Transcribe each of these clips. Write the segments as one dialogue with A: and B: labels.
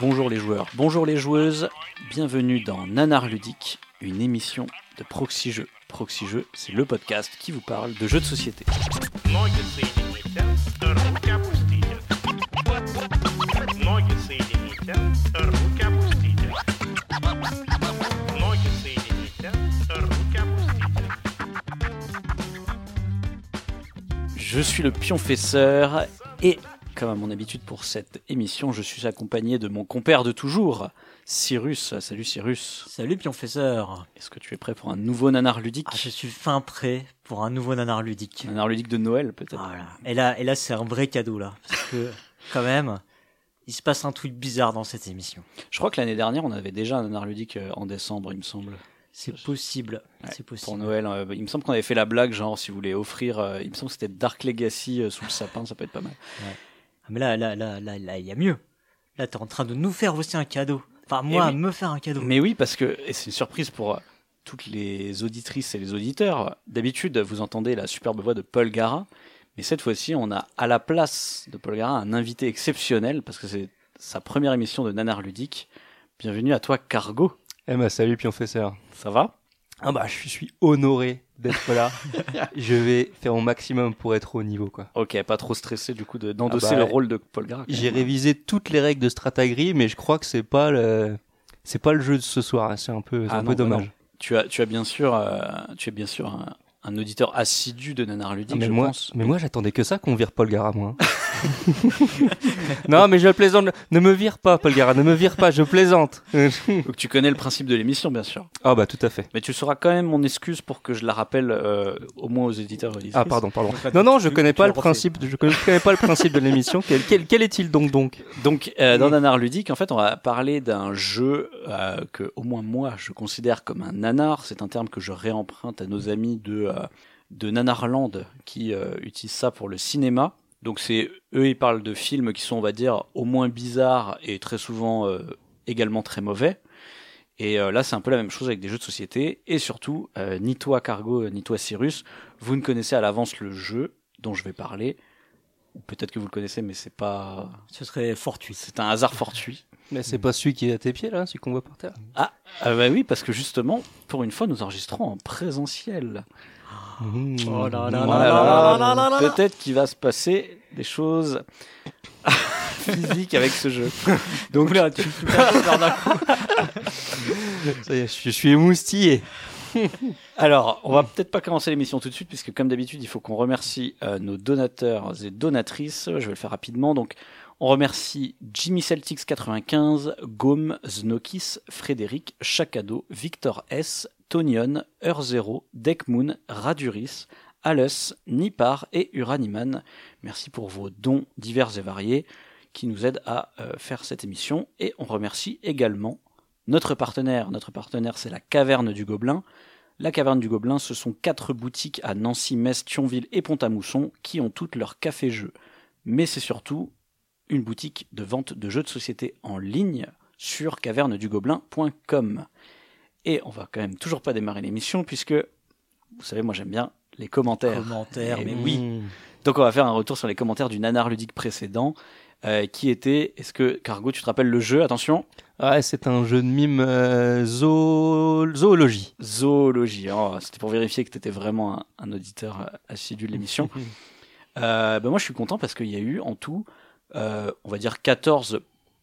A: Bonjour les joueurs, bonjour les joueuses, bienvenue dans Nanar Ludique, une émission de Proxy Jeux. Proxy Jeux, c'est le podcast qui vous parle de jeux de société. Je suis le pionfesseur et, comme à mon habitude pour cette émission, je suis accompagné de mon compère de toujours, Cyrus. Salut Cyrus.
B: Salut pionfesseur
A: Est-ce que tu es prêt pour un nouveau nanar ludique
B: ah, Je suis fin prêt pour un nouveau nanar ludique.
A: Un nanar ludique de Noël peut-être
B: Voilà. Et là, et là c'est un vrai cadeau là, parce que quand même, il se passe un truc bizarre dans cette émission.
A: Je crois que l'année dernière, on avait déjà un nanar ludique euh, en décembre, il me semble.
B: C'est possible,
A: Ouais,
B: c'est possible.
A: Pour Noël, euh, il me semble qu'on avait fait la blague, genre si vous voulez offrir, euh, il me semble que c'était Dark Legacy euh, sous le sapin, ça peut être pas mal.
B: Ah, Mais là, là, là, là, là, il y a mieux. Là, t'es en train de nous faire aussi un cadeau. Enfin, moi,
A: Eh oui.
B: me faire un cadeau.
A: Mais oui, parce que et c'est une surprise pour euh, toutes les auditrices et les auditeurs. D'habitude, vous entendez la superbe voix de Paul Gara, mais cette fois-ci, on a à la place de Paul Gara un invité exceptionnel parce que c'est sa première émission de Nanar Ludique. Bienvenue à toi, Cargo.
C: Eh ben salut Pionfesseur.
A: Ça va
C: Ah bah je suis honoré d'être là. je vais faire mon maximum pour être au niveau quoi.
A: Ok, pas trop stressé du coup de- d'endosser
C: Ah bah,
A: le rôle de Paul Gara. quand
C: J'ai
A: même.
C: révisé toutes les règles de Stratagrie mais je crois que c'est pas le c'est pas le jeu de ce soir, hein. c'est un peu c'est
A: Ah
C: un
A: non,
C: peu
A: bah
C: dommage.
A: non. Tu as, tu as bien sûr, euh, tu es bien sûr un, un auditeur assidu de Nanar
C: Ah,
A: Ludique,
C: mais
A: je
C: moi,
A: pense.
C: mais moi j'attendais que ça qu'on vire Paul Gara moi. hein. non mais je plaisante. Ne me vire pas Paul Gara, ne me vire pas, je plaisante.
A: Donc tu connais le principe de l'émission, bien sûr.
C: ah bah tout à fait.
A: Mais tu seras quand même mon excuse pour que je la rappelle euh, au moins aux éditeurs. et auditrices.
C: Ah pardon, pardon. Non non, je connais pas le principe, je connais je connais pas le principe de l'émission. Quel, quel, quel est-il donc donc
A: Donc euh, dans Nanar Ludique, en fait, on va parler d'un jeu euh, que au moins moi je considère comme un nanar. C'est un terme que je réemprunte à nos amis de euh, de Nanarland qui euh, utilisent ça pour le cinéma. Donc c'est eux ils parlent de films qui sont on va dire au moins bizarres et très souvent euh, également très mauvais. Et euh, là c'est un peu la même chose avec des jeux de société et surtout euh, ni toi Cargo ni toi Cyrus, vous ne connaissez à l'avance le jeu dont je vais parler. Ou Peut-être que vous le connaissez, mais c'est pas
B: Ce serait fortuit.
A: c'est un hasard fortuit.
C: Mais c'est pas celui qui est à tes pieds là, celui qu'on voit par terre.
A: Ah bah oui, parce que justement, pour une fois, nous enregistrons en présentiel.
C: Mmh.
B: Oh là là
A: Oh
B: Ah
A: là là là
B: là là là
A: là
B: là là.
A: Peut-être qu'il va se passer des choses physiques avec ce jeu. Donc là, tu
C: Ça y est, je suis, je suis émoustillé.
A: Alors, on va peut-être pas commencer l'émission tout de suite, puisque comme d'habitude, il faut qu'on remercie euh, nos donateurs et donatrices. Je vais le faire rapidement. Donc, on remercie Jimmy Celtics 95, Gaume, Znokis, Frédéric, Chacado, Victor S, Tonion, Heure Zero, Deckmoon, Raduris, Alus, Nipar et Uraniman. Merci pour vos dons divers et variés qui nous aident à euh, faire cette émission. Et on remercie également notre partenaire. Notre partenaire, c'est la Caverne du Gobelin. La Caverne du Gobelin, ce sont quatre boutiques à Nancy, Metz, Thionville et Pont-à-Mousson qui ont toutes leur café-jeu. Mais c'est surtout une boutique de vente de jeux de société en ligne sur cavernedugobelin.com. Et on va quand même toujours pas démarrer l'émission puisque, vous savez, moi j'aime bien les commentaires.
B: Commentaire,
A: Eh
B: mais
A: oui.
B: oui.
C: Mmh.
A: Donc on va faire un retour sur les commentaires du nanar ludique précédent euh, qui était, est-ce que Cargo, tu te rappelles le jeu Attention,
C: Ah, c'est un jeu de mime euh, zo- zoologie.
A: zoologie. Oh, C'était pour vérifier que tu étais vraiment un, un auditeur euh, assidu de l'émission. Euh, ben moi, je suis content parce qu'il y a eu en tout, euh, on va dire 14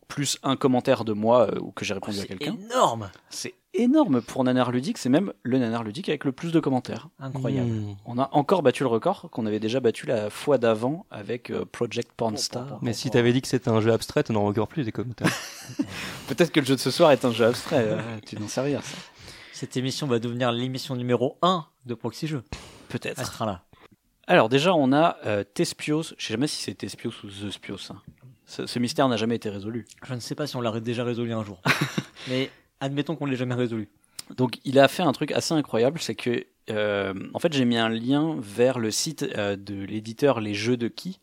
A: plus un commentaire de moi euh, ou que j'ai
B: Oh,
A: répondu à
B: C'est
A: quelqu'un.
B: énorme.
A: C'est énorme pour Nanar Ludique. C'est même le Nanar Ludique avec le plus de commentaires. Hmm.
B: Incroyable.
C: Mmh.
A: On a encore battu le record qu'on avait déjà battu la fois d'avant avec euh, Project Pornstar.
C: Mais si t'avais dit que c'était un jeu abstrait, t'en aurais encore plus des commentaires.
A: Peut-être que le jeu de ce soir est un jeu abstrait. euh, tu n'en sais rien. ça.
B: Cette émission va devenir l'émission numéro 1 de Proxy Jeux. À ce
A: Peut-être.
B: train-là.
A: Ah, Alors déjà, on a euh, Tespios. Je sais jamais si c'est Tespios ou The Spios. hein. Ce, ce mystère n'a jamais été résolu.
B: Je ne sais pas si on l'a déjà résolu un jour. mais admettons qu'on ne l'ait jamais résolu.
A: Donc il a fait un truc assez incroyable, c'est que euh, en fait j'ai mis un lien vers le site euh, de l'éditeur Les Jeux de qui.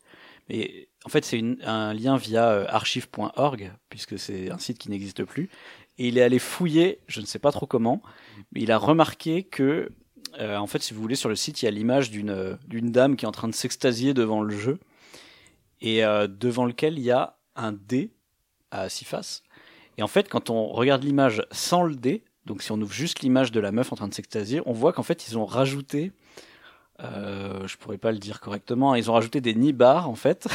A: Et en fait c'est une- un lien via euh, archive.org puisque c'est un site qui n'existe plus. Et il est allé fouiller, je ne sais pas trop comment, mais il a remarqué que euh, en fait si vous voulez sur le site il y a l'image d'une euh, d'une dame qui est en train de s'extasier devant le jeu et euh, devant lequel il y a un dé à six faces Et en fait, quand on regarde l'image sans le dé, donc si on ouvre juste l'image de la meuf en train de s'extasier, on voit qu'en fait, ils ont rajouté. Euh, je pourrais pas le dire correctement. hein, Ils ont rajouté des nibars en fait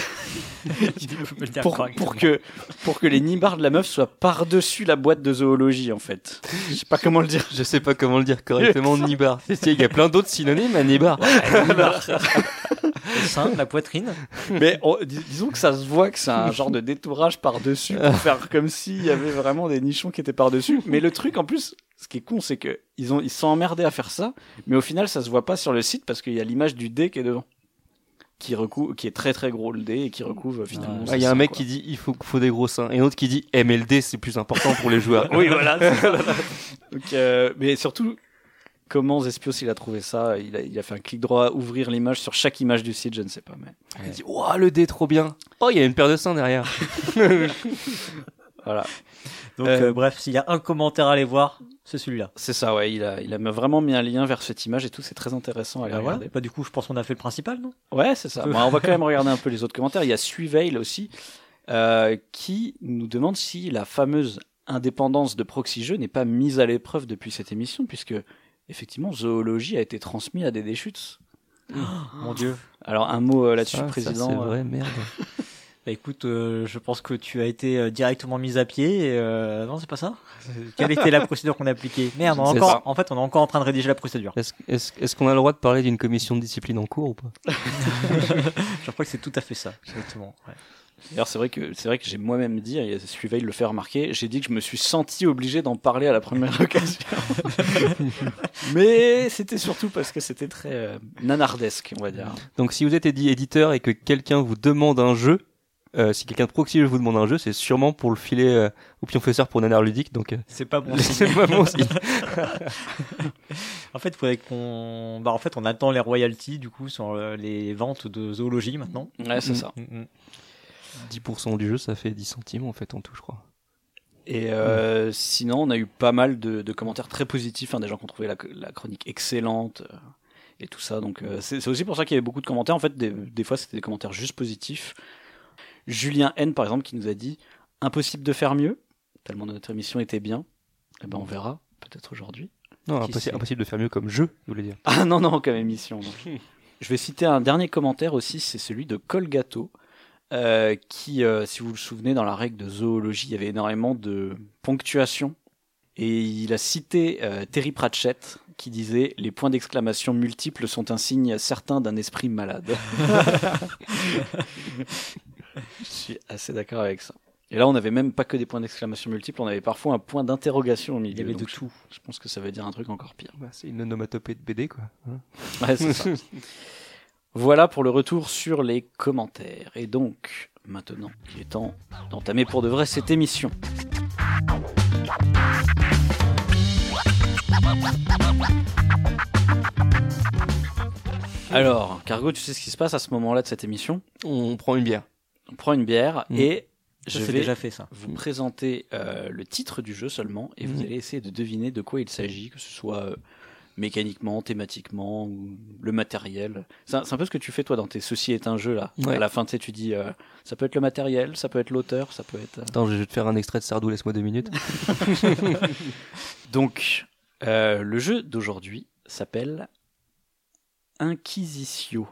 A: pour, pour que pour que les nibars de la meuf soient par dessus la boîte de zoologie en fait. Je sais pas comment le dire.
C: Je sais pas comment le dire correctement, Nibar. C'est- Il y a plein d'autres synonymes à Nibar.
B: Le sein, la poitrine.
A: Mais on- dis- disons que ça se voit que c'est un genre de détourage par-dessus pour faire comme s'il y avait vraiment des nichons qui étaient par-dessus. Mais le truc, en plus, ce qui est con, c'est que ils ont, ils se sont emmerdés à faire ça, mais au final, ça se voit pas sur le site parce qu'il y a l'image du dé qui est devant. Qui, recou qui est très très gros le dé et qui recouvre euh, finalement.
C: Il
A: ses
C: y a un
A: seins,
C: mec
A: quoi.
C: qui dit il faut, faut des gros seins et un autre qui dit eh, MLD c'est plus important pour les joueurs.
A: Oui, voilà. c'est ça. Donc, euh, mais surtout, comment Zespios il a trouvé ça il a, il a fait un clic droit, ouvrir l'image sur chaque image du site, je ne sais pas. Mais...
C: Il dit Ouah, le dé trop bien. Ah, Oh, il y a une paire de seins derrière.
A: Voilà.
B: Donc
A: Euh,
B: euh, bref, s'il y a un commentaire à aller voir, c'est celui-là.
A: C'est ça, ouais. Il a, il a vraiment mis un lien vers cette image et tout. C'est très intéressant à aller
B: Bah, voilà.
A: regarder.
B: Bah, du coup, je pense qu'on a fait le principal, non
A: Ouais, c'est ça. Bon, on va quand même regarder un peu les autres commentaires. Il y a Suiveil aussi, euh, qui nous demande si la fameuse indépendance de Proxy Jeux n'est pas mise à l'épreuve depuis cette émission, puisque effectivement, zoologie a été transmis à des déchutes.
B: Mon Dieu.
A: Alors, un mot euh, là-dessus,
C: Ah, ça,
A: président.
C: C'est
A: euh,
C: vrai, merde.
B: Bah écoute, euh, je pense que tu as été euh, directement mis à pied. et, euh, non, c'est pas ça. Quelle était la procédure qu'on a appliquée Merde, on est
C: C'est
B: encore.
C: ça.
B: En fait, on est encore en train de rédiger la procédure.
C: Est-ce est-ce- est-ce qu'on a le droit de parler d'une commission de discipline en cours ou pas
B: Je crois que c'est tout à fait ça, exactement. ouais.
A: D'ailleurs, c'est vrai que c'est vrai que j'ai moi-même dit, et Suiveil le fait remarquer, j'ai dit que je me suis senti obligé d'en parler à la première occasion. Mais c'était surtout parce que c'était très euh, nanardesque, on va dire.
C: Donc si vous êtes édi- éditeur et que quelqu'un vous demande un jeu, euh, si quelqu'un de proxy vous demande un jeu, c'est sûrement pour le filer euh, au pionfesseur pour Nanar Ludique. Donc euh,
B: C'est pas bon.
C: laissez-moi mon signe.
B: En fait, faudrait qu'on. Bah, en fait, on attend les royalties du coup sur euh, les ventes de zoologie maintenant.
C: Mm.
A: Ouais, c'est
B: Mm,
A: ça.
C: 10% du jeu, ça fait 10 centimes en fait en tout, je crois.
A: Et euh, sinon, on a eu pas mal de, de commentaires très positifs, hein, des gens qui ont trouvé la, la chronique excellente euh, et tout ça. Donc, euh, c'est c'est aussi pour ça qu'il y avait beaucoup de commentaires. En fait, des, des fois, c'était des commentaires juste positifs. Julien N, par exemple, qui nous a dit Impossible de faire mieux, tellement notre émission était bien. Eh ben, on verra, peut-être aujourd'hui.
C: Non,
B: Qui
C: impossi-
B: sait
C: impossible de faire mieux comme jeu, vous voulez dire.
A: Ah non, non, comme émission. non. Je vais citer un dernier commentaire aussi, c'est celui de Colgato, euh, qui, euh, si vous vous souvenez, dans la règle de zoologie, il y avait énormément de ponctuation. Et il a cité euh, Terry Pratchett, qui disait Les points d'exclamation multiples sont un signe certain d'un esprit malade. Je suis assez d'accord avec ça. Et là, on n'avait même pas que des points d'exclamation multiples, on avait parfois un point d'interrogation au milieu.
B: Il y avait de
A: donc je-
B: tout.
A: je pense que ça veut dire un truc encore pire.
C: Bah, c'est une onomatopée de BD quoi. hein.
A: Ouais, c'est ça. voilà pour le retour sur les commentaires. Et donc, maintenant, il est temps d'entamer pour de vrai cette émission. Alors, Cargo, tu sais ce qui se passe à ce moment-là de cette émission
C: On prend une bière.
A: On prend une bière
C: Mm.
A: et
B: Ça,
A: je
B: c'est
A: vais
B: déjà fait ça.
A: vous présenter euh, le titre du jeu seulement et vous
C: Mhm.
A: allez essayer de deviner de quoi il s'agit, que ce soit euh, mécaniquement, thématiquement ou le matériel. C'est un, c'est un peu ce que tu fais toi dans tes Ceci est un jeu là.
C: Ouais.
A: À la fin, tu sais, tu dis euh, ça peut être le matériel, ça peut être l'auteur, ça peut être. euh.
C: Attends, je vais te faire un extrait de Sardou, laisse-moi deux minutes.
A: Donc, euh, le jeu d'aujourd'hui s'appelle Inquisitio.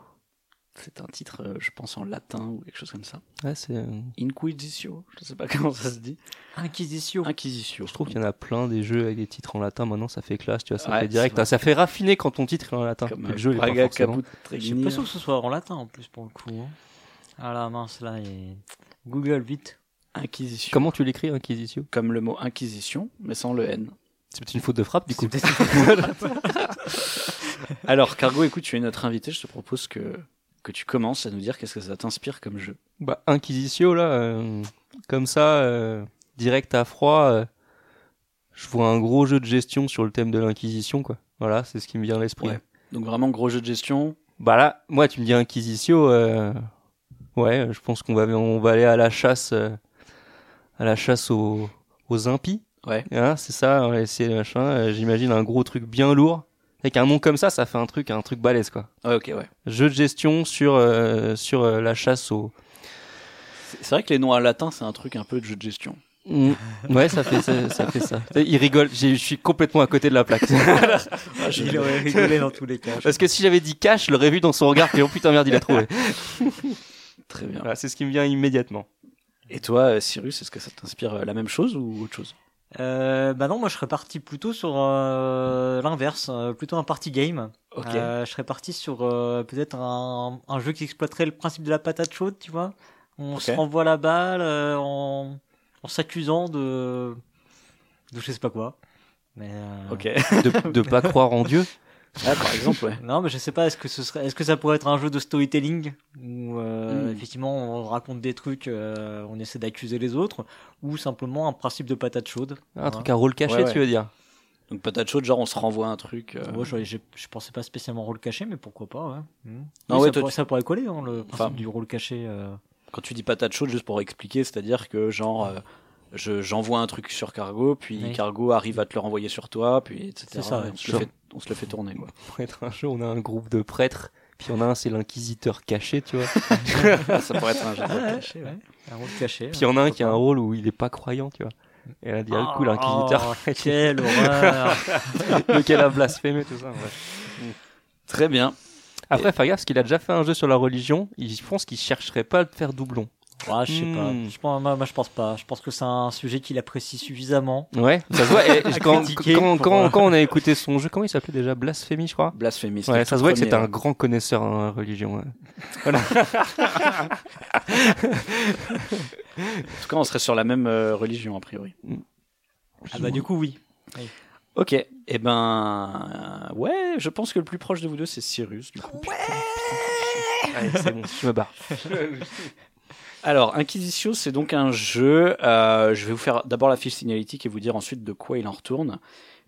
A: C'est un titre, euh, je pense, en latin ou quelque chose comme ça.
C: Ouais, c'est, euh,
A: Inquisitio, je ne sais pas comment ça se dit.
B: Inquisition.
A: Inquisitio.
C: Je trouve qu'il y en a plein des jeux avec des titres en latin. Maintenant, ça fait classe, tu vois, ça
A: Ouais,
C: fait direct.
A: c'est
C: ça fait raffiné quand ton titre est en latin.
A: Comme
C: Et
A: euh,
C: le jeu il est pas
A: Braga,
C: forcément.
B: Je
A: Caput,
B: suis pas
A: Tregni,
B: sûr que ce soit en latin en plus pour le coup. hein. Ah la mince là. et- Google vite.
A: Inquisition.
C: Comment tu l'écris, Inquisition
A: comme le mot inquisition, mais sans le N.
C: C'est peut-être une faute de frappe, du coup.
A: Alors, Cargo, écoute, tu es notre invité, je te propose que, que tu commences à nous dire qu'est-ce que ça t'inspire comme jeu.
C: Bah, Inquisition, là, euh, comme ça, euh, direct à froid, euh, je vois un gros jeu de gestion sur le thème de l'Inquisition, quoi. Voilà, c'est ce qui me vient à l'esprit.
A: Ouais. Donc, vraiment, gros jeu de gestion.
C: Bah là, moi, tu me dis Inquisition, euh, ouais, je pense qu'on va, on va aller à la chasse, euh, à la chasse aux, aux impies.
A: Ouais.
C: Hein, c'est ça, on va essayer le machin. euh, J'imagine un gros truc bien lourd. Avec un nom comme ça, ça fait un truc, un truc balèze, quoi.
A: Ouais, Ah, ok, ouais.
C: Jeu de gestion sur, euh, sur euh, la chasse aux,
A: C'est c'est vrai que les noms en latin, c'est un truc un peu de jeu de gestion.
C: Mm. Ouais, ça fait ça, ça fait ça. Il rigole, j'ai- je suis complètement à côté de la plaque.
A: Ah,
B: Il aurait rigolé dans tous les cas.
C: Parce que si j'avais dit cash, je l'aurais vu dans son regard que oh putain merde, il a trouvé.
A: Très bien.
C: Voilà, c'est ce qui me vient immédiatement.
A: Et toi, euh, Cyrus, est-ce que ça t'inspire euh, la même chose ou autre chose
B: Euh, bah non, moi je serais parti plutôt sur euh, l'inverse, euh, plutôt un party game.
A: Ok.
B: Euh, je serais parti sur euh, peut-être un, un jeu qui exploiterait le principe de la patate chaude, tu vois. On se
A: Ok.
B: renvoie la balle euh, en, en s'accusant de, de je sais pas quoi. Mais euh,
A: Ok.
C: De, de pas croire en Dieu.
A: Ah, par exemple, ouais.
B: Non, mais je sais pas. Est-ce que ce serait, est-ce que ça pourrait être un jeu de storytelling où euh,
A: Hmm.
B: effectivement on raconte des trucs, euh, on essaie d'accuser les autres, ou simplement un principe de patate chaude. hein.
C: Un
B: Voilà.
C: truc à rôle caché,
A: Ouais, ouais.
C: tu veux dire.
A: Donc patate chaude, genre on se renvoie un truc. euh,
B: Moi, je, j'ai- je pensais pas spécialement rôle caché, mais pourquoi pas, ouais.
A: Non,
B: Oui,
C: Ah
A: ouais,
B: ça,
A: toi,
B: pourrait, ça pourrait coller, hein, le principe
A: Enfin-
B: du rôle caché. euh.
A: Quand tu dis patate chaude, juste pour expliquer, c'est-à-dire que genre euh, je- j'envoie un truc sur Cargo, puis
B: Oui.
A: Cargo arrive à te le renvoyer sur toi, puis etc.
B: C'est ça,
A: Et
B: ouais.
A: on, se le
C: Genre-
A: fait, on se le fait tourner. Quoi.
C: Pour être un jeu, on a un groupe de prêtres, puis on a un, c'est l'inquisiteur caché, tu vois.
A: ça pourrait être un jeu.
B: Ah, ouais,
A: caché, ouais.
B: ouais, Un rôle caché.
C: Puis il y en a un qui a un rôle où il est pas croyant, tu vois. Et là, du coup,
B: Oh,
C: l'inquisiteur,
B: quelle horreur
C: lequel a blasphémé, tout ça. ouais.
A: Très bien.
C: Après, faire gaffe, parce qu'il a déjà fait un jeu sur la religion, ils pensent qu'il chercherait pas à te faire doublon.
B: Ouais, Je sais pas.
C: Hmm.
B: Je pense, moi, moi, je pense pas. Je pense que c'est un sujet qu'il apprécie suffisamment.
C: Ouais, ça se voit. et- et quand,
B: critiquer
C: quand,
B: pour,
C: quand-
B: euh,
C: quand on a écouté son jeu, comment il s'appelait déjà Blasphémie, je crois.
A: Blasphémiste.
C: Ouais,
A: le
C: ça
A: tout
C: se voit que
A: premier,
C: c'était un
A: ouais.
C: grand connaisseur en religion. ouais.
A: En tout cas, on serait sur la même euh, religion a priori.
B: Ah bah du coup, oui.
A: Ok. Et eh ben euh, ouais, je pense que le plus proche de vous deux c'est Cyrus. du coup.
C: Allez, c'est bon, je me barre.
A: Alors, Inquisition, c'est donc un jeu. euh, je vais vous faire d'abord la fiche signalétique et vous dire ensuite de quoi il en retourne.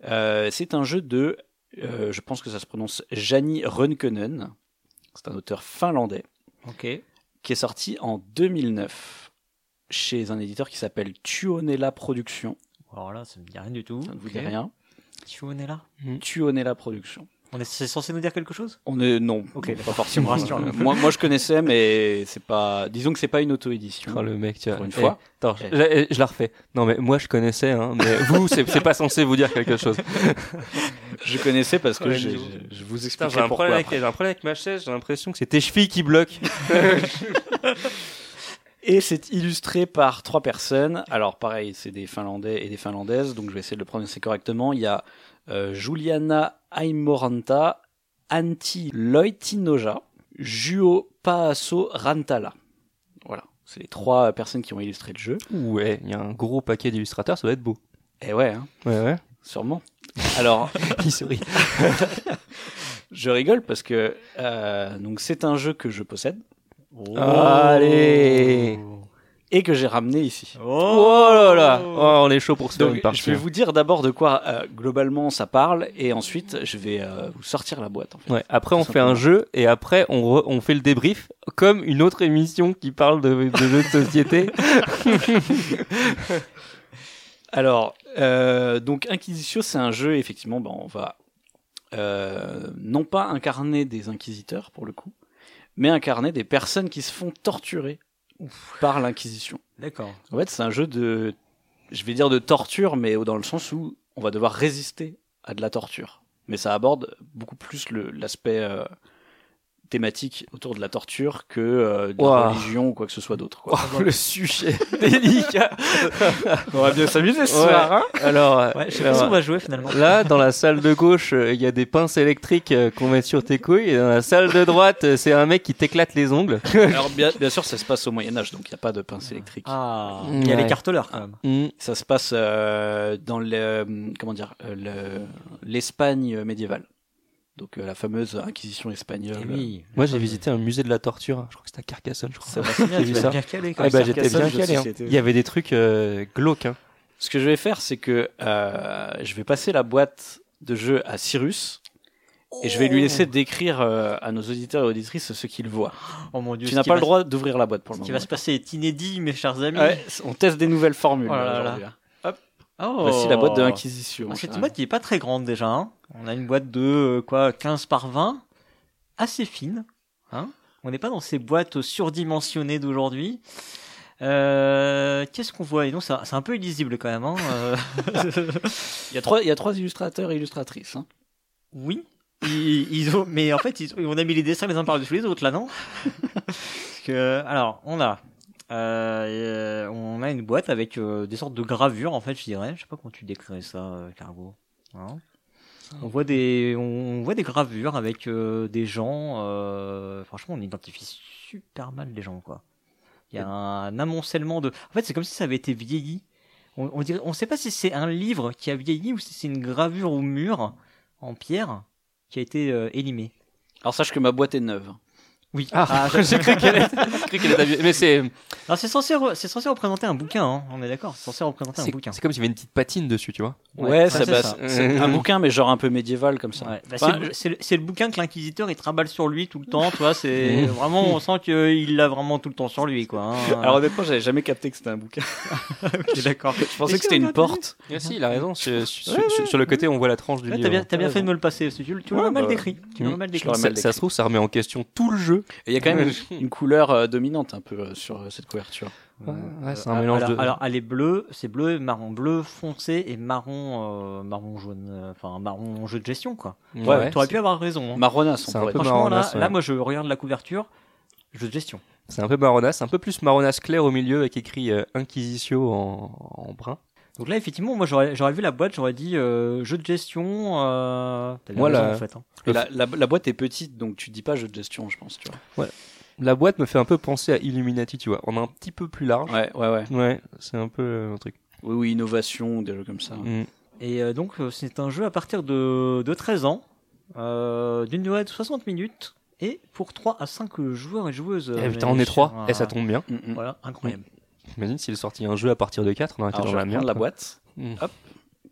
A: Euh, c'est un jeu de, euh, je pense que ça se prononce Jani Runkönen. C'est un auteur finlandais
B: Ok.
A: qui est sorti en 2009 chez un éditeur qui s'appelle Tuonela Productions.
B: Alors là, ça me dit rien du tout.
A: Ça ne vous dit
B: Ok.
A: rien.
B: Tu vois, on est là
A: Tuonela Productions.
B: On est, c'est censé nous dire quelque chose
A: On est non,
B: Ok,
A: pas forcément.
B: Tu me rassures, là.
A: moi, moi, je connaissais, mais c'est pas. Disons que c'est pas une auto-édition.
C: Oh, le mec, tu vois.
A: Pour une
C: Eh,
A: fois.
C: attends,
A: Eh.
B: Euh,
C: je, eh, je la refais. Non, mais moi, je connaissais, hein, mais vous, c'est c'est pas censé vous dire quelque chose.
A: Je connaissais parce que
C: Ouais,
A: je,
C: mais-
A: je- je vous
C: Putain, j'ai
A: expliquerai
C: un,
A: pourquoi.
C: problème avec, j'ai un problème avec ma chaise, j'ai l'impression que c'est tes chevilles qui bloquent.
A: Et c'est illustré par trois personnes. Alors pareil, c'est des Finlandais et des Finlandaises, donc je vais essayer de le prononcer correctement. Il y a euh, Juliana Aimoranta, Antti Loitinoja, Juo Paaso Rantala. Voilà, c'est les trois personnes qui ont illustré le jeu.
C: Ouais, il y a un gros paquet d'illustrateurs, ça doit être beau.
A: Et ouais, hein,
C: Ouais, ouais.
A: sûrement. Alors,
C: Il sourit.
A: je rigole parce que euh, donc c'est un jeu que je possède Oh.
B: Oh.
C: Ah, Allez.
A: et que j'ai ramené ici.
B: Oh,
C: Oh là là Oh, on est chaud pour se faire
A: Donc,
C: une partie. hein.
A: je vais vous dire d'abord de quoi euh, globalement ça parle et ensuite je vais euh, vous sortir la boîte. En fait.
C: Ouais, après on
A: Tout
C: fait
A: simplement.
C: un jeu et après on, re- on fait le débrief comme une autre émission qui parle de, de jeux de société.
A: Alors, euh, donc Inquisitio, c'est un jeu, effectivement, ben, on va euh, non pas incarner des inquisiteurs pour le coup, mais incarner des personnes qui se font torturer par l'Inquisition.
B: D'accord.
A: En fait, c'est un jeu de, je vais dire de torture, mais dans le sens où on va devoir résister à de la torture. Mais ça aborde beaucoup plus le- l'aspect euh, thématique autour de la torture que euh, de la
C: Ouah.
A: religion ou quoi que ce soit d'autre.
C: Oh,
A: quoi.
C: le sujet délicat.
A: on va bien s'amuser
C: ce soir, Alors, euh,
B: Ouais, je sais pas si on va jouer finalement.
C: là dans la salle de gauche, euh, il y a des pinces électriques euh, qu'on met sur tes couilles et dans la salle de droite, euh, c'est un mec qui t'éclate les ongles.
A: Alors bien, bien sûr, ça se passe au Moyen Âge, donc il n'y a pas de pince électrique.
B: Ah, il y a
C: Ouais.
B: les carteleurs quand
A: Ah.
B: même.
C: Hmm.
A: Ça se passe euh, dans le comment dire euh, le- l'Espagne médiévale. Donc euh, la fameuse Inquisition espagnole.
C: Eh Moi j'ai visité un musée de la torture, hein. je crois que c'était à Carcassonne, je
A: Ça Eh ben, va.
C: crois.
B: Bien,
C: vu
B: tu vas
C: ça.
B: bien calé quand
C: Ah
B: même.
C: bah, j'étais
A: Carcassonne,
C: bien
A: jeu de
C: calé. hein.
A: société,
C: Il y avait des trucs euh, glauques. hein.
A: Ce que je vais faire, c'est que euh, je vais passer la boîte de jeu à Cyrus et je vais lui laisser décrire euh, à nos auditeurs et auditrices ce qu'il voit.
B: Oh mon dieu.
A: tu
B: ce
A: n'as
B: qui
A: pas le
B: va-
A: droit d'ouvrir la boîte pour
B: Ce
A: le
B: qui
A: moment. Ah
B: va se passer est inédit, mes chers amis.
A: Ouais, on teste des nouvelles formules.
B: Oh là là.
A: aujourd'hui, hein.
B: Oh.
A: Voici la boîte de l'Inquisition.
B: Ah, C'est
A: Ah.
B: une boîte qui est pas très grande déjà. hein. On a une boîte de euh, quoi 15 par 20, assez fine. hein. on n'est pas dans ces boîtes surdimensionnées d'aujourd'hui. Euh, Qu'est-ce qu'on voit Et non, ça- c'est un peu illisible quand même. hein, euh.
A: Il y a trois, il y a trois illustrateurs et illustratrices. hein.
B: oui. Ils, ils ont, mais en fait, ils, ont- on a mis les dessins les uns par-dessus les autres là, non Parce que, alors, on a, euh, euh, on a une boîte avec euh, des sortes de gravures, en fait, je dirais. Je sais pas comment tu décrirais ça, euh, Cargo. Hein on voit des, on voit des gravures avec euh, des gens. euh, franchement, on identifie super mal les gens, quoi. Il y a un amoncellement de. En fait, c'est comme si ça avait été vieilli. On, on dirait, on sait pas si c'est un livre qui a vieilli ou si c'est une gravure au mur en pierre qui a été euh, élimée.
A: Alors sache que ma boîte est neuve. hein.
B: Oui.
C: Ah, j'ai cru qu'elle était- j'ai cru qu'elle était abusée. Mais c'est
B: Alors c'est censé, re- c'est censé représenter un bouquin. hein, On est d'accord. C'est censé représenter un
C: c'est
B: bouquin.
C: c'est comme s'il y avait une petite patine dessus, tu vois.
A: Ouais,
B: Ouais,
A: ça,
B: ouais,
A: bah,
B: c'est ça.
A: c'est c'est un bouquin, mais genre un peu médiéval comme ça.
B: Ouais, bah,
A: Enfin,
B: c'est
A: je-
B: le- c'est le, c'est le bouquin que l'inquisiteur il travaille sur lui tout le temps, tu vois.
A: Mmh.
B: C'est vraiment, on sent qu'il l'a vraiment tout le temps sur lui, quoi. hein.
A: Alors honnêtement, j'avais jamais capté que c'était un bouquin.
B: Ok, d'accord.
A: Je pensais que
B: Mais si,
A: c'était une
B: regarde, t'as
A: porte.
C: Ah, si, il a raison. Sur, sur- sur- sur le côté, on voit la tranche du
B: Ouais,
C: livre.
B: t'as bien, t'as bien
A: T'as
B: fait de me le passer, parce que tu, le- tu
A: Ouais,
B: l'aurais mal
A: bah,
B: décrit. Tu l'aurais
C: mm,
B: mal
A: je
B: décrit.
A: l'aurais
C: Ça,
A: mal
C: ça se trouve, ça remet en question tout le jeu.
A: Et il y a quand même une, une couleur euh, dominante un peu euh, sur euh, cette couverture.
C: Ouais, ouais, c'est
B: Euh,
C: un mélange
B: alors,
C: de-
B: Alors, elle est bleue, c'est bleu, marron bleu foncé et marron, euh, marron jaune, euh, enfin marron jeu de gestion quoi.
A: Ouais,
B: T'aurais pu avoir raison. hein.
A: Marronasse, on
C: C'est un
A: pourrait
C: peu
A: dire.
B: Franchement, là,
C: marronasse, ouais.
B: là, moi je regarde la couverture, jeu de gestion.
C: C'est un peu marronasse, un peu plus marronasse clair au milieu avec écrit euh, Inquisitio en, en brun.
B: Donc là, effectivement, moi j'aurais j'aurais vu la boîte, j'aurais dit euh, jeu de gestion. Euh... t'as bien
C: Moi,
B: raison,
C: la-
B: en fait. hein.
A: Et la, la- la boîte est petite, donc tu dis pas jeu de gestion, je pense. Tu vois.
C: La boîte me fait un peu penser à Illuminati, tu vois. On a un petit peu plus large.
A: Ouais, ouais, ouais.
C: Ouais, c'est un peu euh, un truc.
A: Oui, oui, innovation, des jeux comme ça.
C: Mm.
B: Et euh, donc, euh, c'est un jeu à partir de, de 13 ans, euh, d'une durée de 60 minutes, et pour 3 à 5 joueurs et joueuses.
C: Eh
B: euh,
C: putain,
B: mes
C: on est trois.
B: chers,
C: Eh, ça
B: euh,
C: tombe bien.
A: Mm, mm.
B: Voilà, incroyable.
C: Imagine s'il sortit un jeu à partir de 4, on aurait été
A: Alors,
C: dans
A: je vais
C: la merde.
A: prendre la
C: quoi.
A: boîte,
C: Mm.
A: hop,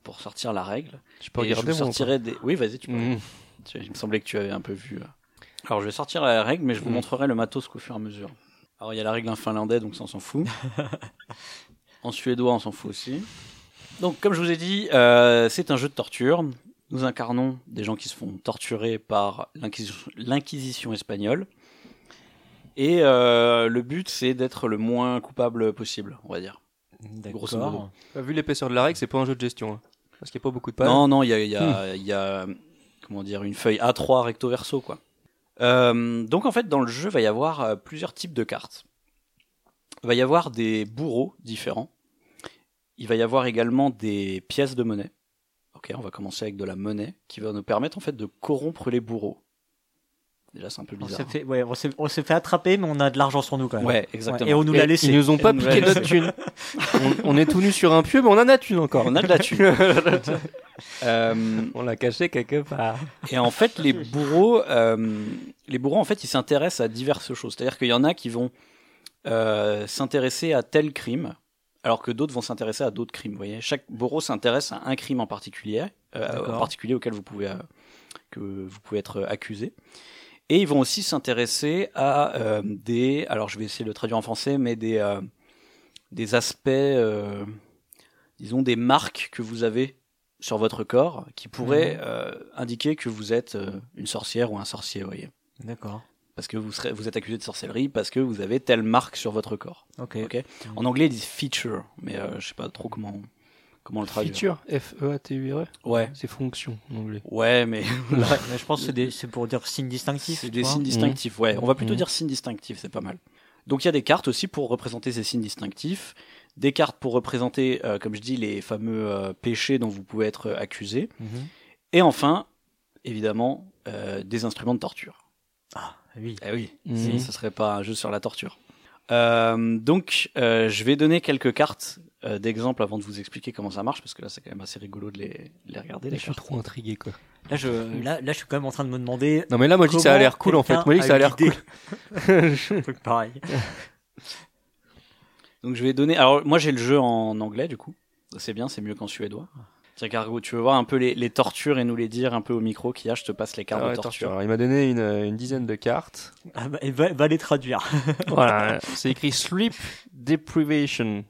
A: pour sortir la règle.
C: Tu peux
A: Et je
C: regarder
A: vous
C: mon-
A: sortirai des. Oui, vas-y, tu peux.
C: Mm.
A: Tu- Il me semblait que tu avais un peu vu. euh. Alors, je vais sortir la règle, mais je vous
C: Mm.
A: montrerai le matos qu'au fur et à mesure. Alors, il y a la règle en finlandais, donc ça, on s'en fout. en suédois, on s'en fout aussi. Donc, comme je vous ai dit, euh, c'est un jeu de torture. Nous incarnons des gens qui se font torturer par l'inquisition- l'Inquisition espagnole. Et euh, le but, c'est d'être le moins coupable possible, on va dire. Grosso modo.
B: D'accord.
C: Euh, Vu l'épaisseur de la règle, c'est pas un jeu de gestion. hein. Parce qu'il n'y a pas beaucoup de pages.
A: Non, non, il y a, il y a- il y a, comment dire, une feuille A3 recto verso, quoi. Euh, donc en fait, dans le jeu, va y avoir euh, plusieurs types de cartes. Il va y avoir des bourreaux différents. Il va y avoir également des pièces de monnaie. Ok, on va commencer avec de la monnaie qui va nous permettre en fait de corrompre les bourreaux. Déjà, c'est un peu
B: On
A: bizarre. hein.
B: s'est fait, ouais, on s'est- on s'est fait attraper, mais on a de l'argent sur nous quand même. Ouais,
A: Ouais, exactement.
B: et on nous
C: Et
B: l'a laissé.
C: Ils nous ont pas
A: Une
C: piqué
A: nouvelle-
C: notre thune. on, on est tout nu sur un pieu, mais on a notre thune encore.
A: On a de la thune. Euh,
C: On l'a caché quelque part.
A: Et en fait, les bourreaux, euh, les bourreaux, en fait, ils s'intéressent à diverses choses. C'est-à-dire qu'il y en a qui vont euh, s'intéresser à tel crime, alors que d'autres vont s'intéresser à d'autres crimes. Vous voyez, chaque bourreau s'intéresse à un crime en particulier, euh,
B: D'accord.
A: en particulier auquel vous pouvez euh, que vous pouvez être euh, accusé. Et ils vont aussi s'intéresser à euh, des, alors je vais essayer de le traduire en français, mais des euh, des aspects, euh, disons des marques que vous avez sur votre corps qui
C: Mhm.
A: pourraient euh, indiquer que vous êtes euh, une sorcière ou un sorcier, vous voyez.
B: D'accord.
A: Parce que vous, serez, vous êtes accusé de sorcellerie parce que vous avez telle marque sur votre corps.
B: Ok.
A: Ok.
C: Mhm.
A: En anglais, ils disent feature, mais euh, je sais pas trop comment, comment le traduire.
C: Feature,
A: E
C: F-E-A-T-U-R-E.
A: Ouais.
C: C'est fonction en anglais.
A: Ouais, mais
B: Ouais, mais je pense que c'est des- c'est pour dire signe distinctif.
A: c'est
B: tu
A: des
B: vois.
A: signes distinctifs. Ouais, on va plutôt
C: Mhm.
A: dire signes distinctifs, c'est pas mal. Donc il y a des cartes aussi pour représenter ces signes distinctifs, des cartes pour représenter, euh, comme je dis, les fameux euh, péchés dont vous pouvez être euh, accusé,
B: Mhm.
A: et enfin, évidemment, euh, des instruments de torture.
B: Ah, Oui.
A: Eh oui,
C: Mhm.
A: si, ce serait pas un jeu sur la torture. Euh, donc, euh, je vais donner quelques cartes euh, d'exemple avant de vous expliquer comment ça marche, parce que là, c'est quand même assez rigolo de les, de les regarder.
C: Je
A: Les
C: suis
A: cartes.
C: trop intrigué quoi.
B: Là je, là, là, je suis quand même en train de me demander.
C: Non mais là moi je dis que ça a l'air cool en fait. Moi je dis que ça a l'air cool.
B: Un truc pareil.
A: Donc, je vais donner. Alors, moi, j'ai le jeu en anglais, du coup. C'est bien, c'est mieux qu'en suédois. Tiens, Cargo, tu veux voir un peu les, les tortures et nous les dire un peu au micro qu'il y a Je te passe les cartes
C: Ah ouais,
A: de
C: torture.
A: torture.
C: Alors, il m'a donné une, euh, une dizaine de cartes.
B: Ah bah, et va, va les traduire.
C: voilà, c'est écrit sleep deprivation,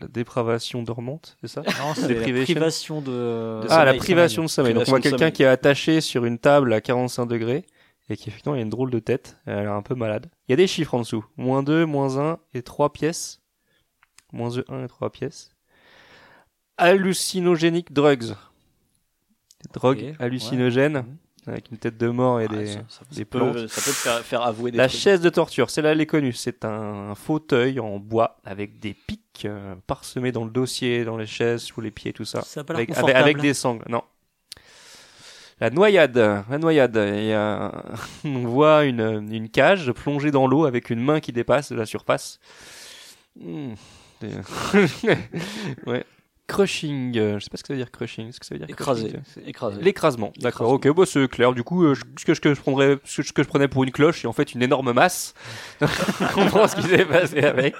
C: la dépravation dormante, c'est ça
B: Non, c'est la
C: Deprivation.
B: privation de.
A: De
C: Ah, la
A: sommeil,
C: privation de sommeil. Donc on
A: Privation
C: voit
A: de
C: quelqu'un
A: sommeil.
C: qui est attaché sur une table à 45 degrés et qui effectivement a une drôle de tête, elle a l'air un peu malade. Il y a des chiffres en dessous, moins 2, moins 1 et 3 pièces. moins de 1 et 3 pièces. Hallucinogenic drugs. Des drogues
B: ouais.
C: hallucinogènes, euh, avec une tête de mort et des...
A: Ah, ça, ça- ça
C: des
A: peut,
C: plantes.
A: ça peut te faire, faire avouer des
C: La
A: trucs.
C: chaise de torture, celle-là, elle est connue. C'est un, un fauteuil en bois avec des pics euh, parsemés dans le dossier, dans les chaises, sous les pieds, tout ça.
B: Ça a pas l'air
C: Avec, avec,
B: confortable. hein.
C: avec des sangles, non. La noyade, la noyade. Il y a- on voit une, une cage plongée dans l'eau avec une main qui dépasse de la surface. Hmm. ouais. Crushing, euh, je sais pas ce que ça veut dire crushing. Ce que ça veut dire
A: Écrasé.
C: crushing.
A: Écrasé.
C: L'écrasement, d'accord. Ok, bah c'est clair. Du coup, euh, je- ce, que, je- que je prendrais, ce que, je- que je prenais pour une cloche est en fait une énorme masse. On comprend ce qui s'est passé avec.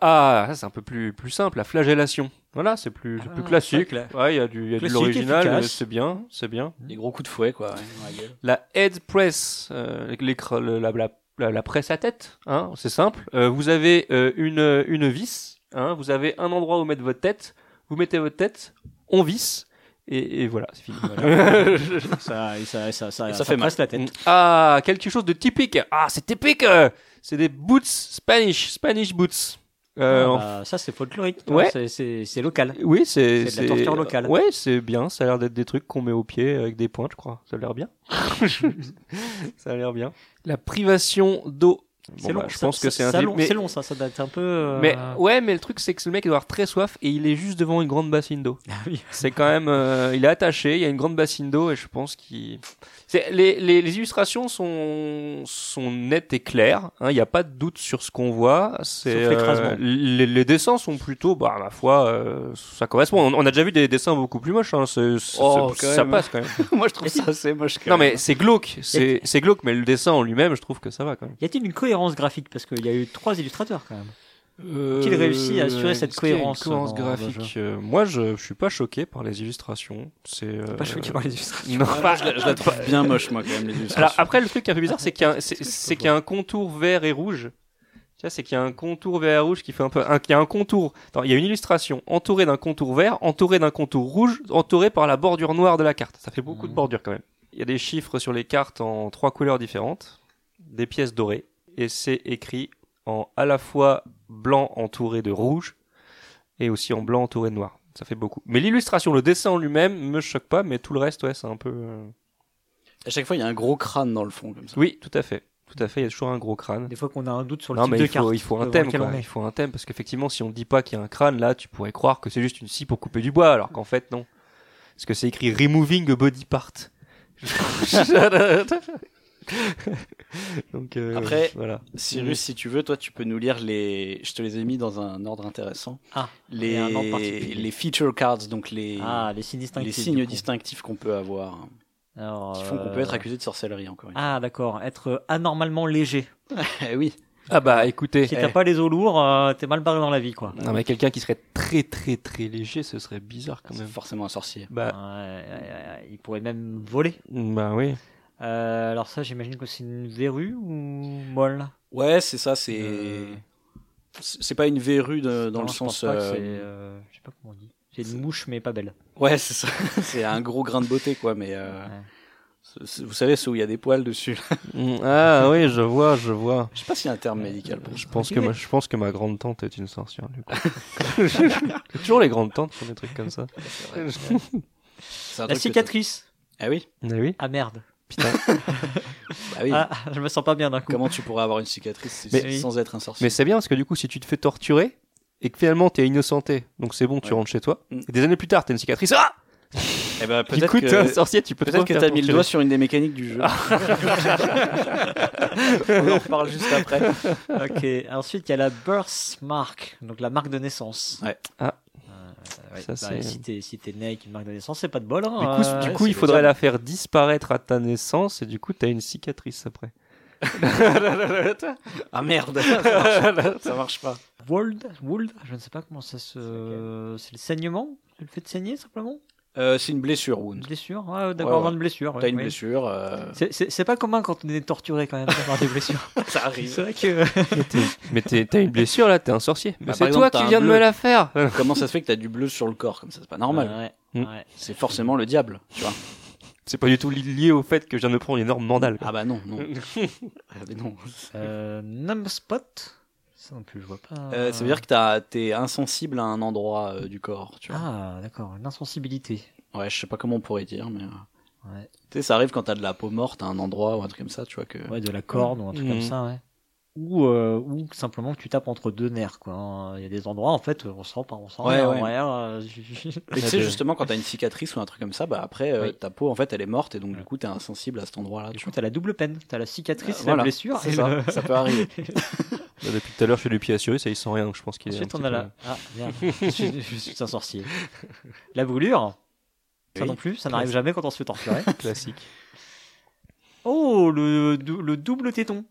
C: Ah, ça, c'est un peu plus, plus simple, la flagellation. Voilà, c'est plus, c'est plus
B: Ah,
C: classique.
B: clair.
C: Ouais, il y a du, il y a de
B: Classique,
C: l'original,
B: efficace.
C: euh, c'est bien, c'est bien.
A: Des gros coups de fouet, quoi. ouais, dans la gueule.
C: La head press, euh, l'écr- le- la, la- la- la presse à tête, hein, c'est simple. Euh, vous avez euh, une, une vis, hein, vous avez un endroit où mettre votre tête, vous mettez votre tête, on visse, et, et voilà, c'est fini.
B: Ça, et ça, ça, ça,
A: Et ça
B: ça
A: fait mal.
B: presse la tête.
C: Ah, quelque chose de typique. Ah, c'est typique. euh, C'est des boots Spanish, Spanish boots. Euh,
B: Ah,
C: en-
B: bah, ça, c'est folklorique.
C: Ouais.
B: C'est- C'est c'est local.
C: Oui, c'est
B: c'est de la torture locale.
C: Ouais, c'est bien. Ça a l'air d'être des trucs qu'on met au pied avec des pointes, je crois. Ça a l'air bien. ça a l'air bien. La privation d'eau.
B: C'est
C: Bon,
B: long.
C: bah, je
B: ça-
C: pense que
B: ça-
C: c'est un
B: ça
C: type,
B: long-
C: mais-
B: C'est long, ça. Ça date un peu. euh,
C: Mais ouais, mais le truc c'est que le mec il doit avoir très soif et il est juste devant une grande bassine d'eau.
B: Ah oui.
C: C'est quand même, euh, il est attaché, il y a une grande bassine d'eau et je pense qu'il. c'est- Les, les, les illustrations sont, sont nettes et claires, hein, il n'y a pas de doute sur ce qu'on voit. C'est, euh,
B: Sauf l'écrasement.
C: les, les dessins sont plutôt, bah, à ma foi, euh, ça correspond. On, on a déjà vu des dessins beaucoup plus moches, hein, c'est- c'est-
A: Oh,
C: c'est-
A: quand
C: ça
A: même.
C: passe quand même.
A: Moi, je trouve ça assez moche. quand
C: non
A: même.
C: mais c'est glauque, c'est, c'est glauque, mais le dessin en lui-même, je trouve que ça va quand même.
B: Y a-t-il une cohérence graphique Parce qu'il y a eu trois illustrateurs quand même. Qu'il réussit à assurer cette
C: Euh, est-ce qu'il y a une
B: cohérence
C: cohérence
B: dans- dans le
C: graphique. Euh, moi, je, je suis pas choqué par les illustrations. C'est euh,
B: Pas choqué par les illustrations.
C: Non.
A: Ouais, moi, je, la, je la trouve bien moche, moi, quand même, les
C: Alors
A: illustrations.
C: après, le truc qui est un peu bizarre, c'est qu'il y a, un- c'est- c'est qu'il y a un contour vert et rouge. Tu vois, c'est qu'il y a un contour vert et rouge qui fait un peu, un, il y a un contour. Attends, il y a une illustration entourée d'un contour vert, entourée d'un contour rouge, entourée par la bordure noire de la carte. Ça fait beaucoup de
B: Mhm.
C: bordures quand même. Il y a des chiffres sur les cartes en trois couleurs différentes, des pièces dorées, et c'est écrit en à la fois blanc entouré de rouge et aussi en blanc entouré de noir. Ça fait beaucoup. Mais l'illustration, le dessin en lui-même me choque pas, mais tout le reste, ouais, c'est un peu. euh,
A: À chaque fois, il y a un gros crâne dans le fond, comme ça.
C: oui, tout à fait. Tout à fait, il y a toujours un gros crâne.
B: Des fois qu'on a un doute sur le
C: Non,
B: type
C: mais
B: de
C: il faut,
B: carte.
C: il faut un
B: devant
C: thème,
B: lequel
C: quoi.
B: on est.
C: Il faut un thème, parce qu'effectivement, si on ne dit pas qu'il y a un crâne, là, tu pourrais croire que c'est juste une scie pour couper du bois, alors qu'en fait, non. Parce que c'est écrit Removing a Body Part. Donc, euh,
A: Après-
C: voilà.
A: Cyrus, si tu veux, toi, tu peux nous lire les. Je te les ai mis dans un ordre intéressant.
B: Ah, il y
A: Les,
B: a un ordre particulier.
A: les feature cards, donc les,
B: Ah, les signes distinctifs.
A: les
B: du
A: signes
B: coup.
A: distinctifs qu'on peut avoir, hein,
B: Alors,
A: qui font qu'on peut
B: euh,
A: être accusé de sorcellerie, encore une fois.
B: Ah, d'accord. Être euh, anormalement léger.
A: Eh oui.
C: Ah bah, écoutez. eh,
B: Si
A: Eh.
B: t'as pas les os lourds, euh, t'es mal barré dans la vie, quoi.
C: Non, mais quelqu'un qui serait très, très, très léger, ce serait bizarre quand
A: C'est
C: même.
A: forcément un sorcier.
C: Bah,
B: Ouais, ouais, ouais, ouais, il pourrait même voler.
C: bah oui.
B: Euh, alors ça, j'imagine que c'est une verrue ou molle.
A: Ouais, c'est ça, c'est.
B: Euh.
A: C'est c'est pas une verrue de- dans
B: Non,
A: le
B: je
A: sens.
B: pense pas que
A: euh,
B: c'est, euh, je sais pas comment on dit. C'est une mouche, mais pas belle.
A: Ouais, c'est ça. c'est un gros grain de beauté, quoi, mais. euh,
B: Ouais.
A: c'est- c'est- Vous savez, ceux où il y a des poils dessus.
C: Mm, Ah oui, je vois, je vois.
A: Je sais pas s'il y a un terme médical pour ça.
C: Je pense, que ma, je pense que ma grande tante est une sorcière, du coup. C'est toujours les grandes tantes qui font des trucs comme ça.
A: C'est un
B: La
A: truc que
B: cicatrice.
A: t'as- Ah oui,
C: Ah oui.
B: Ah merde.
A: bah oui.
B: Ah, je me sens pas bien d'un coup.
A: Comment tu pourrais avoir une cicatrice si-
B: Mais-
A: sans être un sorcier
C: Mais c'est bien parce que du coup, si tu te fais torturer et que finalement t'es innocenté, donc c'est bon, tu
A: Ouais.
C: rentres chez toi.
A: Mm.
C: Et des années plus tard, t'as une cicatrice. Ah
A: Eh ben, peut-être
C: Écoute,
A: que,
C: un sorcier, tu peux te
A: peut-être que
C: faire
A: t'as mis le
C: torturer.
A: doigt sur une des mécaniques du jeu. On en reparle juste après.
B: ok. Ensuite, il y a la birthmark, donc la marque de naissance.
A: Ouais.
C: Ah.
B: Euh, ouais,
C: Ça,
B: bah,
C: c'est-
B: si t'es si t'es né avec une marque de naissance, c'est pas de bol. hein.
C: Du coup,
B: Euh,
C: du
A: ouais,
C: coup
A: c'est
C: il faudrait
A: bizarre.
C: la faire disparaître à ta naissance et du coup, t'as une cicatrice après.
A: Ah merde, ça marche, pas. Ça marche pas.
B: Wold, wold, je ne sais pas comment ça se. C'est le saignement C'est le fait de saigner simplement
A: Euh, c'est une blessure,
B: Une
A: Wound.
B: blessure Ouais, d'accord,
A: Ouais, ouais.
B: avoir une blessure. ouais,
A: T'as une
B: ouais.
A: blessure, euh,
B: C'est- C'est c'est pas commun quand on est torturé quand même d'avoir des blessures.
A: ça
B: C'est
A: arrive.
B: vrai que.
C: Mais t'es- t'as une blessure là, t'es un sorcier. Mais
A: Bah,
C: c'est
A: par
C: toi
A: exemple, t'as
C: qui
A: un
C: viens de me
A: bleu.
C: la faire.
A: Comment ça se fait que t'as du bleu sur le corps comme ça C'est pas normal.
B: Ouais,
C: Mm.
B: ouais.
A: C'est forcément le diable, tu vois.
C: C'est pas du tout li- lié au fait que je viens de
A: bah
C: me prendre une énorme mandale. quoi.
A: Ah bah non, non. Ah bah non.
B: Euh, numbspot, Ça non plus, je vois pas.
A: Euh, ça veut dire que t'as- t'es insensible à un endroit euh, du corps, tu vois.
B: Ah, d'accord, une insensibilité.
A: Ouais, je sais pas comment on pourrait dire, mais. euh,
B: Ouais.
A: Tu sais, ça arrive quand t'as de la peau morte à un endroit ou un truc comme ça, tu vois que.
B: Ouais, de la corde ou un truc
C: Mhm.
A: Mm.
B: comme ça, ouais. Ou, euh, ou que simplement que tu tapes entre deux nerfs, quoi. hein. Il y a des endroits, en fait, on sent pas, on sent
A: Ouais,
B: rien,
A: ouais.
B: rien, euh,
A: Mais tu sais,
B: de-
A: justement, quand t'as une cicatrice ou un truc comme ça, bah après, euh,
B: Oui.
A: ta peau, en fait, elle est morte et donc, du coup, t'es insensible à cet endroit-là.
B: Du
A: tu
B: coup,
A: vois.
B: t'as la double peine. T'as la cicatrice,
A: Euh,
B: la
A: voilà,
B: blessure.
A: c'est
B: et
A: ça,
B: le-
A: ça peut arriver.
C: Là, Bah, depuis tout à l'heure, je fais du pied à Cyrus et il sent rien, donc je pense qu'il est.
B: Ensuite,
C: un
B: on
C: petit
B: a la. Ah, merde, je suis, je suis un sorcier. La brûlure. Ça
A: Oui.
B: non plus, ça n'arrive
C: Classe.
B: jamais quand on se fait torturer.
C: peu Classique.
B: Oh, le, dou- le double téton.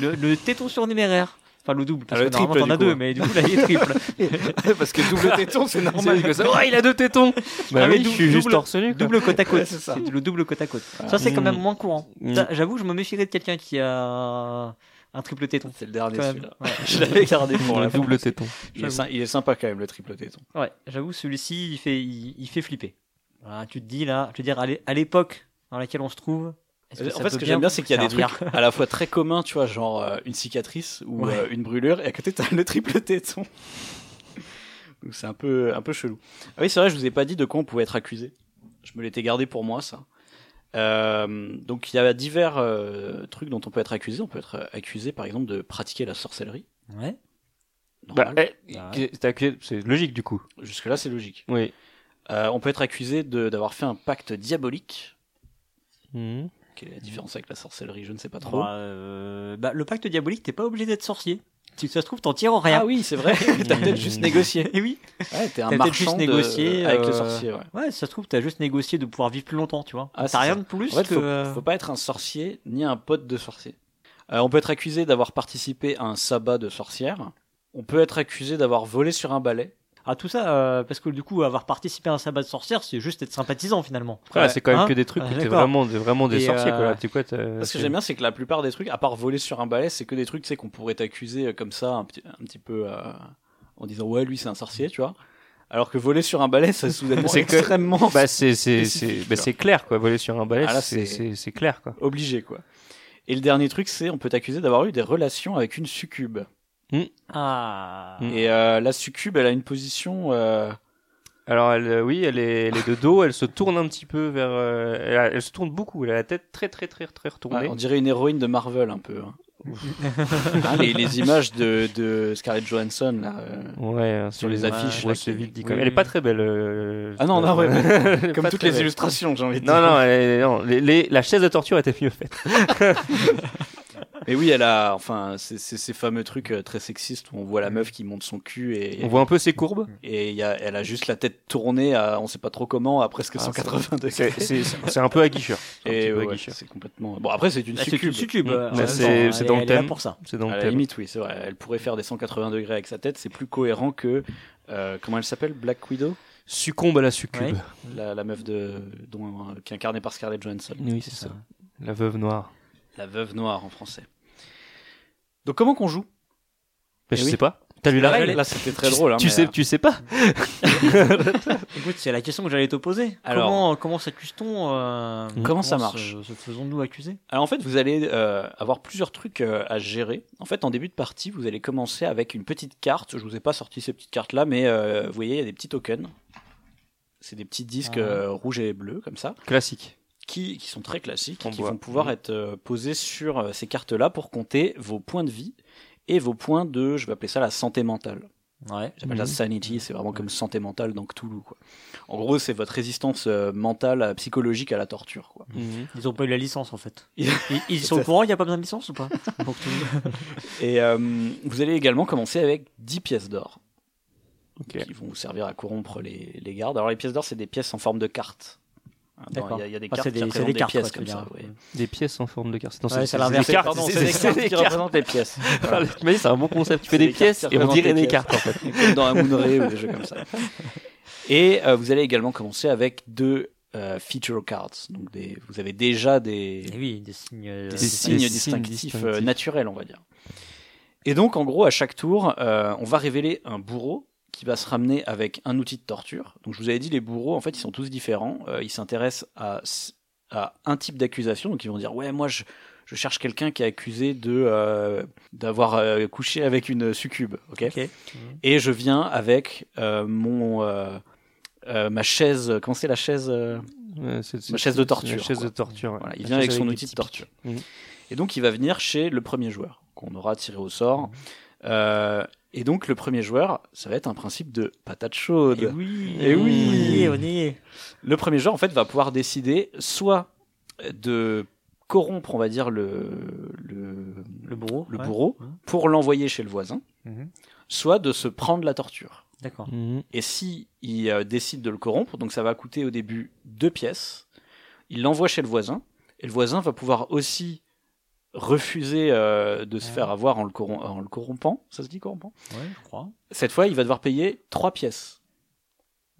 B: Le, le téton surnuméraire. Enfin, le double, parce
A: Ah,
B: que
A: le
B: normalement
A: triple,
B: t'en as
A: du coup.
B: deux, mais du coup là il est triple.
A: Parce que double téton, c'est normal que ça.
C: Oh, il a deux tétons Bah
B: Ah, mais
C: oui, je
B: dou-
C: suis juste
B: double-
C: torse nu. quoi.
B: Double côte à côte.
A: Ouais, c'est
B: c'est
A: ça.
B: le double côte à côte. Ça, c'est quand même
C: Mm.
B: moins courant.
C: Mm.
B: Ça, J'avoue, je me méfierais de quelqu'un qui a un triple téton.
A: C'est le dernier
B: Quand même.
A: celui-là.
B: Ouais.
A: Je l'avais gardé pour
C: Un
A: la fin.
C: double téton.
A: Il est, sy- il est sympa quand même, le triple téton.
B: Ouais, j'avoue, celui-ci, il fait, il, il fait flipper. Voilà, tu te dis là, je veux dire, à l'é- à l'époque dans laquelle on se trouve. est-ce
A: En
B: ça
A: fait, ce
B: peut
A: que j'aime bien, c'est qu'il y a des
B: servir
A: trucs à la fois très communs, tu vois, genre euh, une cicatrice ou
B: Ouais.
A: euh, une brûlure, et à côté, t'as le triple téton. Donc c'est un peu, un peu chelou. Ah oui, c'est vrai, je vous ai pas dit de quoi on pouvait être accusé. Je me l'étais gardé pour moi, ça. Euh, donc il y a divers euh, trucs dont on peut être accusé. On peut être accusé, par exemple, de pratiquer la sorcellerie.
B: Ouais.
A: Normal.
B: Bah,
C: c'est accusé- c'est logique du coup.
A: Jusque-là, c'est logique.
C: Oui.
A: Euh, on peut être accusé de- d'avoir fait un pacte diabolique.
C: Mm.
A: Quelle est la différence avec la sorcellerie Je ne sais pas trop.
B: Bah, euh, bah, le pacte diabolique, t'es pas obligé d'être sorcier. Si ça se trouve, t'en tires en rien.
A: Ah oui, c'est vrai. T'as peut-être juste négocié.
B: Et oui.
A: Ouais, t'es un
B: T'as peut-être
A: marchand
B: juste
A: de-
B: négocié,
A: avec les
B: euh,
A: sorciers. Ouais.
B: Ouais, si ça se trouve, t'as juste négocié de pouvoir vivre plus longtemps, tu vois.
A: Ah, c'est
B: t'as rien
A: ça.
B: de plus
A: En fait,
B: que. euh,
A: faut, faut pas être un sorcier ni un pote de sorcier. Euh, on peut être accusé d'avoir participé à un sabbat de sorcière. On peut être accusé d'avoir volé sur un balai.
B: Ah, tout ça, euh, parce que du coup, avoir participé à un sabbat de sorcière, c'est juste être sympathisant finalement.
C: Après, là, c'est quand même
B: Hein
A: Ah.
C: que des trucs où
B: Ouais,
C: t'es
B: d'accord.
C: vraiment, des- vraiment des
B: Et,
C: sorciers. Quoi.
B: euh,
C: Là, t'es quoi, t'as-
A: Parce que
C: c'est-
A: j'aime bien, c'est que la plupart des trucs, à part voler sur un balai, c'est que des trucs, tu sais, qu'on pourrait t'accuser euh, comme ça, un petit, un petit peu euh, en disant ouais, lui c'est un sorcier, tu vois. Alors que voler sur un balai, ça sous-entend
C: C'est que-
A: extrêmement
C: Bah, c'est, c'est,
A: spécifique,
C: c'est,
A: quoi.
C: bah, c'est clair quoi. Voler sur un balai,
A: Ah, là,
C: c'est,
A: c'est-
C: c'est, c'est clair quoi.
A: obligé, quoi. Et le dernier truc, c'est on peut t'accuser d'avoir eu des relations avec une succube.
B: Ah.
C: Mm.
A: Et euh, la succube, elle a une position. euh,
C: Alors, elle, euh, oui, elle est, elle est de dos, elle se tourne un petit peu vers. euh, elle, a- elle se tourne beaucoup, elle a la tête très, très, très, très
A: ouais,
C: retournée.
A: on dirait une héroïne de Marvel un peu. hein. Hein, les, les images de, de Scarlett Johansson là, euh,
C: Ouais, euh,
A: sur les
B: Ouais,
A: affiches.
C: ouais,
A: là,
C: c'est
A: qui-
C: vite dit
B: oui,
C: quand même.
B: oui,
C: Elle est
B: oui.
C: pas très belle. euh,
A: Ah non, non, ouais,
C: elle est pas
A: Comme
C: très
A: toutes les
C: belle.
A: illustrations, j'ai envie de dire.
C: Non, non, elle est- non, les, les- la chaise de torture était mieux faite.
A: Mais oui, elle a, enfin, c'est c'est ces fameux trucs euh, très sexistes où on voit la meuf qui monte son cul et,
C: On voit un peu ses courbes.
A: et il y a, elle a juste la tête tournée à, on sait pas trop comment, à presque
C: Ah,
A: 180 degrés.
C: C'est, c'est, c'est un peu aguicheur. C'est un petit
A: Et
C: peu
A: ouais,
C: aguicheur.
A: c'est complètement. Bon, après, c'est une
B: Ah, c'est
A: succube.
B: une succube.
C: Mm.
B: euh, en
C: Bah,
B: même
C: c'est-
B: temps, elle
C: c'est
B: est-
C: dans le
B: elle est là
C: thème.
B: pour ça.
C: C'est dans
A: À
C: le
A: la
C: thème.
A: limite, oui, c'est vrai. Elle pourrait faire des 180 degrés avec sa tête. C'est plus cohérent que. euh, comment elle s'appelle Black Widow
C: Succombe à la succube.
A: la, la meuf de, dont, euh, qui est incarnée par Scarlett Johansson.
C: Oui, c'est ça. La veuve noire.
A: La veuve noire en français. Donc, comment qu'on joue
C: Bah,
A: Eh
C: je
A: oui.
C: sais pas. T'as lu la règle
A: Là, c'était très
C: Tu-
A: drôle. hein,
C: tu,
A: mais,
C: sais,
A: euh,
C: tu sais pas
B: Écoute, c'est la question que j'allais te poser.
A: Alors-
B: comment comment s'accuse-t-on euh,
A: Comment ça marche
B: Se, se faisons-nous accuser
A: Alors en fait, vous allez euh, avoir plusieurs trucs euh, à gérer. En fait, en début de partie, vous allez commencer avec une petite carte. Je vous ai pas sorti ces petites cartes là, mais euh, vous voyez, il y a des petits tokens. C'est des petits disques
B: Ah.
A: euh, rouges et bleus comme ça,
C: Classique.
A: qui, qui sont très classiques,
C: En
A: qui
C: bois.
A: vont pouvoir
C: Mhm.
A: être euh, posés sur euh, ces cartes là pour compter vos points de vie et vos points de, je vais appeler ça la santé mentale.
B: Ouais.
A: J'appelle ça
C: Mhm.
A: sanity, c'est vraiment comme santé mentale dans Cthulhu. Quoi. En gros, c'est votre résistance euh, mentale, euh, psychologique à la torture. Quoi.
C: Mhm.
B: Ils ont pas eu la licence en fait.
A: Ils-
B: Ils, ils sont au courant, il n'y a pas besoin de licence ou pas Pour que tout-
A: Et euh, vous allez également commencer avec 10 pièces d'or.
C: Ok.
A: Qui vont vous servir à corrompre les, les gardes. Alors les pièces d'or, c'est des pièces en forme de cartes. Hein, dans-
B: D'accord.
A: Il y, a- il y a des
B: Ah,
A: cartes
B: c'est
A: qui
B: des-
A: représentent
B: c'est des
A: des
B: cartes,
A: pièces
B: quoi,
A: comme
B: tu
A: ça.
B: veux
A: oui.
B: dire.
C: Des pièces en forme de carte. Non,
B: Ouais, c'est l'inverse.
A: Des
B: C'est-
A: cartes,
B: pardon,
A: c'est
B: c'est
A: des
B: des
A: cartes qui
C: cartes.
A: représentent des pièces. Voilà.
C: Mais c'est un bon concept. Tu
A: C'est
C: fais des
A: des cartes
C: pièces
A: qui
C: et on dirait
A: représentent des
C: des cartes en fait.
A: Comme dans Amunre ou des jeux comme ça. Et euh, vous allez également commencer avec deux euh, feature cards. Donc des, vous avez déjà des,
B: Eh oui, des signes. euh,
A: des
C: Des
A: signes
C: signes
A: distinctifs euh,
C: distinctifs.
A: naturels, on va dire. Et donc, en gros, à chaque tour, euh, on va révéler un bourreau qui va se ramener avec un outil de torture. Donc, je vous avais dit, les bourreaux, en fait, ils sont tous différents. Euh, ils s'intéressent à, s- à un type d'accusation. Donc, ils vont dire, ouais, moi, je, je cherche quelqu'un qui est accusé de euh, d'avoir euh, couché avec une succube, ok, Et je viens avec euh, mon euh, euh, ma chaise, comment c'est la chaise euh,
C: Ouais, c'est- c'est-
A: Ma chaise de
C: c'est-
A: torture,
C: c'est une chaise
A: quoi.
C: de torture. ouais.
A: Voilà, il
C: La
A: vient
C: chaise
A: avec son
C: des
A: outil de
C: petits
A: torture.
C: pics. Mhm.
A: Et donc, il va venir chez le premier joueur qu'on aura tiré au
B: Mhm.
A: sort. Euh, et donc, le premier joueur, ça va être un principe de patate chaude.
B: Et oui,
A: Eh
B: on y
A: oui.
B: est, on y est.
A: Le premier joueur, en fait, va pouvoir décider soit de corrompre, on va dire, le, le,
B: Le bourreau.
A: le
B: ouais.
A: bourreau pour l'envoyer chez le voisin,
B: Mhm.
A: soit de se prendre la torture.
B: D'accord.
C: Mhm.
A: Et si il euh, décide de le corrompre, donc ça va coûter au début deux pièces, il l'envoie chez le voisin, et le voisin va pouvoir aussi refuser euh, de se
C: Ah.
B: Ouais.
A: faire avoir en le, corrom- en le corrompant. Ça se dit corrompant
B: Ouais, je crois.
A: Cette fois, il va devoir payer trois pièces.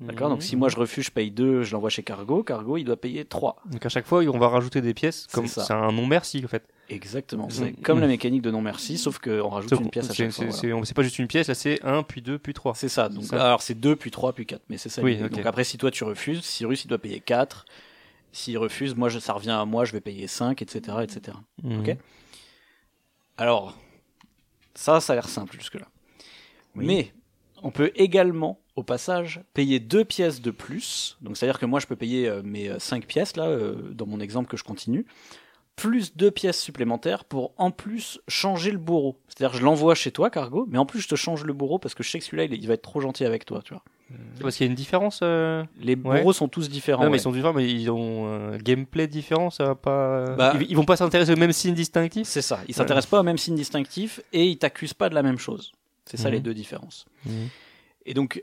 A: D'accord Donc
C: Mhm.
A: si moi je refuse, je paye deux, je l'envoie chez Cargo. Cargo, il doit payer trois.
C: Donc à chaque fois, on va rajouter des pièces.
A: C'est
C: Comme
A: ça.
C: c'est un non merci en fait.
A: Exactement. C'est
C: Mhm.
A: comme la mécanique de non merci, sauf qu'on rajoute
C: Sauf
A: une
C: qu'on-
A: pièce à chaque
C: c'est-
A: fois.
C: c'est-
A: voilà.
C: c'est- on- C'est pas juste une pièce. Là, c'est un puis deux puis trois.
A: C'est ça. Donc,
C: ça.
A: Alors c'est 2, puis 3, puis 4. Mais c'est ça.
C: Oui,
A: l'idée.
C: ok.
A: Donc après, si toi tu refuses, Cyrus il doit payer 4. S'il refuse, moi je- ça revient à moi, je vais payer 5, etc. etc.
C: Mhm.
A: Ok. Alors, ça, ça a l'air simple jusque-là.
B: Oui.
A: Mais on peut également, au passage, payer 2 pièces de plus. Donc c'est-à-dire que moi je peux payer euh, mes 5 pièces, là, euh, dans mon exemple que je continue, plus 2 pièces supplémentaires pour en plus changer le bourreau. C'est-à-dire que je l'envoie chez toi, Cargo, mais en plus je te change le bourreau parce que je sais que celui-là, il, est- il va être trop gentil avec toi, tu vois.
C: Parce qu'il y a une différence. euh,
A: Les bourreaux sont tous différents.
C: Non, mais
A: ouais.
C: ils sont différents, mais ils ont un gameplay différent, ça va pas.
A: Bah-
C: Ils, ils vont pas s'intéresser aux mêmes signes distinctifs.
A: C'est ça. Ils s'intéressent pas au même signe distinctif et ils t'accusent pas de la même chose. C'est ça
C: Mhm.
A: les deux différences. Et donc,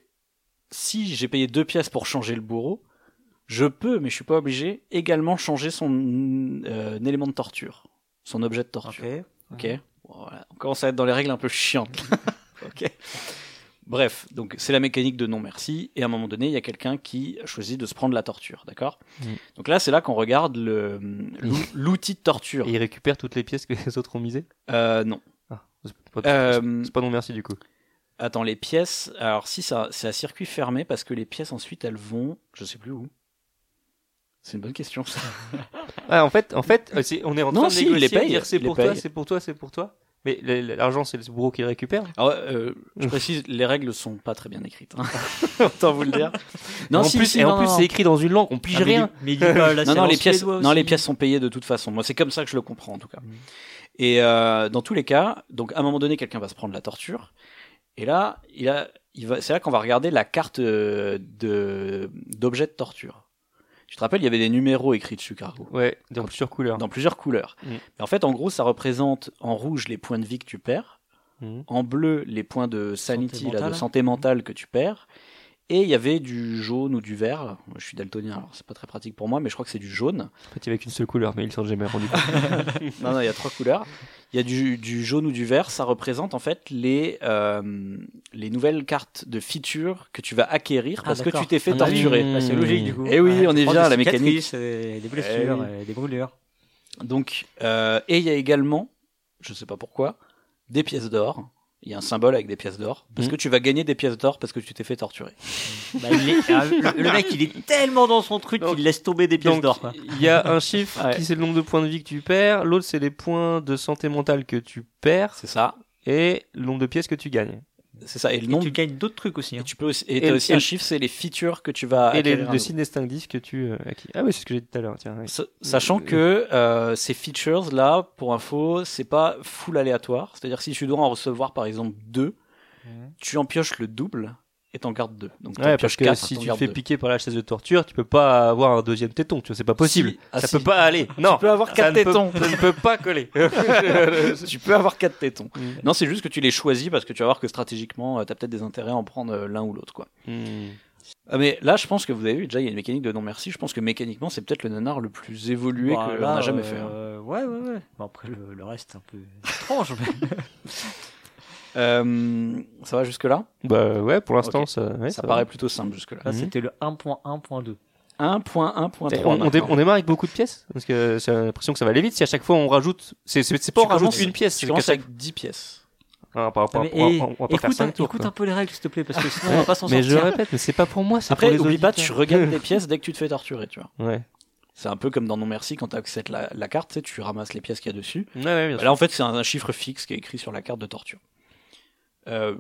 A: si j'ai payé deux pièces pour changer le bourreau, je peux, mais je suis pas obligé, également changer son euh, élément de torture, son objet de torture.
B: Ok.
A: Ok. Voilà. On commence à être dans les règles un peu chiantes. ok. Bref, donc c'est la mécanique de non merci, et à un moment donné, il y a quelqu'un qui choisit de se prendre la torture, d'accord
C: Mm.
A: Donc là, c'est là qu'on regarde le- l'ou- l'outil de torture.
C: Et ils récupèrent toutes les pièces que les autres ont misées.
A: Euh, non.
C: Ah, c'est pas,
A: Euh,
C: c'est pas non merci du coup.
A: Attends, les pièces. Alors, si ça, c'est à circuit fermé, parce que les pièces ensuite elles vont. Je sais plus où. C'est une bonne question, ça.
C: Ah, en fait, en fait, euh, c'est- on est en
A: Non,
C: train de
A: si, ils
C: négocier,
A: les payent,
C: dire c'est
A: ils les
C: pour toi,
A: payent.
C: c'est pour toi, c'est pour toi. Mais le- le- l'argent, c'est le bourreau qui le récupère.
A: Alors, euh, je précise, les règles sont pas très bien écrites. hein. Autant vous le dire. Non,
C: en
A: si,
C: plus,
A: si,
C: et
A: non,
C: en plus,
A: non,
C: c'est écrit dans une langue, on pige
B: Ah, mais
C: rien.
B: dis- Mais dis pas la
A: non, non,
B: séance
A: les pièces,
B: suédoise
A: non, les
B: aussi.
A: pièces sont payées de toute façon. Moi, c'est comme ça que je le comprends en tout cas.
C: Mm.
A: Et euh, dans tous les cas, donc à un moment donné, quelqu'un va se prendre la torture. Et là, il a, il va, c'est là qu'on va regarder la carte euh, de d'objet de torture. Je te rappelle, il y avait des numéros écrits dessus, Cargo.
C: Ouais, dans plusieurs couleurs.
A: dans plusieurs couleurs.
C: Mm.
A: Mais en fait, en gros, ça représente en rouge les points de vie que tu perds,
B: Mm.
C: Mhm.
A: en bleu les points de sanity,
B: Santé
A: là, de
B: mentale. Mm.
A: santé mentale que tu perds, et il y avait du jaune ou du vert. Moi, Je suis daltonien, alors c'est pas très pratique pour moi, mais je crois que c'est du jaune.
C: En fait, il y avait qu'une seule couleur, mais ils s'en sont jamais rendu compte.
A: non, non, il y a trois couleurs. Il y a du, du jaune ou du vert, ça représente en fait les, euh, les nouvelles cartes de features que tu vas acquérir
B: Ah,
A: parce que
B: d'accord.
A: tu t'es fait
C: Ah, bah oui.
A: torturer.
C: Mmh.
B: Bah, c'est logique du coup.
A: Eh oui, on
B: tu
A: y
B: prends
A: vient,
B: des
A: la mécanique.
B: cicatrices, euh, Des blessures,
A: Eh
B: euh, des brûlures.
A: Donc, euh, et il y a également, je sais pas pourquoi, des pièces d'or. Il y a un symbole avec des pièces d'or. Parce
C: Mhm.
A: que tu vas gagner des pièces d'or parce que tu t'es fait torturer.
B: Bah, il est- ah, le, le mec, il est tellement dans son truc
C: Donc-
B: qu'il laisse tomber des pièces
C: Donc,
B: d'or. quoi.
C: il y a un chiffre
A: Ouais.
C: qui c'est le nombre de points de vie que tu perds, l'autre c'est les points de santé mentale que tu perds
A: C'est ça.
C: et le nombre de pièces que tu gagnes.
A: C'est ça. Et le
B: Et
A: nombre.
B: tu gagnes d'autres trucs aussi.
A: Et
B: hein.
A: tu peux aussi, et
C: Et
A: t'as
C: le-
A: aussi
C: et
A: un
C: le-
A: feature, c'est les features que tu vas
C: et les,
A: acquérir. à
C: le
A: nouveau.
C: signe distinctif que tu euh, acquis. Ah oui, c'est ce que j'ai dit tout à l'heure. Tiens, oui.
A: Sa- Sachant que euh, ces features là, pour info, c'est pas full aléatoire. C'est-à-dire si tu dois en recevoir par exemple deux, tu en pioches le double et t'en gardes deux. Donc t'en
C: Mhm. Ouais,
A: pioches
C: parce que
A: quatre,
C: si
A: t'en
C: tu te
A: gardes
C: fais
A: deux.
C: piquer par la chaise de torture, tu peux pas avoir un deuxième téton, tu vois, c'est pas possible.
A: Si. Ah,
C: ça
A: si.
C: peut pas aller. Non,
A: Tu peux avoir
C: ça
A: quatre
C: ne peut-
A: tétons.
C: ça ne peut pas coller.
A: tu peux avoir quatre tétons.
C: Mm.
A: Non, c'est juste que tu les choisis parce que tu vas voir que stratégiquement, tu as peut-être des intérêts à en prendre euh, l'un ou l'autre. quoi.
C: Mm.
A: Ah, Mais là, je pense que vous avez vu, déjà, il y a une mécanique de non-merci. Je pense que mécaniquement, c'est peut-être le nanar le plus évolué
B: Bah,
A: qu'on
B: là,
A: a jamais
B: euh,
A: fait. hein.
B: Ouais, ouais, ouais. Bon, après, le, le reste, c'est un peu étrange. mais-
A: Euh, ça va jusque-là
C: Bah ouais, pour l'instant,
A: Ok.
C: ça, ouais,
A: Ça
C: ça va.
A: paraît plutôt simple jusque-là.
B: Là,
C: Mhm.
B: Bah, c'était le 1.1.2.
A: 1.1.3.
C: On, on dé-
A: maintenant.
C: on démarre avec beaucoup de pièces parce que j'ai l'impression que ça va aller vite. Si à chaque fois on rajoute, c'est c'est- c'est pas
A: Tu
C: on rajoute
A: commences-
C: une pièce.
A: Tu
C: c'est qu'à
A: commences
C: chaque-
A: avec 10 pièces.
C: Ah, on va pas-
B: Ah, mais,
C: on va-
B: eh,
C: on va pas faire
B: écoute,
C: cinq
B: un,
C: tours,
B: écoute
C: quoi.
B: un peu les règles, s'il te plaît, parce que sinon, on va pas s'en
C: Mais je
B: sortir.
C: répète, mais c'est pas pour moi, c'est pour
A: Après,
C: les
A: oublie pas,
C: auditeurs.
A: tu regardes tes pièces dès que tu te fais torturer, tu vois.
C: Ouais.
A: C'est un peu comme dans Non Merci, quand tu acceptes la, la carte, tu sais, tu ramasses les pièces qu'il y a dessus.
C: Ouais, ouais, bien
A: Bah
C: sûr.
A: là, en fait, c'est un, un chiffre fixe qui est écrit sur la carte de torture. Euh,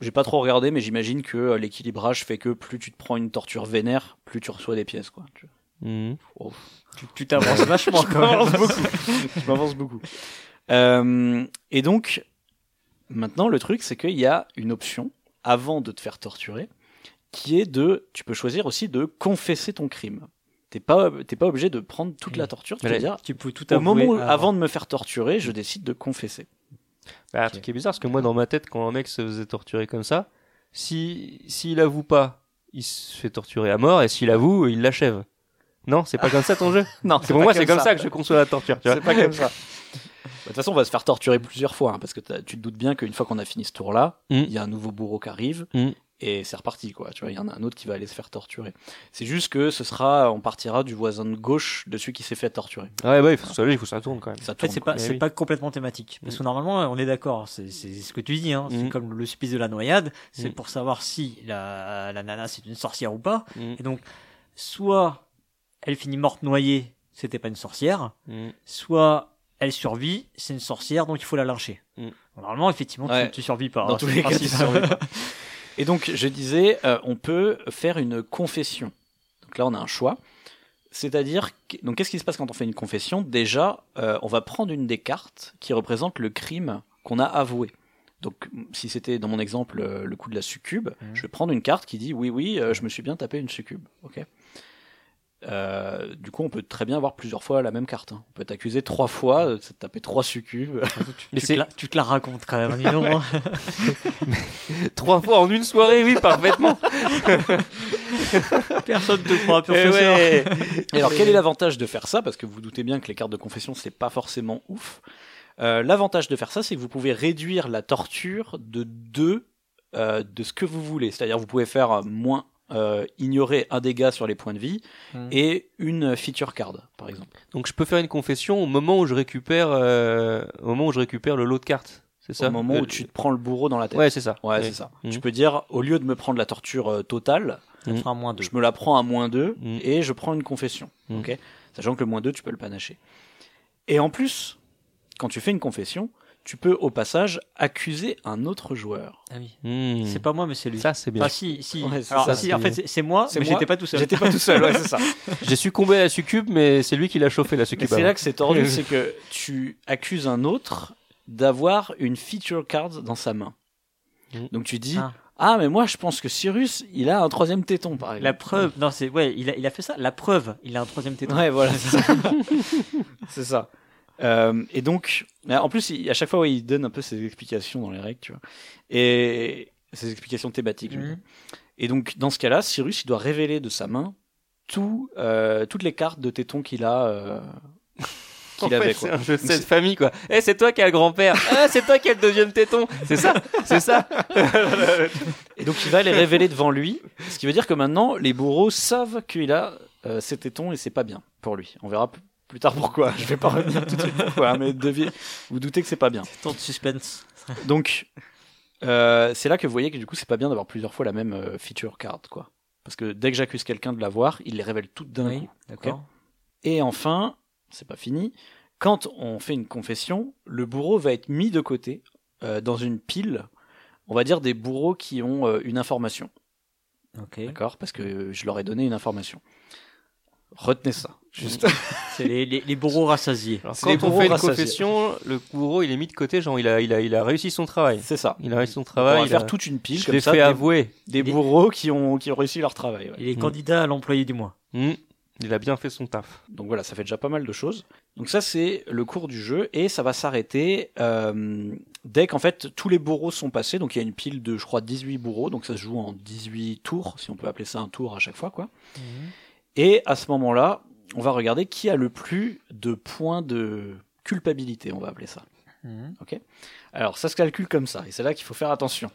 A: J'ai pas trop regardé, mais j'imagine que euh, l'équilibrage fait que plus tu te prends une torture vénère, plus tu reçois des pièces. Quoi. Tu-
C: Mhm.
B: Tu- Tu t'avances vachement quand même.
A: Je m'avance beaucoup. Euh, et donc, maintenant, le truc, c'est qu'il y a une option, avant de te faire torturer, qui est de. Tu peux choisir aussi de confesser ton crime. T'es pas, t'es pas obligé de prendre toute la torture. Tu peux
C: Allez.
A: dire,
B: Tu peux tout
A: au moment où,
B: avouer
A: avant de me faire torturer, je décide de confesser.
C: Bah, Un truc qui est bizarre, parce que moi, dans ma tête, quand un mec se faisait torturer comme ça, si s'il avoue pas, il se fait torturer à mort, et s'il avoue, il l'achève. Non, c'est pas comme ça ton jeu.
A: Non,
C: C'est pour moi, c'est comme ça. que je conçois la torture. Tu vois.
A: C'est pas comme ça. Bah, De toute façon, on va se faire torturer plusieurs fois, hein, parce que t'as- tu te doutes bien qu'une fois qu'on a fini ce tour-là,
C: Mm.
A: il y a un nouveau bourreau qui arrive
C: Mm.
A: et c'est reparti, quoi. Tu vois, il y en a un autre qui va aller se faire torturer. C'est juste que ce sera, on partira du voisin de gauche de celui qui s'est fait torturer.
C: Ouais, bah, il faut, ça, il faut que ça tourne quand même.
A: Ça
B: En fait,
A: tourne,
B: c'est
A: quoi.
B: pas,
C: Mais
B: c'est
C: oui.
B: pas complètement thématique. Parce que normalement, on est d'accord, hein, c'est c'est ce que tu dis, hein. c'est
C: Mm.
B: comme le spice de la noyade, c'est
C: Mm.
B: pour savoir si la, la nana c'est une sorcière ou pas.
C: Mm.
B: Et donc, soit elle finit morte noyée, c'était pas une sorcière,
C: Mm.
B: soit elle survit, c'est une sorcière, donc il faut la lyncher.
C: Mm.
B: Normalement, effectivement, tu-
A: Ouais.
B: tu, survis pas.
A: Dans
B: hein,
A: tous
B: c'est
A: les
B: le
A: cas, tu
B: principe.
A: survis pas. Et donc, je disais, euh, on peut faire une confession. Donc là, on a un choix. C'est-à-dire, que- donc qu'est-ce qui se passe quand on fait une confession Déjà, euh, on va prendre une des cartes qui représente le crime qu'on a avoué. Donc, m- si c'était dans mon exemple euh, le coup de la succube,
B: Mhm.
A: je vais prendre une carte qui dit oui, oui, euh, je me suis bien tapé une succube. Ok. Euh, du coup, on peut très bien avoir plusieurs fois la même carte. hein. On peut t'accuser trois fois euh, de te taper trois succubes.
C: Mais
B: Tu, te
C: c'est
B: la, tu te la racontes quand même, dis donc, hein.
C: trois fois en une soirée, oui, parfaitement.
B: Personne te croit,
C: Eh
B: professeur.
C: ouais.
A: Et alors, quel est l'avantage de faire ça Parce que vous vous doutez bien que les cartes de confession, c'est pas forcément ouf. Euh, l'avantage de faire ça, c'est que vous pouvez réduire la torture de deux euh, de ce que vous voulez. C'est-à-dire, vous pouvez faire euh, moins euh, ignorer un dégât sur les points de vie
B: Mm.
A: et une feature card, par exemple.
C: Donc je peux faire une confession au moment où je récupère, euh, au moment où je récupère le lot de cartes. C'est ça.
A: Au moment
C: Euh,
A: où tu te prends le bourreau dans la tête.
C: Ouais, c'est ça.
A: Ouais, c'est ça.
C: Mm.
A: Tu peux dire, au lieu de me prendre la torture euh, totale,
B: Ça te fera moins deux.
A: je me la prends à moins 2
C: Mm.
A: et je prends une confession.
C: Mm.
A: ok Sachant que le moins 2, tu peux le panacher. Et en plus, quand tu fais une confession, tu peux au passage accuser un autre joueur.
B: Ah oui.
C: Mm.
B: C'est pas moi, mais c'est lui.
C: Ça, c'est bien.
B: Enfin, si, si.
A: Ouais, c'est
B: Alors,
A: ça,
B: si,
C: c'est-
B: en fait, c'est- c'est moi,
A: c'est
B: mais
A: moi.
B: j'étais pas tout seul.
A: J'étais pas tout seul, ouais, c'est ça.
C: J'ai succombé à la succube, mais c'est lui qui l'a chauffé la
A: Mais
C: succube.
A: c'est là
C: avant.
A: que c'est tordu, c'est que tu accuses un autre d'avoir une feature card dans sa main.
C: Mm.
A: Donc tu dis
B: Ah.
A: ah mais moi je pense que Cyrus il a un troisième téton par
B: La
A: exemple.
B: preuve, non, c'est ouais, il a, il a fait ça. La preuve, il a un troisième téton.
A: Ouais, voilà, c'est ça. C'est ça. Euh, et donc, en plus, il- à chaque fois, ouais, il donne un peu ses explications dans les règles, tu vois. Et ses explications thématiques. je veux dire.
B: Mhm.
C: Mm-hmm.
A: Et donc, dans ce cas-là, Cyrus, il doit révéler de sa main tout, euh, toutes les cartes de tétons qu'il a. euh,
C: En
A: qu'il
C: fait,
A: avait,
C: c'est
A: quoi.
C: un jeu de
A: Donc,
C: cette
A: c'est-
C: famille, quoi. Eh, c'est toi qui as le grand-père. Ah, c'est toi qui as le deuxième téton. C'est ça, c'est ça.
A: Et donc, il va les révéler devant lui. Ce qui veut dire que maintenant, les bourreaux savent qu'il a euh, ses tétons et c'est pas bien pour lui. On verra p- plus tard pourquoi. Je vais pas revenir tout de suite pourquoi, hein, mais deviez- vous doutez que c'est pas bien.
B: Tant de suspense.
A: Donc, euh, c'est là que vous voyez que du coup, c'est pas bien d'avoir plusieurs fois la même euh, feature card, quoi. Parce que dès que j'accuse quelqu'un de l'avoir, il les révèle toutes d'un coup.
B: d'accord.
A: Et enfin, c'est pas fini, quand on fait une confession, le bourreau va être mis de côté euh, dans une pile, on va dire des bourreaux qui ont euh, une information,
B: Ok.
A: d'accord Parce que je leur ai donné une information. Retenez ça. Juste.
B: C'est les, les, les bourreaux rassasiés.
C: Alors,
A: C'est les
C: quand on
A: bourreaux
C: fait une
A: rassasiés.
C: confession, le bourreau, il est mis de côté. Genre, il a, il a, il a réussi son travail.
A: C'est ça.
C: Il a réussi son
A: On
C: travail.
A: va
C: il
A: faire
C: a-
A: toute une pile
C: Je
A: comme
C: l'ai
A: ça,
C: fait
A: des-
C: avouer.
A: des, bourreaux qui ont, qui ont réussi leur travail. ouais.
B: Il est
C: Mm.
B: candidat à l'employé du mois.
C: Mm. Il a bien fait son taf.
A: Donc voilà, ça fait déjà pas mal de choses. Donc ça, c'est le cours du jeu et ça va s'arrêter euh, dès qu'en fait tous les bourreaux sont passés. Donc il y a une pile de, je crois, 18 bourreaux. Donc ça se joue en 18 tours, si on peut appeler ça un tour à chaque fois, quoi.
C: Mmh.
A: Et à ce moment-là, on va regarder qui a le plus de points de culpabilité, on va appeler ça.
C: Mmh.
B: Mhm.
A: Alors ça se calcule comme ça et c'est là qu'il faut faire attention.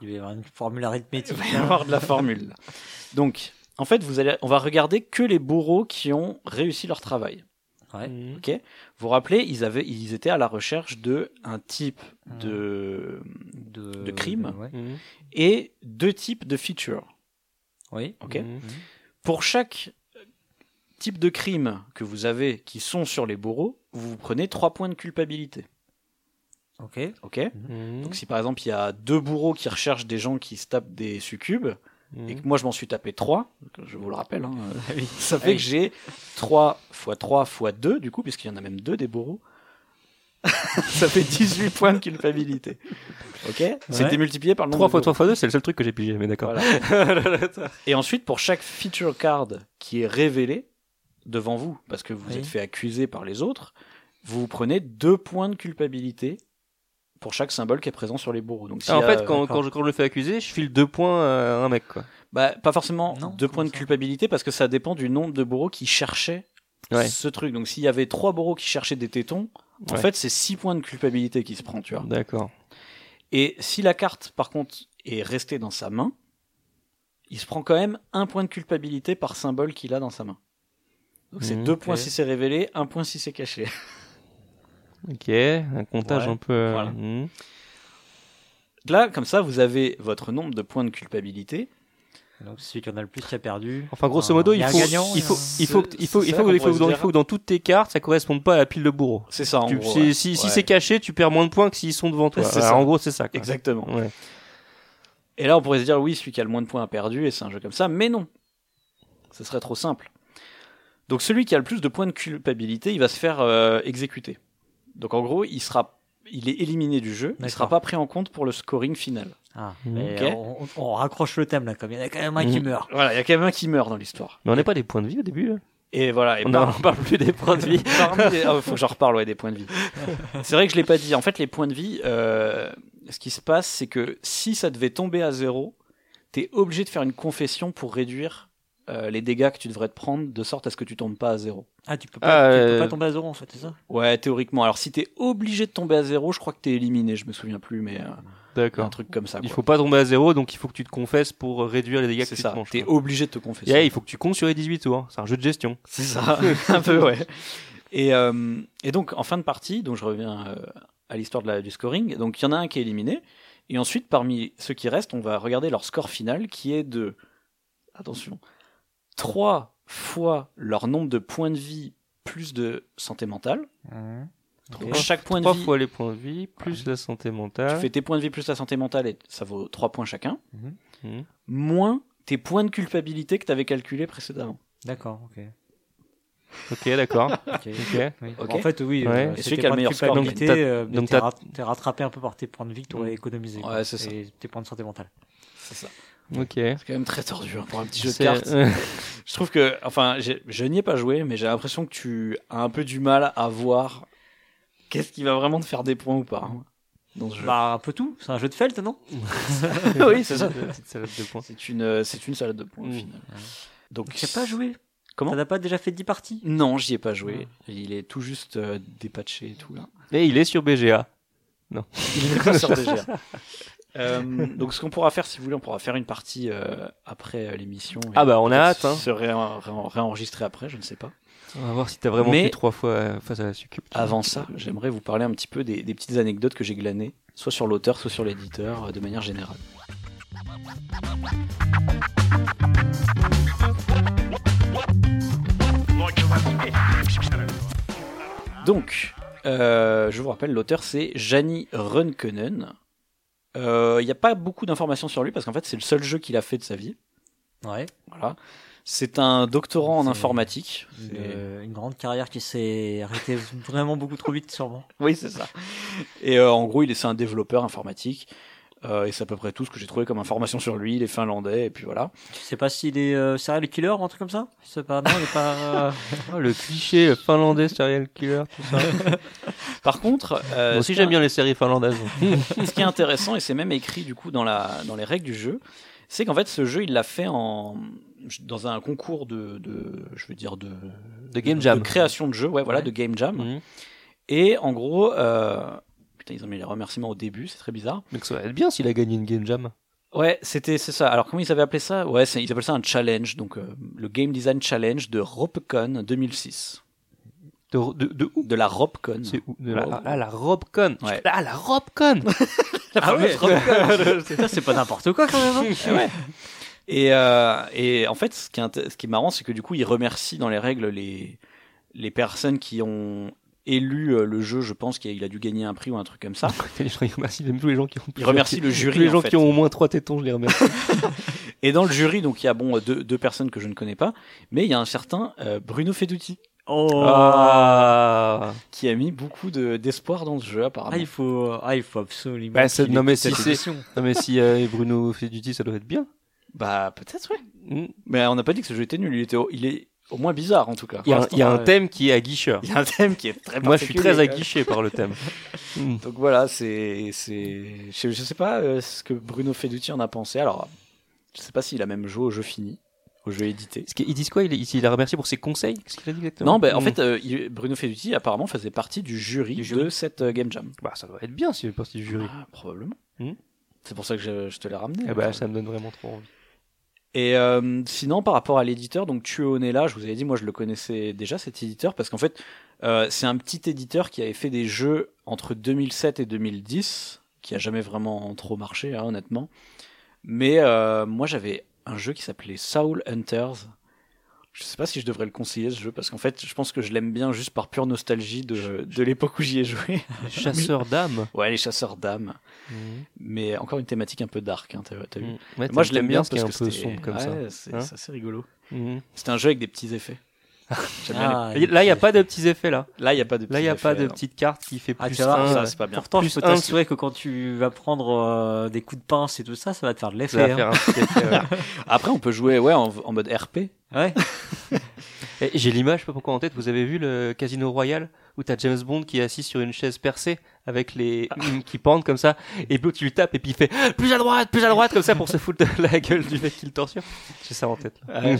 B: Il va y avoir une formule arithmétique.
A: Il va y avoir de la formule. là. Donc en fait, vous allez, on va regarder que les bourreaux qui ont réussi leur travail.
B: Ouais.
C: Mm.
A: Ok. Vous vous rappelez, ils, avaient, ils étaient à la recherche de un type de
B: de,
A: Mmh. de crime.
B: ouais.
C: Mm.
A: et deux types de features.
C: Hmm.
B: Oui.
A: Ok.
C: Mm.
A: Pour chaque types de crimes que vous avez qui sont sur les bourreaux, vous vous prenez 3 points de culpabilité.
B: Ok.
A: Ok
C: Hmm.
A: Donc si par exemple il y a deux bourreaux qui recherchent des gens qui se tapent des succubes,
C: Hmm. Mhm.
A: et que moi je m'en suis tapé 3, je vous le rappelle, hein, euh, ça fait
B: oui.
A: que j'ai 3 fois 3 fois 2, du coup, puisqu'il y en a même 2 des bourreaux, ça fait 18 points de culpabilité. Ok C'est
B: Ouais.
A: démultiplié par le nombre
C: 3
A: de
C: fois
A: bourreaux.
C: 3 fois 2, c'est le seul truc que j'ai pigé, mais d'accord.
A: Et ensuite, pour chaque feature card qui est révélée devant vous, parce que vous
B: Oui.
A: êtes fait accuser par les autres, vous prenez 2 points de culpabilité pour chaque symbole qui est présent sur les bourreaux. Donc, s'il
C: Ah, en
A: y a-
C: fait, quand,
B: d'accord.
C: quand je, quand je le fais accuser, je file 2 points à un mec, quoi.
A: Bah, pas forcément
B: Non,
A: deux
B: comment
A: points de
B: ça
A: culpabilité parce que ça dépend du nombre de bourreaux qui cherchaient
C: Ouais.
A: ce truc. Donc s'il y avait trois bourreaux qui cherchaient des tétons, en
C: Ouais.
A: fait c'est six points de culpabilité qui se prend, tu vois.
C: D'accord.
A: Et si la carte par contre est restée dans sa main, il se prend quand même un point de culpabilité par symbole qu'il a dans sa main. Donc c'est
C: Mhm,
A: deux points
C: ok.
A: si c'est révélé, un point si c'est caché.
C: Ok, un comptage
A: Ouais,
C: un peu. euh,
A: voilà.
C: hmm.
A: Là, comme ça, vous avez votre nombre de points de culpabilité.
B: Donc celui qui en a le plus qui a perdu.
C: Enfin, grosso modo,
B: y
C: il
B: a un
C: faut,
B: gagnant, euh,
C: il
B: y a
C: faut,
B: un-
C: il faut, que- il faut,
A: C'est
C: il
A: ça
C: faut,
A: qu'on
C: il faut,
A: pourrait se
C: dans- il
A: dire.
C: faut que dans toutes tes cartes, ça corresponde pas à la pile de bourreau.
A: C'est ça, en
C: Tu-
A: gros.
C: si
A: ouais.
C: si, si
A: Ouais.
C: c'est caché, tu perds moins de points que s'ils sont devant toi.
A: C'est
C: Alors,
A: ça.
C: En gros, c'est ça. quoi.
A: Exactement.
C: Ouais.
A: Et là, on pourrait se dire, oui, celui qui a le moins de points a perdu, et c'est un jeu comme ça, mais non. Ce serait trop simple. Donc celui qui a le plus de points de culpabilité, il va se faire euh, exécuter. Donc en gros, il sera, il est éliminé du jeu, il
B: D'accord.
A: sera pas pris en compte pour le scoring final.
B: Ah,
C: Mhm.
B: mais
A: Ok. Mmh.
B: on, on- on raccroche le thème là, comme il y en a quand même un qui
C: Mhm.
B: meurt.
A: Voilà, il y a quand même un qui meurt dans l'histoire.
C: Mais on n'est pas des points de vie au début. là.
A: Et voilà, et
C: on
A: par-
C: n'en parle plus des points de vie.
A: parmi les- ah, faut que j'en reparle, ouais, des points de vie. C'est vrai que je l'ai pas dit. En fait, les points de vie, euh, ce qui se passe, c'est que si ça devait tomber à zéro, t'es obligé de faire une confession pour réduire euh, les dégâts que tu devrais te prendre, de sorte à ce que tu tombes pas à zéro.
B: Ah, tu peux pas,
C: Ah,
B: tu
C: euh,
B: peux pas tomber à zéro en fait, c'est ça
A: Ouais, théoriquement. Alors, si t'es obligé de tomber à zéro, je crois que t'es éliminé. Je me souviens plus, mais euh, un
C: D'accord.
A: truc comme ça.
C: Il
A: quoi.
C: faut pas tomber à zéro, donc il faut que tu te confesses pour euh, réduire les dégâts que
A: C'est
C: tu
A: ça.
C: te manges.
A: T'es
C: quoi.
A: obligé de te confesser.
C: Yeah, il faut que tu comptes sur les 18 tours. C'est un jeu de gestion.
A: C'est ça, un peu, ouais. Et, euh, et donc, en fin de partie, donc je reviens euh, à l'histoire de la- du scoring. Donc, il y en a un qui est éliminé. Et ensuite, parmi ceux qui restent, on va regarder leur score final qui est de. Attention. 3 fois leur nombre de points de vie plus de santé mentale.
C: Mmh.
A: Donc,
C: Trois-
A: chaque point de
C: Trois
A: vie.
C: fois les points de vie, plus la santé
A: Tu
C: mentale.
A: fais tes points de vie plus la santé mentale et ça vaut 3 points chacun.
C: Mhm.
A: Moins tes points de culpabilité que tu avais calculés précédemment.
B: D'accord, ok.
C: Ok, d'accord.
B: Ok.
C: Ok.
B: Oui.
A: Ok.
B: En fait, oui.
C: Ouais.
A: Et
B: c'est
A: celui
B: tes
A: qui a le
B: points de
A: meilleur score, Mmh.
B: culpabilité,
C: donc t'as-
B: euh, mais
C: donc
B: t'es
C: t'as-
B: ra- t'es rattrapé un peu par tes points de vie que t'aurais économisé. quoi.
A: Ouais, c'est ça.
B: Et tes points de santé mentale.
A: C'est ça.
C: Ok.
A: C'est quand même très tordu hein, pour un petit jeu de
C: C'est-
A: cartes. Je trouve que, enfin, j'ai- je n'y ai pas joué, mais j'ai l'impression que tu as un peu du mal à voir qu'est-ce qui va vraiment te faire des points ou pas. hein, dans ce jeu.
B: Bah, un peu tout. C'est un jeu de felt, non
A: oui, c'est ça.
C: La petite salade de points.
A: C'est une, euh, c'est une salade de points au
C: Mm.
A: final. Donc,
B: J'ai pas joué.
A: Comment
B: T'en as pas déjà fait 10 parties
A: Non, j'y ai pas joué.
C: Ah.
A: Il est tout juste euh, dépatché et tout là.
C: Et il est sur BGA.
A: Il est pas sur DGR. Euh, donc, ce qu'on pourra faire, si vous voulez, on pourra faire une partie euh, après euh, l'émission. et
C: Ah bah, on a hâte, hein.
A: Se ré- ré- réenregistrer après, je ne sais pas.
C: On va voir si t'as vraiment
A: Mais-
C: fait trois fois euh, face à la succube.
A: Avant ça, j'aimerais vous parler un petit peu des, des petites anecdotes que j'ai glanées, soit sur l'auteur, soit sur l'éditeur, euh, de manière générale. Donc, euh, je vous rappelle, l'auteur c'est Jani Runkunen. Euh, Il n'y a pas beaucoup d'informations sur lui parce qu'en fait c'est le seul jeu qu'il a fait de sa vie.
B: Ouais.
A: Voilà. C'est un doctorant en
B: C'est-
A: informatique.
B: Une,
A: C'est-
B: euh, une grande carrière qui s'est arrêtée vraiment beaucoup trop vite, sûrement.
A: Oui, c'est ça. Et euh, en gros, il est c'est un développeur informatique. Euh, et c'est à peu près tout ce que j'ai trouvé comme information sur lui. Il est finlandais, et puis voilà.
B: Je sais pas s'il est euh, serial killer ou un truc comme ça. Je sais pas. Non, il est pas. euh,
C: Oh, le cliché le finlandais serial killer, tout ça.
A: Par contre, euh,
C: Moi
A: ce,
C: aussi,
A: qui est-
C: Euh, j'aime bien les séries finlandaises. hein,
A: ce qui est intéressant, et c'est même écrit du coup dans, la, dans les règles du jeu, c'est qu'en fait, ce jeu, il l'a fait en, dans un concours de, de- je veux dire, de,
C: De Game Jam.
A: de création de jeu, ouais, voilà,
B: Ouais.
A: de Game Jam.
C: Mhm.
A: Et en gros, euh, putain, ils ont mis les remerciements au début, c'est très bizarre.
C: Mais que ça va être bien s'il a gagné une Game Jam.
A: Ouais, c'était c'est ça. Alors comment ils avaient appelé ça Ouais, c'est- ils appellent ça un challenge, donc euh, le game design challenge de RopeCon 2006,
C: De, de, de où
A: de la RopeCon.
C: C'est où de la,
A: Oh.
C: Ah, la Robcon.
A: Ouais.
C: Ah, la Robcon
B: Ah ouais,
A: fameuse
B: Putain, c'est pas n'importe quoi quand même. hein.
A: Eh ouais. Et, euh, et en fait, ce qui est, int- ce qui est marrant, c'est que du coup, ils remercient dans les règles les, les personnes qui ont élu euh, le jeu. Je pense qu'il a dû gagner un prix ou un truc comme ça.
C: Les gens, ils remercient même tous les gens qui ont.
A: Ils remercient le
C: Tous
A: jury.
C: les gens
A: en fait.
C: qui ont au moins trois tétons, je les remercie.
A: Et dans le jury, donc il y a bon deux, deux personnes que je ne connais pas, mais il y a un certain euh, Bruno Feduti
B: Oh.
C: Ah.
A: qui a mis beaucoup de- d'espoir dans ce jeu apparemment.
B: Ah, il faut, ah, il faut absolument.
C: Bah, c'est-
B: qu'il
C: non,
B: ait
C: mais
B: cette
C: si c'est-
B: édition.
C: Non, mais si euh, Bruno fait du ça doit être bien.
A: Bah peut-être oui.
C: Mm.
A: Mais on n'a pas dit que ce jeu était nul. Il était, au- il est au moins bizarre en tout cas.
C: Il y a, un- il y a un
B: Ouais.
C: thème qui est aguicheur.
A: Il y a un thème qui est très
C: euh, Moi, je suis très
A: particulier.
C: aguiché par le thème. Mm.
A: Donc voilà, c'est c'est je, je sais pas euh, ce que Bruno Feduti en a pensé. Alors je sais pas s'il a même joué au jeu fini, au jeu édité.
C: Est-ce qu'il- Ils disent quoi il, il a remercié pour ses conseils Qu'est-ce qu'il a dit exactement
A: Non, ben en
C: Mm.
A: fait, euh, il- Bruno Feduti apparemment faisait partie du jury,
B: Du jury.
A: de cette euh, game jam.
C: Bah, ça doit être bien s'il fait partie du jury.
A: Ah, probablement.
C: Hmm.
A: C'est pour ça que je, je te l'ai ramené.
C: Eh ben, ça me donne vraiment trop envie.
A: Et euh, sinon, par rapport à l'éditeur, donc Tuo Onella, je vous avais dit, moi je le connaissais déjà cet éditeur, parce qu'en fait, euh, c'est un petit éditeur qui avait fait des jeux entre 2007 et 2010, qui a jamais vraiment trop marché, hein, honnêtement. Mais euh, moi j'avais un jeu qui s'appelait Soul Hunters. Je sais pas si je devrais le conseiller ce jeu, parce qu'en fait, je pense que je l'aime bien juste par pure nostalgie de, de l'époque où j'y ai joué.
C: Chasseur d'âmes.
A: Ouais, les chasseurs d'âmes.
C: Hmm.
A: Mais encore une thématique un peu dark, hein, t'as t'as vu.
C: Mm. Ouais,
A: Moi,
C: t'aimes
A: je l'aime bien
C: ce qui
A: parce
C: est un
A: que
C: peu
A: c'était-
C: sombre comme
A: ouais, C'est
C: Hein
A: c'est assez rigolo.
C: ça. Mm.
A: C'était un jeu avec des petits effets. J'aime bien
B: Ah,
C: Là, il n'y a pas de petits effets là.
A: les- Là, il n'y a pas de petits
C: Là, il n'y a
A: effets,
C: pas de
A: non.
C: petite carte qui fait
B: Ah,
C: plus
B: tu vas voir,
C: un.
A: Ça, c'est pas bien.
B: Pourtant,
C: Plus
B: je peux
C: un,
B: t'assurer que quand tu vas prendre euh, des coups de pince et tout ça, ça va te faire de l'effet.
C: Ça va
B: hein.
C: faire un petit effet, ouais.
A: Après, on peut jouer ouais, en, en mode RP.
B: Ouais.
C: Eh, J'ai l'image, je sais pas pourquoi en tête, vous avez vu le Casino Royal où t'as James Bond qui est assis sur une chaise percée avec les qui pendent comme ça et puis tu lui tapes et puis il fait plus à droite, plus à droite comme ça pour se foutre de la gueule du mec qui le torture. J'ai ça en tête.
A: Ouais.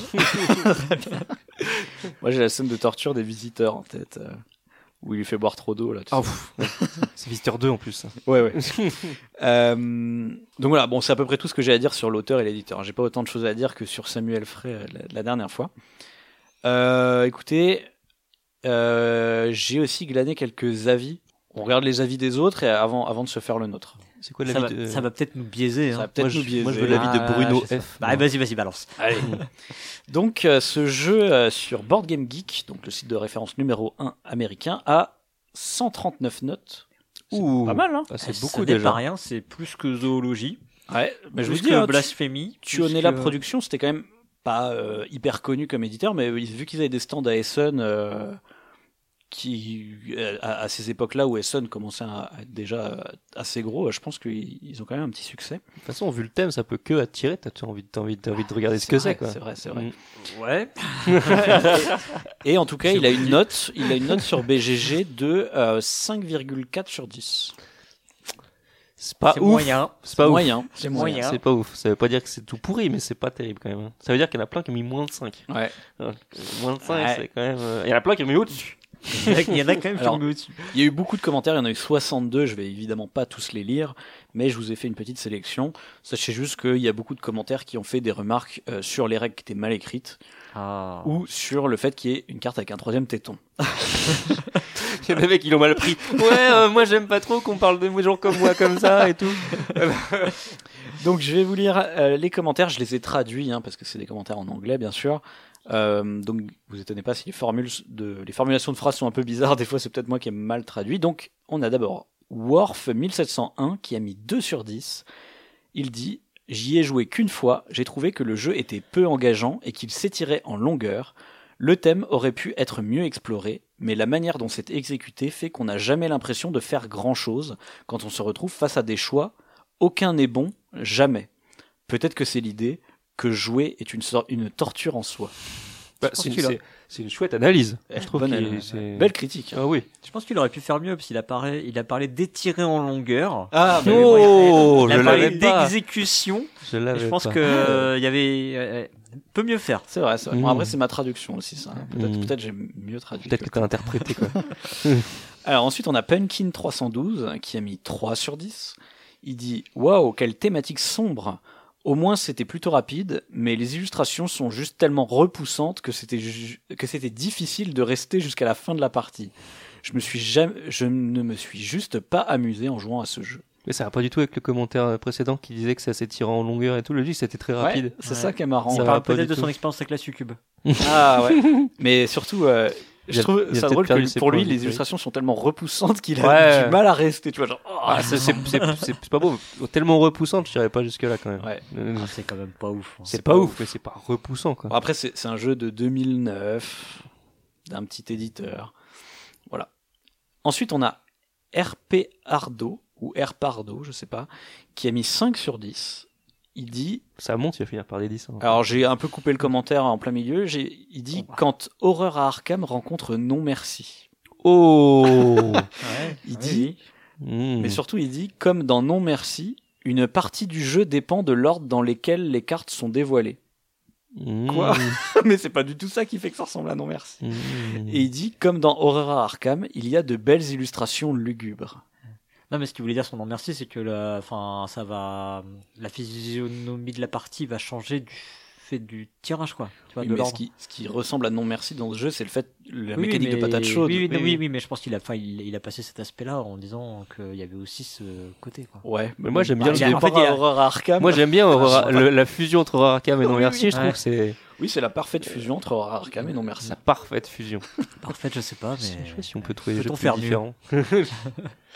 A: Moi, j'ai la scène de torture des visiteurs en tête. euh, Où il lui fait boire trop d'eau là. tu
C: Ah,
A: sais.
C: pff, ouais. C'est Visiteur 2 en plus.
A: Ouais, ouais. Euh, donc voilà, bon, c'est à peu près tout ce que j'ai à dire sur l'auteur et l'éditeur. J'ai pas autant de choses à dire que sur Samuel Frey euh, la, la dernière fois. Euh, écoutez, euh, j'ai aussi glané quelques avis. On regarde les avis des autres et avant, avant de se faire le nôtre.
C: C'est quoi
B: Ça va,
C: l'avis de
B: ça va peut-être nous biaiser.
A: Ça
B: hein.
A: va peut-être
C: moi, je-
A: nous biaiser.
C: moi, je veux l'avis de
B: Ah,
C: Bruno
B: je sais
C: F.
B: Bah, vas-y, vas-y, balance.
A: Allez. donc, euh, ce jeu euh, sur Board Game Geek, donc le site de référence numéro 1 américain, a 139 notes.
C: Ouh.
A: Pas mal, hein
C: Ah, c'est
B: Ça
C: beaucoup
B: n'est
C: déjà.
B: pas rien, c'est plus que zoologie.
A: Ouais, mais je vous
B: plus
A: dis,
B: que
A: hein, tu,
B: blasphémie.
A: tu en
B: plus
A: es la
B: que-
A: production, c'était quand même pas euh, hyper connu comme éditeur, mais ils- vu qu'ils avaient des stands à Essen, euh, qui, euh, à, à ces époques-là où Essen commençait à, à être déjà euh, assez gros, euh, je pense qu'ils ils ont quand même un petit succès.
C: De toute façon, vu le thème, ça peut que attirer. T'as t'as envie, de- t'as envie, de- t'as envie de regarder ce que c'est
A: vrai,
C: quoi.
A: C'est vrai, c'est vrai.
C: Mm.
B: Ouais.
A: Et en tout cas,
B: C'est
A: il a une note, il a une note sur BGG de euh, 5,4 sur 10.
C: C'est pas
B: c'est
C: Ah, ouf.
B: moyen.
C: C'est pas ouf.
A: moyen.
B: C'est moyen.
C: C'est pas ouf. Ça veut pas dire que c'est tout pourri, mais c'est pas terrible quand même. hein. Ça veut dire qu'il y en a plein qui ont mis moins de 5.
A: Ouais.
C: Moins de 5,
A: Ouais.
C: c'est quand même. euh, Il y en a plein qui ont mis au-dessus.
B: Il y en a quand même qui
A: Alors,
B: ont mis au-dessus.
A: Il y a eu beaucoup de commentaires, il y en a eu 62, je vais évidemment pas tous les lire, mais je vous ai fait une petite sélection. Sachez juste qu'il y a beaucoup de commentaires qui ont fait des remarques euh, sur les règles qui étaient mal écrites ou sur le fait qu'il y ait une carte avec un troisième téton.
C: Il y en avait qui l'ont mal pris. Ouais, euh, moi j'aime pas trop qu'on parle de gens comme moi comme ça et tout.
A: Donc je vais vous lire euh, les commentaires, je les ai traduits hein, parce que c'est des commentaires en anglais bien sûr. Euh, donc vous étonnez pas si les formules de les formulations de phrases sont un peu bizarres, des fois c'est peut-être moi qui ai mal traduit. Donc on a d'abord Worf 1701 qui a mis 2 sur 10. Il dit J'y ai joué qu'une fois, j'ai trouvé que le jeu était peu engageant et qu'il s'étirait en longueur. Le thème aurait pu être mieux exploré, mais la manière dont c'est exécuté fait qu'on n'a jamais l'impression de faire grand-chose quand on se retrouve face à des choix aucun n'est bon, jamais. Peut-être que c'est l'idée que jouer est une, sor- une torture en soi.
C: Bah,
B: pense
C: c'est une,
B: qu'il a-
C: c'est- c'est une chouette analyse.
A: Eh,
C: je trouve
A: bonne
C: qu'il-
A: analyse.
C: c'est-
A: Belle critique. hein.
C: Ah oui.
B: Je pense qu'il aurait pu faire mieux, parce qu'il a parlé, il a parlé d'étirer en longueur.
A: Ah,
B: mais
A: oui.
B: oui.
C: oh,
B: il
C: je
B: a parlé
C: l'avais pas.
B: d'exécution.
C: Je
B: Et
C: l'avais
B: Je pense
C: pas. Ah.
B: que euh, il y avait euh, euh, peut mieux faire.
A: c'est vrai, c'est vrai. Bon,
C: Mm.
A: après, c'est ma traduction aussi, ça. hein. Peut-être
C: Mm.
A: peut-être j'ai mieux traduit.
C: Peut-être que t'as interprété quoi.
A: Alors ensuite, on a Punkin312 qui a mis 3 sur 10. Il dit Waouh, quelle thématique sombre Au moins, c'était plutôt rapide, mais les illustrations sont juste tellement repoussantes que c'était ju- que c'était difficile de rester jusqu'à la fin de la partie. Je, me suis jamais, je ne me suis juste pas amusé en jouant à ce jeu.
C: Mais ça va pas du tout avec le commentaire euh, précédent qui disait que ça s'étirait en longueur et tout. Le lui, c'était très rapide.
A: c'est
B: Ouais.
A: ça qui est marrant.
C: Ça
B: Il
C: va
B: parle
C: pas
B: peut-être
C: du
B: de son
C: tout. Mm.
B: expérience avec la succube.
A: Ah ouais. Mais surtout, euh,
C: Il
A: je
C: a-
A: trouve
C: il a
A: ça
C: peut-être
A: drôle
C: perdu
A: que
C: ses
A: pour
C: points
A: lui,
C: de
A: les
C: vue.
A: illustrations sont tellement repoussantes qu'il a
C: Ouais.
A: du mal à rester. Tu vois, genre. oh.
C: Ah, c'est- c'est c'est- c'est pas beau. Tellement repoussante, je dirais pas jusque-là quand même.
A: Ouais.
C: Euh,
B: Ah, c'est quand même pas ouf. hein.
C: C'est pas, ouf, mais c'est pas repoussant quoi.
A: Bon, après, c'est c'est un jeu de 2009 d'un petit éditeur. Voilà. Ensuite, on a RP Ardo ou R Pardo, je sais pas, qui a mis 5 sur 10. Il dit
C: Ça monte, il va finir par des 10. hein.
A: Alors j'ai un peu coupé le commentaire en plein milieu. J'ai, il dit quand horreur à Arkham rencontre non merci.
C: Oh
B: Ah
A: Il dit,
C: Mmh.
A: mais surtout il dit comme dans non merci, une partie du jeu dépend de l'ordre dans lequel les cartes sont dévoilées.
C: Mmh.
A: Quoi mais c'est pas du tout ça qui fait que ça ressemble à non merci.
C: Mmh.
A: Et il dit comme dans horreur à Arkham, il y a de belles illustrations lugubres.
B: Non, mais ce qu'il voulait dire, son nom merci, c'est que la, enfin, ça va, la physionomie de la partie va changer du fait du tirage, quoi. Tu vois,
A: Oui,
B: de
A: mais ce
B: l'ordre.
A: qui, ce qui ressemble à non merci dans ce jeu, c'est le fait la
B: Oui, oui,
A: mécanique
B: mais-
A: de patate chaude.
B: Oui, oui, non,
A: Oui,
B: oui,
A: oui.
B: oui, mais je pense qu'il a, enfin, il, il a passé cet aspect-là en disant qu'il y avait aussi ce côté, quoi.
A: Ouais.
C: Mais moi j'aime
A: Bah,
C: bien
A: il
C: le
A: y a, en
C: départ.
A: fait, il y a horreur à Arkham.
C: Moi j'aime bien Aurora-
A: Ah,
C: le- la fusion entre Aurora Arkham et Non
A: Oui,
C: Merci,
A: oui.
C: je trouve
B: Ouais.
C: que c'est
A: Oui, c'est la parfaite fusion entre horreur à Arkham et non merci.
C: la parfaite fusion.
B: Parfait, Bah, je sais pas,
C: Je
B: mais.
C: sais pas si on peut trouver des jeux
B: Peut-on
C: plus
B: faire mieux
C: différents.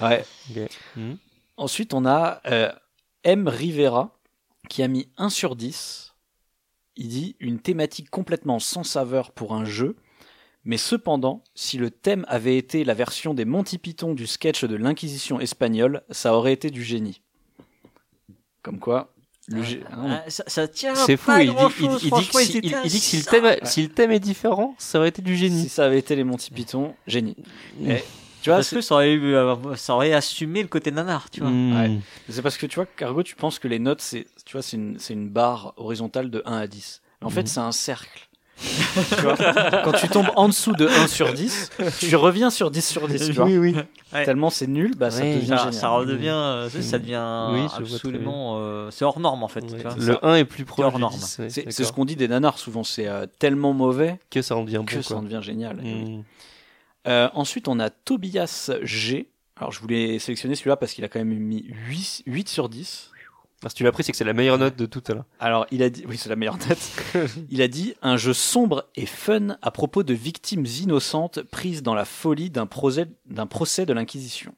A: Ouais.
C: Ok. Mhm.
A: Ensuite, on a euh, M. Rivera qui a mis 1 sur 10. Il dit une thématique complètement sans saveur pour un jeu, mais cependant, si le thème avait été la version des Monty Python du sketch de l'Inquisition espagnole, ça aurait été du génie. Comme quoi, le gé- hein,
B: Ah, ça, ça tient
C: C'est fou,
B: pas
C: il dit, il,
B: grand-chose,
C: il dit
B: franchement,
C: que si,
B: ils
C: il-
B: étaient
C: il dit que si le
B: ça.
C: thème, si le thème est différent, ça aurait été du
A: si
C: génie.
A: ça avait été les Monty Python, génie.
C: Mm.
A: Eh, tu vois,
B: Parce que
A: c'est
B: ça aurait, eu, euh, ça aurait assumé le côté nanar, tu vois.
C: Mm.
A: Ouais. c'est parce que tu vois, Cargo, tu penses que les notes, c'est tu vois, c'est une, c'est une barre horizontale de 1 à 10. Mais en fait,
C: Mhm.
A: c'est un cercle. Tu vois, quand tu tombes en dessous de 1 sur 10, tu reviens sur 10 sur 10. Tu vois.
C: oui.
B: Ouais.
A: Tellement c'est nul, bah, ça
C: Oui,
A: devient
B: Ça,
A: génial.
B: ça redevient, euh, ça ça devient
C: Mm. Oui, je vois
B: absolument, euh, c'est hors norme en fait. tu vois.
C: Le 1 est plus proche
B: hors
C: du
B: norme.
C: 10, ouais,
A: C'est c'est ce
C: d'accord.
A: qu'on dit des nanars souvent, c'est euh, tellement mauvais
C: que ça en devient
A: que
C: bon.
A: ça en
C: quoi.
A: devient génial.
C: Mm.
A: Euh, ensuite, on a Tobias G. Alors je voulais sélectionner celui-là parce qu'il a quand même mis 8, 8 sur 10.
C: Parce que tu l'as pris, c'est que c'est la meilleure note de tout à l'heure.
A: Alors il a dit, oui c'est la meilleure note, il a dit un jeu sombre et fun à propos de victimes innocentes prises dans la folie d'un procès, d'un procès de l'Inquisition.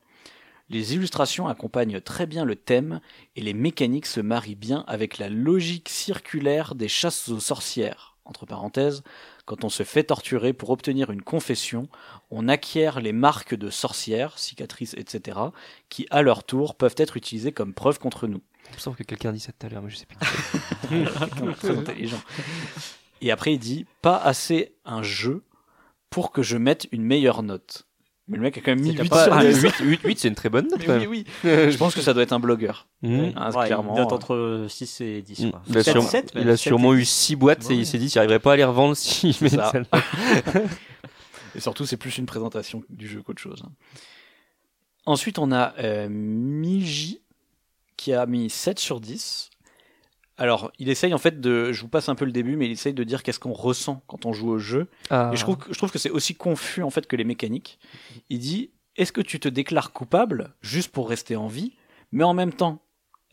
A: Les illustrations accompagnent très bien le thème et les mécaniques se marient bien avec la logique circulaire des chasses aux sorcières. Entre parenthèses, quand on se fait torturer pour obtenir une confession, on acquiert les marques de sorcières, cicatrices, etc., qui à leur tour peuvent être utilisées comme preuve contre nous.
C: Il me semble que quelqu'un a dit ça tout à l'heure, mais je sais plus.
A: Quelqu'un de très intelligent. Et après, il dit pas assez un jeu pour que je mette une meilleure note. Mais le mec a quand même mis 8 sur
B: Ah,
A: 10.
C: 8, 8, c'est une très bonne note.
A: Mais
C: quand
A: oui,
C: même.
A: oui. Je pense que ça doit être un blogueur.
C: Mm.
A: hein,
B: Mmh. Ouais,
A: clairement.
B: il note entre 6 et 10.
C: Mm.
B: quoi.
C: Il a,
B: Sept,
C: sûrement-
B: sept,
C: il
B: même,
C: a
B: sept,
C: sûrement
B: et
C: eu 6 boîtes et
B: Ouais.
C: il s'est dit j'arriverais pas à les revendre si je mets
A: ça.
C: celle-là.
A: hein. Et surtout, c'est plus une présentation du jeu qu'autre chose. hein. Ensuite, on a euh, Miji qui a mis 7 sur 10. Alors, il essaye en fait de. Je vous passe un peu le début, mais il essaye de dire qu'est-ce qu'on ressent quand on joue au jeu.
C: Ah.
A: Et je trouve, que- je trouve que c'est aussi confus en fait que les mécaniques. Il dit est-ce que tu te déclares coupable juste pour rester en vie, mais en même temps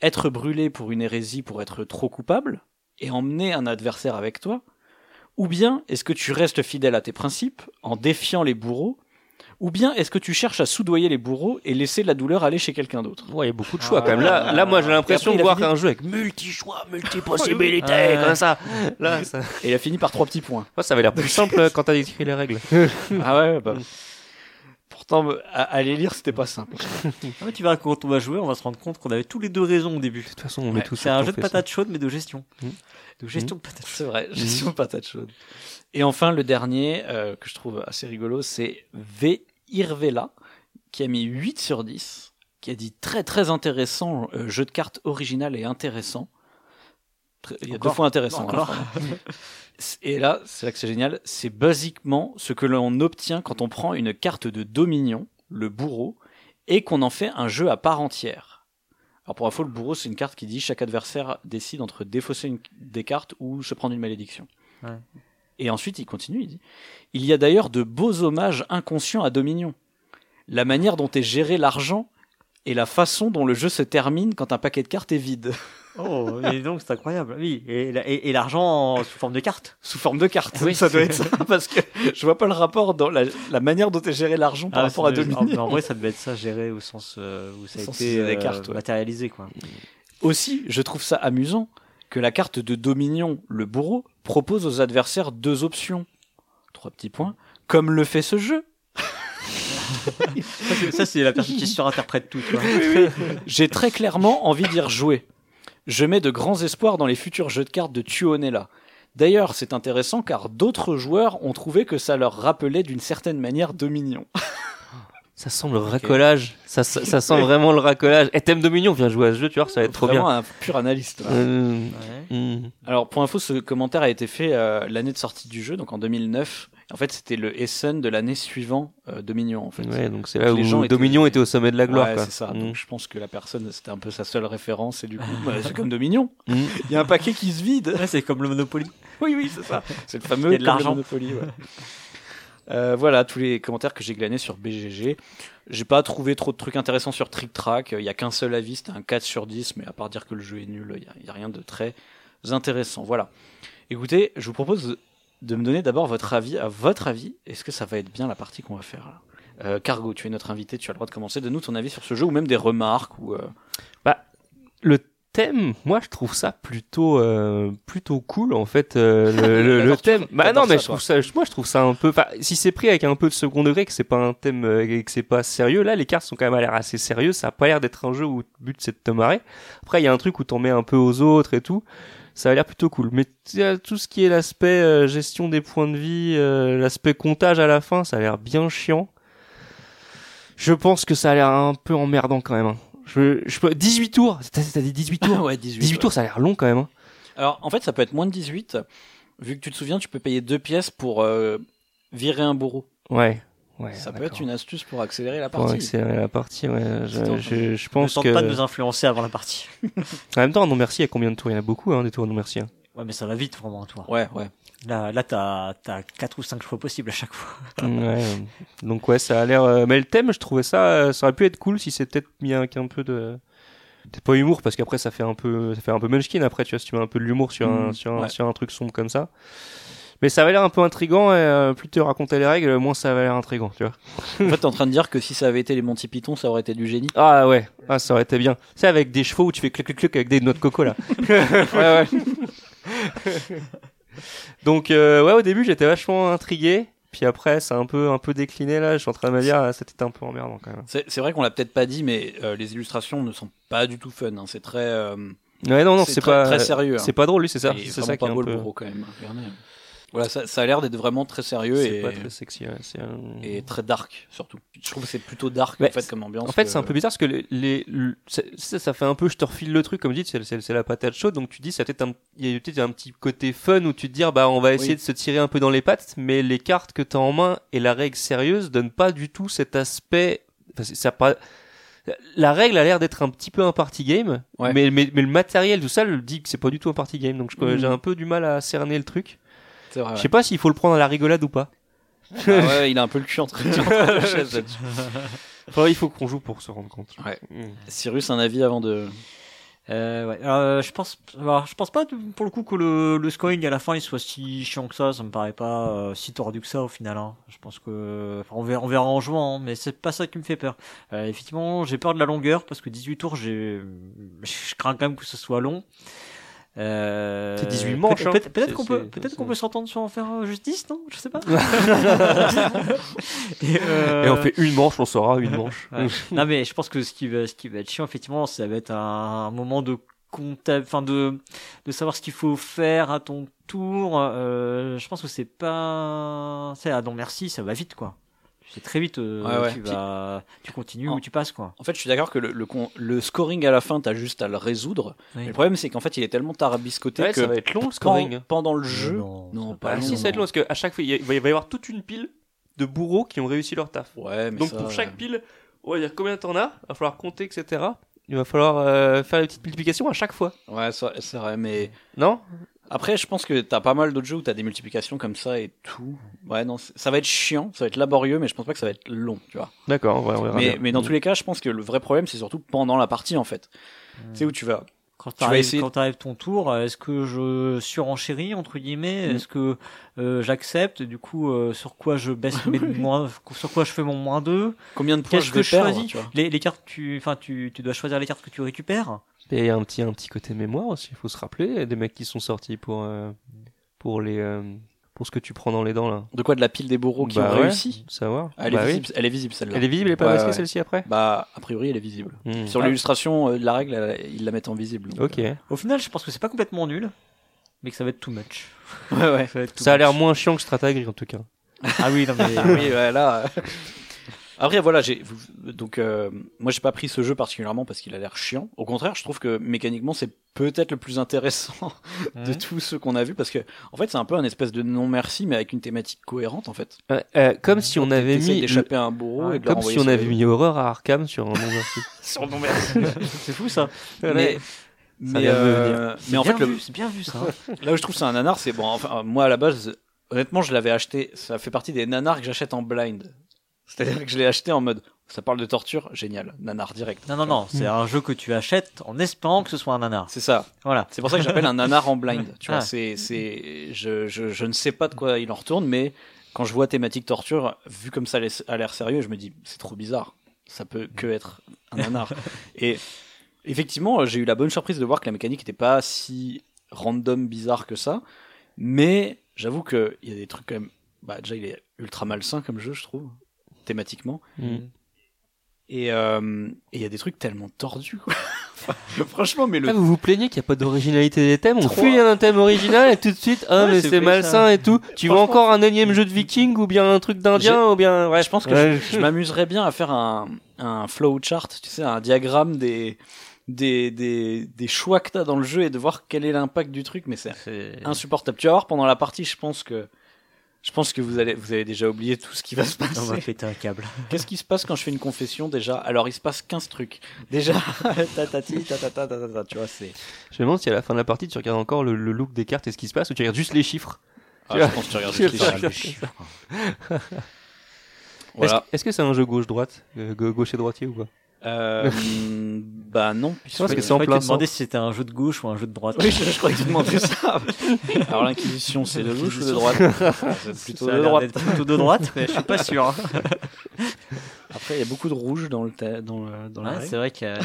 A: être brûlé pour une hérésie pour être trop coupable et emmener un adversaire avec toi Ou bien est-ce que tu restes fidèle à tes principes en défiant les bourreaux Ou bien est-ce que tu cherches à soudoyer les bourreaux et laisser la douleur aller chez quelqu'un d'autre
C: Ouais, il y a beaucoup de choix quand même. Là, là moi j'ai l'impression
A: Et après, il
C: de
A: a
C: voir
A: fini-
C: un jeu avec multi-choix, multi-possibilités,
B: Ah.
C: comme ça. Là, ça...
A: Et il a fini par trois petits points.
C: Moi, ça avait l'air plus simple euh, quand t'as décrit les règles.
A: ah ouais, ouais, bah. Pourtant, à- aller lire, c'était pas simple.
B: dix. Ah, mais tu verras quand on va jouer, on va se rendre compte qu'on avait tous les deux raison au début.
C: De toute façon, on
A: Ouais,
C: met tout
B: C'est un jeu de patates chaudes, mais de gestion.
C: Mm.
B: De gestion de patates
A: C'est vrai, gestion de patate chaude. Et enfin, le dernier, euh, que je trouve assez rigolo, c'est V. Irvela, qui a mis 8 sur 10, qui a dit très très intéressant, euh, jeu de cartes original et intéressant. Très- Il y a
B: Encore.
A: deux fois intéressant. hein,
B: Encore.
A: pardon. et là, c'est là que c'est génial, c'est basiquement ce que l'on obtient quand on prend une carte de dominion, le bourreau, et qu'on en fait un jeu à part entière. Alors pour info, le bourreau, c'est une carte qui dit chaque adversaire décide entre défausser une- des cartes ou se prendre une malédiction.
B: Ouais.
A: Et ensuite, il continue, il dit Il y a d'ailleurs de beaux hommages inconscients à Dominion. La manière dont est géré l'argent et la façon dont le jeu se termine quand un paquet de cartes est vide,
B: Oh, mais donc c'est incroyable. Oui, et, la- et- et l'argent en- sous forme de carte.
A: sous forme de cartes.
B: Oui.
A: ça doit être ça, parce que je vois pas le rapport dans la, la manière dont est géré l'argent par
B: Ah,
A: rapport à
B: ça devait-
A: Dominion.
B: en, en vrai, ça devait être ça géré au sens euh, où ça
A: Au
B: a
A: sens
B: été
A: des
B: euh,
A: cartes, ouais.
B: matérialisé. Quoi.
A: Aussi, je trouve ça amusant que la carte de Dominion, le bourreau, propose aux adversaires deux options. Trois petits points. Comme le fait ce jeu.
B: Ça, c'est- Ça, c'est la personne qui surinterprète tout. quoi.
A: J'ai très clairement envie d'y rejouer. Je mets de grands espoirs dans les futurs jeux de cartes de Tuonela. D'ailleurs, c'est intéressant car d'autres joueurs ont trouvé que ça leur rappelait d'une certaine manière Dominion.
C: Ça sent le racolage. Ça, ça, ça sent vraiment le racolage. Et t'aimes Dominion, viens jouer à ce jeu, tu vois, ça va être trop
A: Vraiment
C: bien.
A: un pur analyste.
C: Euh,
B: Ouais.
C: hmm.
A: Alors, pour info, ce commentaire a été fait euh, l'année de sortie du jeu, donc en 2009. En fait, c'était le Essen de l'année suivant euh, Dominion, en fait.
C: Ouais, donc c'est là
A: Les gens
C: où
A: étaient-
C: Dominion était au sommet de la gloire.
A: Ouais,
C: quoi.
A: c'est ça.
C: Hmm.
B: Mm.
A: Donc, je pense que la personne, c'était un peu sa seule référence, et du coup, bah, c'est comme Dominion.
C: Hmm.
A: Il y a un paquet qui se vide.
B: Ouais, c'est comme le Monopoly.
A: Oui, oui, c'est ça. C'est le fameux.
B: Il y a de l'argent.
A: comme le Monopoly, ouais. Euh, voilà tous les commentaires que j'ai glanés sur BGG. J'ai pas trouvé trop de trucs intéressants sur Trick Track. Il y a qu'un seul avis, c'était un 4 sur 10, mais à part dire que le jeu est nul, il y a- il y a, rien de très intéressant. Voilà. Écoutez, je vous propose de me donner d'abord votre avis. À votre avis, est-ce que ça va être bien la partie qu'on va faire là Euh, Cargo, tu es notre invité, tu as le droit de commencer. Donne-nous ton avis sur ce jeu ou même des remarques ou. euh,
C: le thème, moi je trouve ça plutôt euh, plutôt cool en fait euh, le, le- le
A: D'accord, tu
C: thème.
A: trouves-
C: Bah
A: t'adores
C: non mais
A: ça,
C: je trouve ça, je- moi je trouve ça un peu. enfin, Si c'est pris avec un peu de second degré, que c'est pas un thème euh, et que c'est pas sérieux, là les cartes sont quand même à l'air assez sérieux. Ça a pas l'air d'être un jeu où le but c'est de te marrer. Après il y a un truc où t'en mets un peu aux autres et tout. Ça a l'air plutôt cool. Mais tu sais, tout ce qui est l'aspect euh, gestion des points de vie, euh, l'aspect comptage à la fin, ça a l'air bien chiant. Je pense que ça a l'air un peu emmerdant quand même. hein. Je, je peux 18 tours. T'as t'as dit 18 tours.
A: ouais, 18.
C: 18
A: ouais.
C: tours, ça a l'air long quand même. hein.
A: Alors, en fait, ça peut être moins de 18. Vu que tu te souviens, tu peux payer deux pièces pour euh, virer un bourreau.
C: Ouais. ouais
A: ça peut
C: d'accord.
A: être une astuce pour accélérer la
C: Pour
A: partie.
C: accélérer la partie, ouais.
A: C'est en-
C: Je, je, je
B: Ne
C: pense
B: tente
C: que.
B: pas de nous influencer avant la partie.
C: En même temps, non merci, il y a combien de tours Il y en a beaucoup, hein, des tours non merci. hein.
B: Ouais, mais ça va vite vraiment, toi.
A: ouais, ouais.
B: Là, là t'as t'as quatre ou cinq choix possibles à chaque fois.
C: ouais. Donc ouais, ça a l'air. euh, Mais le thème, je trouvais ça, euh, ça aurait pu être cool si c'est peut-être mis avec un peu de. Peut-être pas humour parce qu'après ça fait un peu, ça fait un peu Munchkin après, tu vois, si tu mets un peu de l'humour sur un,
A: Mm,
C: sur un,
A: ouais.
C: sur un truc sombre comme ça. Mais ça avait l'air un peu intrigant et euh, plus tu racontais les règles, moins ça avait l'air intrigant, tu vois.
A: En fait, t'es en train de dire que si ça avait été les Monty Python, ça aurait été du génie.
C: Ah ouais, ah, ça aurait été bien. C'est avec des chevaux où tu fais clic clic clic avec des noix de coco là. ouais, ouais. Donc euh, ouais, au début j'étais vachement intrigué, puis après ça a un peu un peu décliné là. Je suis en train de me dire ah, c'était un peu emmerdant quand même.
A: C'est c'est vrai qu'on l'a peut-être pas dit, mais euh, les illustrations ne sont pas du tout fun. hein. C'est très, euh,
C: Ouais non non
A: c'est
C: c'est
A: très,
C: pas
A: très sérieux. hein.
C: C'est pas drôle lui c'est ça.
A: Et
C: C'est
A: vraiment
C: ça qui
A: pas
C: est un
A: beau le
C: peu.
A: bourreau quand même. Regardez. Voilà, ça, ça a l'air d'être vraiment très sérieux
C: C'est
A: et,
C: pas très sexy. ouais, c'est, euh,
A: et très dark surtout. Je trouve que c'est plutôt dark
C: Ouais,
A: en fait comme ambiance.
C: Bah, En fait,
A: que-
C: c'est un peu bizarre parce que les, les- le- ça, ça- ça fait un peu je te refile le truc comme dit, c'est c'est- c'est la patate chaude. Donc tu dis, ça a peut-être un, il y a peut-être un petit côté fun où tu te dis, bah on va essayer
A: Oui.
C: de se tirer un peu dans les pattes, mais les cartes que t'as en main et la règle sérieuse donnent pas du tout cet aspect. Enfin, c'est- ça pas. La règle a l'air d'être un petit peu un party game,
A: Ouais.
C: mais, mais, mais le matériel, tout ça, le dit que c'est pas du tout un party game. Donc je-
A: Mhm.
C: j'ai un peu du mal à cerner le truc.
A: c'est vrai,
C: Je
A: Ah ouais.
C: sais pas s'il faut le prendre à la rigolade ou pas.
A: Ah ouais, il a un peu le cul entre, entre deux chaises là-dessus.
C: Enfin, il faut qu'on joue pour se rendre compte.
A: Ouais.
C: Mhm.
A: Cyrus, un avis avant de.
B: Euh, ouais. Euh, je pense, alors, je pense pas pour le coup que le, le scoring à la fin il soit si chiant que ça. Ça me paraît pas euh, si tordu que ça au final. hein. Je pense que enfin, on verra, on verra en jouant, hein, mais c'est pas ça qui me fait peur. Euh, effectivement, j'ai peur de la longueur parce que 18 tours, j'ai, je crains quand même que ce soit long. Euh,
C: C'est 18 manches,
B: peut-
C: hein.
B: peut- Peut-être
C: C'est-
B: qu'on peut,
C: c'est-
B: peut-être
C: c'est-
B: qu'on peut s'entendre sur en faire euh, juste 10, non Je sais pas. Et, euh,
C: Et on fait une manche, on saura une manche.
B: Ouais.
A: Hmm.
B: non mais je pense que ce qui va, ce qui va être chiant effectivement, ça va être un moment de compta- enfin de de savoir ce qu'il faut faire à ton tour. Euh, je pense que c'est pas, c'est ah non merci, ça va vite quoi. C'est très vite, euh,
A: Ouais, ouais.
B: tu vas, tu continues
A: Oh.
B: ou tu passes quoi.
A: En fait, je suis d'accord que le, le, con- le scoring à la fin, t'as juste à le résoudre.
B: Oui.
A: Mais le problème, c'est qu'en fait, il est tellement tarabiscoté
C: Ouais,
A: que
C: ça va être long le
A: pen-
C: scoring.
A: pendant le jeu.
B: Euh, Non.
A: Non,
C: Ah,
A: pas long. hein.
C: si, ça va être long parce qu'à chaque fois, il y a- il va y avoir toute une pile de bourreaux qui ont réussi leur taf.
A: Ouais, mais
C: Donc
A: ça,
C: pour
A: ouais.
C: chaque pile, on va dire combien t'en as, il va falloir compter, etc. Il va falloir euh, faire les petites multiplications à chaque fois.
A: Ouais, ça- c'est vrai, mais
C: Non
A: Après, je pense que t'as pas mal d'autres jeux où t'as des multiplications comme ça et tout. Ouais, non, c'est- ça va être chiant, ça va être laborieux, mais je pense pas que ça va être long, tu vois.
C: D'accord, ouais, on verra
A: Mais,
C: bien. Mm.
A: mais dans tous les cas, je pense que le vrai problème, c'est surtout pendant la partie, en fait.
B: Mm.
A: Tu sais où tu vas.
B: Quand
A: vas
B: t'arrives
A: essayer de-
B: quand t'arrives ton tour, euh, est-ce que je surenchéris entre guillemets
A: Mm.
B: Est-ce que euh, j'accepte Du coup, euh, sur quoi je baisse mes moins, sur quoi je fais mon moins 2
A: Combien de points
B: Qu'est-ce
A: je
B: que
A: vais
B: je
A: perdre,
B: choisis
A: tu vois.
B: les, les cartes, tu, enfin, tu, tu dois choisir les cartes que tu récupères.
C: Et il y a un petit, un petit côté mémoire aussi, il faut se rappeler. Il y a des mecs qui sont sortis pour, euh, pour, les, euh, pour ce que tu prends dans les dents là.
A: De quoi de la pile des bourreaux Oh, qui
C: Bah
A: ont
C: ouais,
A: réussi Ah,
C: Savoir.
A: elle,
C: Bah
A: est
C: oui.
A: visible, elle est visible, celle-là.
C: Elle est visible, elle est pas
A: Ouais,
C: masquée
A: ouais.
C: celle-ci après
A: Bah, a priori, elle est visible.
C: Hmm.
A: Sur l'illustration euh, de la règle, elle- ils la mettent en visible. donc,
C: Ok.
B: Au final, je pense que c'est pas complètement nul, mais que ça va être too much.
A: euh, Ouais, ouais.
B: Ça va être too
C: Ça a l'air
B: much.
C: moins chiant que Stratagri en tout cas.
B: Ah oui, non mais.
A: Ah oui, ouais, là. euh. Après, voilà, j'ai vous- donc euh, moi j'ai pas pris ce jeu particulièrement parce qu'il a l'air chiant. Au contraire, je trouve que mécaniquement c'est peut-être le plus intéressant de
C: Mm.
B: Mhm.
A: tous ceux qu'on a vu parce que en fait c'est un peu un espèce de non merci mais avec une thématique cohérente en fait.
C: Euh, euh, comme si on avait
A: T'essayes
C: mis.
A: d'échapper à un bourreau
C: le-
A: et de
C: Comme si on avait mis Horror à Arkham sur un monde ainsi.
A: sur non merci.
B: c'est fou ça.
A: mais
C: Ça
A: mais,
C: vient de me
A: euh,
B: C'est
A: mais en fait
B: bien
A: le,
B: vu, c'est bien vu ça.
A: Là où je trouve c'est un nanar, c'est bon. Enfin, moi à la base, honnêtement, je l'avais acheté. Ça fait partie des nanars que j'achète en blind. C'est-à-dire que je l'ai acheté en mode. Ça parle de torture, génial, nanar direct.
B: Non non non, c'est un jeu que tu achètes en espérant que ce soit un nanar.
A: C'est ça.
B: Voilà.
A: C'est pour ça que j'appelle un nanar en blind. Tu vois,
B: Ah.
A: c'est, c'est, je, je, je ne sais pas de quoi il en retourne, mais quand je vois thématique torture, vu comme ça a l'air sérieux, je me dis c'est trop bizarre. Ça peut que être un nanar. Et effectivement, j'ai eu la bonne surprise de voir que la mécanique n'était pas si random bizarre que ça. Mais j'avoue que il y a des trucs quand même. Bah déjà, il est ultra malsain comme jeu, je trouve, thématiquement.
C: Mm.
A: Et euh, et il y a des trucs tellement tordus. quoi. Enfin, Franchement, mais le
C: Ah, vous vous plaignez qu'il n'y a pas d'originalité des thèmes On
A: Trois.
C: fait un thème original et tout de suite, ah
B: Ouais,
C: mais
B: c'est
C: c'est
B: vrai,
C: malsain
B: ça.
C: et tout. Tu veux
A: Franchement,
C: encore un énième jeu de viking ou bien un truc d'indien ou bien. Ouais,
A: je pense que
C: Ouais,
A: je, je m'amuserais bien à faire un, un flow chart, tu sais, un diagramme des, des, des, des choix que t'as dans le jeu et de voir quel est l'impact du truc, mais c'est
B: C'est-
A: insupportable. Tu vas voir pendant la partie, je pense que, je pense que vous allez, vous avez déjà oublié tout ce qui va se
B: On va
A: passer.
B: péter un câble.
A: Qu'est-ce qui se passe quand je fais une confession déjà? Alors, il se passe 15 trucs. Déjà, tatati, tatata, tatata, tu vois, c'est.
C: Je me demande si à la fin de la partie tu regardes encore le, le look des cartes et ce qui se passe ou tu regardes juste les chiffres.
A: Ah, je pense que tu regardes juste les
C: Voilà.
A: chiffres. Voilà.
C: Est-ce, est-ce que c'est un jeu gauche-droite euh, ga- Gauche et droitier ou quoi
A: Euh, bah non.
C: Je pense
B: Je
C: que c'est en
B: croyais que
C: plein
B: tu
C: centre.
B: demandais si c'était un jeu de gauche ou un jeu de droite.
A: Oui, je, je croyais que tu demandais ça. Alors l'inquisition, c'est de gauche ou de droite C'est plutôt
B: Ça a
A: de
B: l'air
A: droite.
B: d'être Plutôt de droite, mais je suis pas sûr.
A: Après, il y a beaucoup de rouge dans le ta- dans le- dans la
B: Ouais,
A: règle.
B: c'est vrai que euh,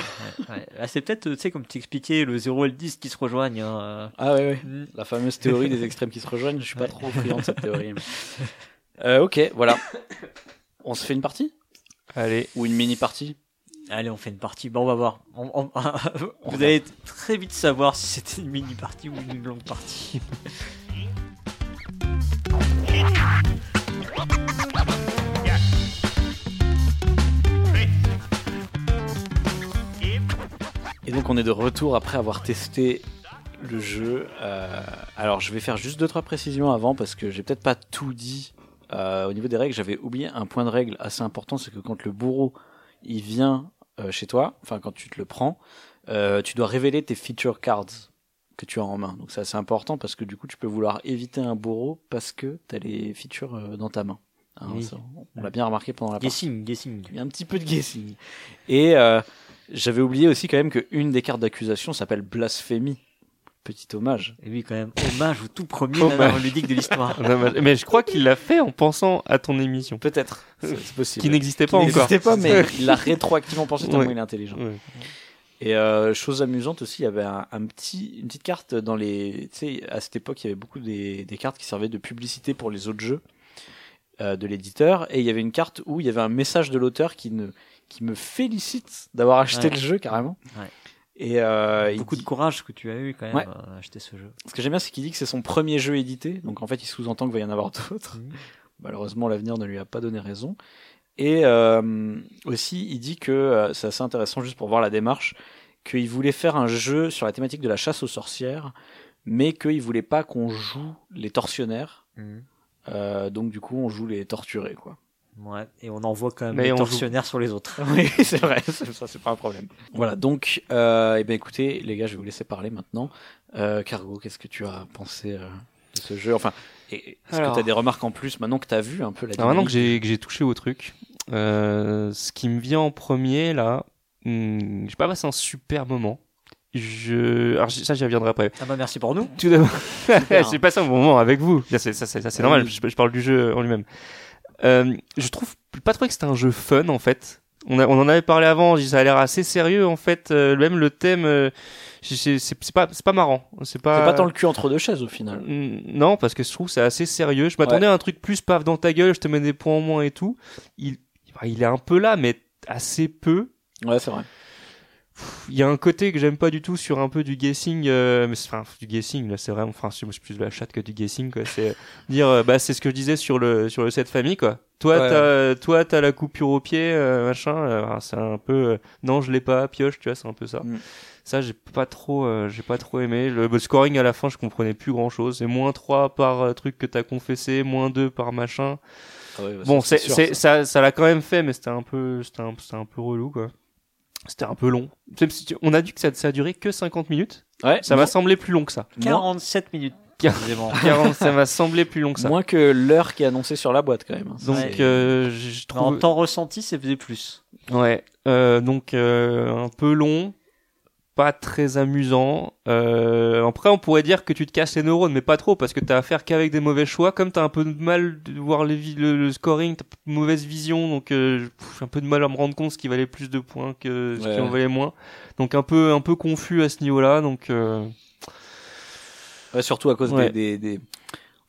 B: ouais, ouais. Ah, c'est peut-être, euh, tu sais, comme tu expliquais, le 0 et le 10 qui se rejoignent. hein,
A: Ah ouais, ouais.
B: euh.
A: La fameuse théorie des extrêmes qui se rejoignent. Je suis pas trop friand de cette théorie. mais- Euh, ok, voilà. On se fait une partie
C: Allez,
A: ou une mini partie
B: Allez, on fait une partie. Bon, on va voir. On- on-
A: On
B: Vous allez très vite savoir si c'était une mini partie ou une longue partie.
A: Et donc on est de retour après avoir testé le jeu. Euh, alors je vais faire juste deux trois précisions avant parce que j'ai peut-être pas tout dit Euh, au niveau des règles. J'avais oublié un point de règle assez important, c'est que quand le bourreau il vient euh, chez toi, enfin quand tu te le prends, euh, tu dois révéler tes feature cards que tu as en main. Donc c'est assez important parce que du coup tu peux vouloir éviter un bourreau parce que t'as les features euh, dans ta main. Hein,
B: Oui.
A: ça, on l'a bien remarqué pendant la partie.
B: Guessing, guessing.
A: Il y a un petit peu de guessing. Et euh, j'avais oublié aussi quand même qu'une des cartes d'accusation s'appelle blasphémie. Petit hommage.
B: Et oui, quand même, hommage au tout premier
C: Hommage.
B: nanar ludique de l'histoire.
C: Non, mais- mais je crois qu'il l'a fait en pensant à ton émission,
A: Peut-être. C'est c'est possible.
C: qui n'existait pas encore.
A: n'existait pas, mais il l'a rétroactivement pensé tellement
C: Ouais.
A: il est intelligent.
C: Ouais.
A: Et euh, chose amusante aussi, il y avait un, un petit, une petite carte dans les. Tu sais, à cette époque, il y avait beaucoup des, des cartes qui servaient de publicité pour les autres jeux euh, de l'éditeur. Et il y avait une carte où il y avait un message de l'auteur qui, ne- qui me félicite d'avoir acheté
B: Ouais.
A: le jeu carrément.
B: Ouais.
A: Et euh, il
B: Beaucoup de
A: dit-
B: courage que tu as eu quand même euh,
A: Ouais.
B: à acheter ce jeu.
A: Ce que j'aime bien, c'est qu'il dit que c'est son premier jeu édité, donc en fait, il sous-entend qu'il va y en avoir d'autres.
B: Mhm.
A: Malheureusement, l'avenir ne lui a pas donné raison. Et euh, aussi, il dit que euh, c'est assez intéressant, juste pour voir la démarche, qu'il voulait faire un jeu sur la thématique de la chasse aux sorcières, mais qu'il voulait pas qu'on joue les tortionnaires.
C: Mm.
B: Mhm.
A: Euh, donc du coup, on joue les torturés, quoi.
B: Ouais, et on envoie quand même
C: Mais
B: les
C: on joue.
B: tortionnaires sur les autres.
A: Oui, c'est vrai, c'est- ça c'est pas un problème. Voilà, donc, euh, eh ben écoutez, les gars, je vais vous laisser parler maintenant. Euh, Cargo, qu'est-ce que tu as pensé euh, de ce jeu Enfin, et- est-ce
C: Alors.
A: que tu as des remarques en plus maintenant que tu as vu un peu la
C: Alors Ah, maintenant que
A: dynamique
C: j'ai que j'ai touché au truc, euh, ce qui me vient en premier là, hmm, j'ai pas passé un super moment. Je, alors j- ça j'y reviendrai après.
B: Ah bah merci pour nous.
C: Tout d'abord,
A: Super.
C: j'ai passé un bon moment avec vous. Ça c'est ça, c'est- ça, c'est
A: Ah
C: normal.
A: oui.
C: Je, je parle du jeu en lui-même. Euh, je trouve pas trop que c'était un jeu fun en fait. On, a- on en avait parlé avant. j'ai dit, Ça a l'air assez sérieux en fait. Euh, même le thème, euh, j'ai- j'ai- c'est c'est pas c'est pas marrant. C'est pas
A: C'est pas tant le cul entre deux chaises au final.
C: Mm, Non, parce que je trouve que c'est assez sérieux. Je m'attendais à un truc plus paf dans ta gueule, je te mets des points en moins et tout. Il, bah, il est un peu là, mais assez peu.
A: Ouais, c'est vrai.
C: Pff, Il y a un côté que j'aime pas du tout sur un peu du guessing, euh, mais c'est- enfin du guessing là, c'est vraiment, enfin c'est moi, c'est plus de la chatte que du guessing quoi. C'est dire, euh, bah c'est ce que je disais sur le sur le set famille quoi. Toi
A: Ouais.
C: t'as toi t'as la coupure au pied euh, machin, euh, enfin, c'est un peu euh, non je l'ai pas pioche tu vois c'est un peu ça.
A: Mm.
C: Ça j'ai pas trop euh, j'ai pas trop aimé. Le, le scoring à la fin je comprenais plus grand chose. C'est moins 3 par euh, truc que t'as confessé, moins 2 par machin.
A: Ah ouais, bah,
C: Bon,
A: ça,
C: c'est,
A: sûr,
C: c'est,
A: ça.
C: ça, ça l'a quand même fait, mais c'était un peu, c'était un, c'était un peu relou, quoi. C'était un peu long. Même si tu- On a dit que ça, ça a duré que 50 minutes.
A: Ouais,
C: Ça m'a semblé plus long que ça.
A: moins-
B: 47 minutes.
C: Quar-
B: précisément.
C: 40, ça m'a semblé plus long que ça.
A: moins que l'heure qui est annoncée sur la boîte quand même. hein.
C: Donc,
A: C'est-
C: euh, je je
B: Non, En
C: trouve.
B: temps ressenti, c'est faisait plus.
C: Ouais. Euh, donc, euh, un peu long. Pas très amusant. Euh, après, on pourrait dire que tu te casses les neurones, mais pas trop, parce que t'as affaire qu'avec des mauvais choix. Comme t'as un peu de mal de voir les vi- le, le scoring, t'as une mauvaise vision, donc euh, pff, j'ai un peu de mal à me rendre compte ce qui valait plus de points que ce
A: Ouais.
C: qui en valait moins. Donc un peu un peu confus à ce niveau-là. Donc euh,
A: Ouais, surtout à cause
C: Ouais.
A: des, des, des,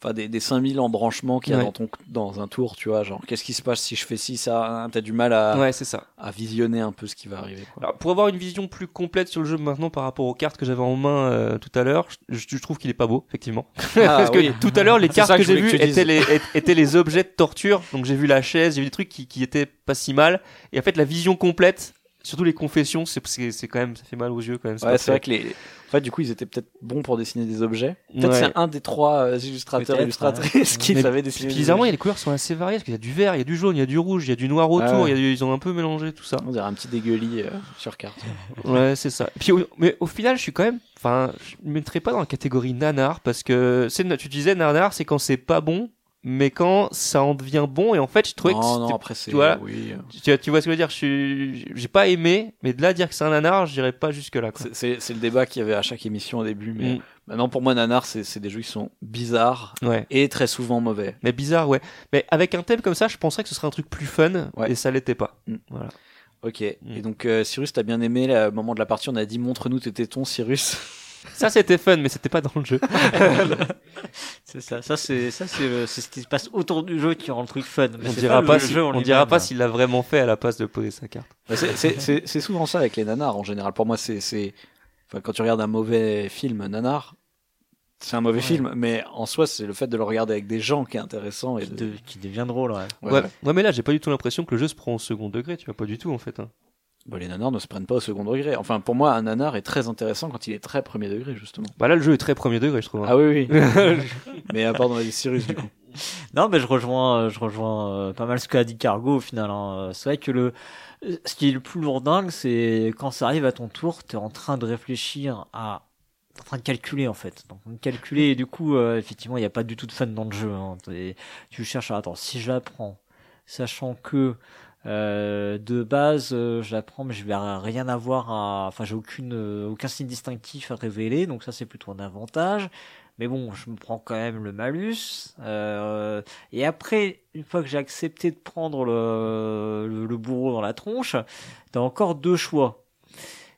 A: enfin, des, des 5000 embranchements qu'il y a
C: Ouais.
A: dans, ton, dans un tour, tu vois. Genre, qu'est-ce qui se passe si je fais ci, ça hein, T'as du mal à,
C: ouais, c'est ça.
A: à visionner un peu ce qui va arriver. Quoi.
C: Alors, pour avoir une vision plus complète sur le jeu maintenant par rapport aux cartes que j'avais en main euh, tout à l'heure, je, je trouve qu'il est pas beau, effectivement. Parce que
A: Ah, oui.
C: tout à l'heure, les
A: C'est
C: cartes
A: ça
C: que,
A: que je
C: j'ai
A: voulais
C: vues
A: que tu dises.
C: étaient les, étaient- étaient les objets de torture. Donc j'ai vu la chaise, j'ai vu des trucs qui, qui étaient pas si mal. Et en fait, la vision complète, surtout les confessions, c'est c'est c'est quand même, ça fait mal aux yeux quand même.
A: Ouais,
C: pas
A: c'est
C: très-
A: vrai que les. En fait, du coup, ils étaient peut-être bons pour dessiner des objets. Peut-être
C: Ouais. hein.
A: c'est un des trois euh, illustrateurs
B: Peut-être,
A: illustratrices qui
C: Mais
A: savait
C: Puis,
A: dessiner. des
C: bizarrement,
A: objets.
C: il y a les couleurs sont assez variées parce qu'il y a du vert, il y a du jaune, il y a du rouge, il y a du noir
A: Ah
C: autour.
A: ouais.
C: il y a du- ils ont un peu mélangé tout ça.
A: on dirait un petit dégueulis euh, sur carte.
C: Ouais, c'est ça. Puis, au- mais au final, je suis quand même. Enfin, je me mettrais pas dans la catégorie nanar parce que c'est, tu disais nanar, c'est quand c'est pas bon, mais quand ça en devient bon. Et en fait, je trouvais
A: non,
C: que
A: non,
C: c'était-
A: après c'est
C: tu vois,
A: oui, euh,
C: tu, tu vois ce que je veux dire. Je suis, j'ai pas aimé, mais de là à dire que c'est un nanar, j'irais pas jusque là. Quoi.
A: c'est- c'est c'est le débat qu'il y avait à chaque émission au début. Mais
C: Mm.
A: maintenant, pour moi, nanar, c'est c'est des jeux qui sont bizarres
C: Ouais.
A: et très souvent mauvais.
C: Mais bizarre, ouais. Mais avec un thème comme ça, je penserais que ce serait un truc plus fun,
A: Ouais.
C: et ça l'était pas.
A: Ok.
C: Mm.
A: Et donc, euh, Cyrus, t'as bien aimé le moment de la partie. On a dit montre-nous tes tétons, Cyrus.
C: Ça, c'était fun, mais c'était pas dans le jeu.
B: C'est ça. Ça c'est ça c'est euh, c'est ce qui se passe autour du jeu qui rend le truc fun. Mais
C: on
B: c'est
C: dira
B: le
C: pas, si,
B: jeu en
C: on
B: lui-même.
C: dira pas s'il l'a vraiment fait à la place de poser sa carte.
A: Bah, c'est- c'est- C'est c'est souvent ça avec les nanars en général. Pour moi, c'est- c'est. Enfin, quand tu regardes un mauvais film nanar, c'est un mauvais
B: Ouais.
A: film, mais en soi, c'est le fait de le regarder avec des gens qui est intéressant. Et
B: hein, Qui,
A: de-
B: de- qui devient drôle. Ouais.
A: Ouais,
C: Ouais.
A: ouais.
C: Ouais, mais là, j'ai pas du tout l'impression que le jeu se prend au second degré. Tu vois, pas du tout en fait. hein.
A: Bah, les nanars ne se prennent pas au second degré. Enfin, pour moi, un nanar est très intéressant quand il est très premier degré, justement.
C: Bah là, le jeu est très premier degré, je trouve. hein.
A: Ah oui, oui. mais à part dans les Cyrus, du coup.
B: Non, mais je rejoins, euh, je rejoins euh, pas mal ce qu'a dit Cargo au final. hein. Euh, C'est vrai que le, euh, ce qui est le plus lourdingue, c'est quand ça arrive à ton tour, t'es en train de réfléchir à, t'es en train de calculer en fait. Donc de calculer et du coup, euh, effectivement, il n'y a pas du tout de fun dans le jeu. hein. T'es- Tu cherches, à attends, si je la prends, sachant que euh, de base, euh, je la prends, mais je vais rien avoir à, enfin, j'ai aucune, euh, aucun signe distinctif à révéler, donc ça c'est plutôt un avantage. Mais bon, je me prends quand même le malus. Euh, et après, une fois que j'ai accepté de prendre le, le, le bourreau dans la tronche, t'as encore deux choix.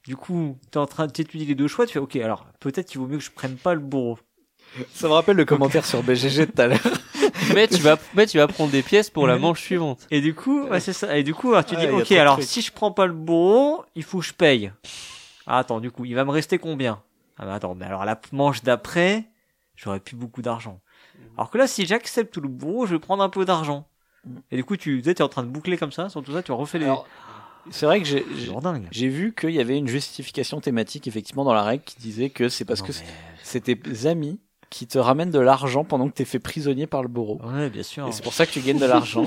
B: Du coup, t'es en train d'étudier les deux choix, tu fais, ok, alors peut-être qu'il vaut mieux que je prenne pas le bourreau.
A: Ça me rappelle le commentaire sur BGG de tout à l'heure.
C: mais tu vas, mais tu vas prendre des pièces pour la manche suivante.
B: Et du coup, ouais, c'est ça. Et du coup, alors, tu
A: Ouais,
B: dis,
A: il y a
B: ok,
A: trop de
B: alors
A: trucs.
B: si je prends pas le bourreau, il faut que je paye. Ah, attends, du coup, il va me rester combien Ah, bah attends, mais alors la manche d'après, j'aurais plus beaucoup d'argent.
A: Mmh.
B: Alors que là, si j'accepte tout le bourreau, je vais prendre un peu d'argent. Et du coup, tu es en train de boucler comme ça, sur tout ça, tu refais les.
A: Alors, C'est vrai que j'ai-
B: C'est
A: j'ai
B: dingue.
A: J'ai vu qu'il y avait une justification thématique effectivement dans la règle qui disait que c'est parce que c'était amis qui te ramène de l'argent pendant que t'es fait prisonnier par le bourreau.
B: Ouais, bien sûr.
A: Et c'est pour ça que tu gagnes de l'argent.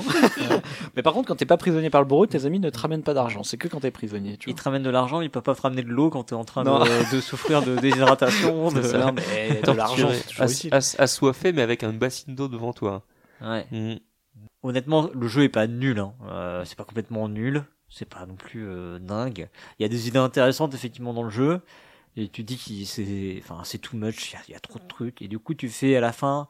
A: Mais par contre, quand t'es pas prisonnier par le bourreau, tes amis ne te ramènent pas d'argent. C'est que quand t'es prisonnier. Tu
B: Ils
A: vois.
B: te ramènent de l'argent, ils peuvent pas te ramener de l'eau quand t'es en train
A: Non.
B: de, de souffrir de déshydratation. de...
A: C'est ça, mais eh, de
C: Torturé,
A: l'argent, c'est toujours
C: ass-
A: utile.
C: ass- assoiffé, mais avec un bassine d'eau devant toi.
B: Ouais.
C: Mm.
B: Honnêtement, le jeu est pas nul. Hein. Euh, c'est pas complètement nul. C'est pas non plus euh, dingue. Il y a des idées intéressantes effectivement dans le jeu. Et tu dis que c'est, enfin, c'est too much. Il y a- il y, a trop de trucs. Et du coup, tu fais à la fin.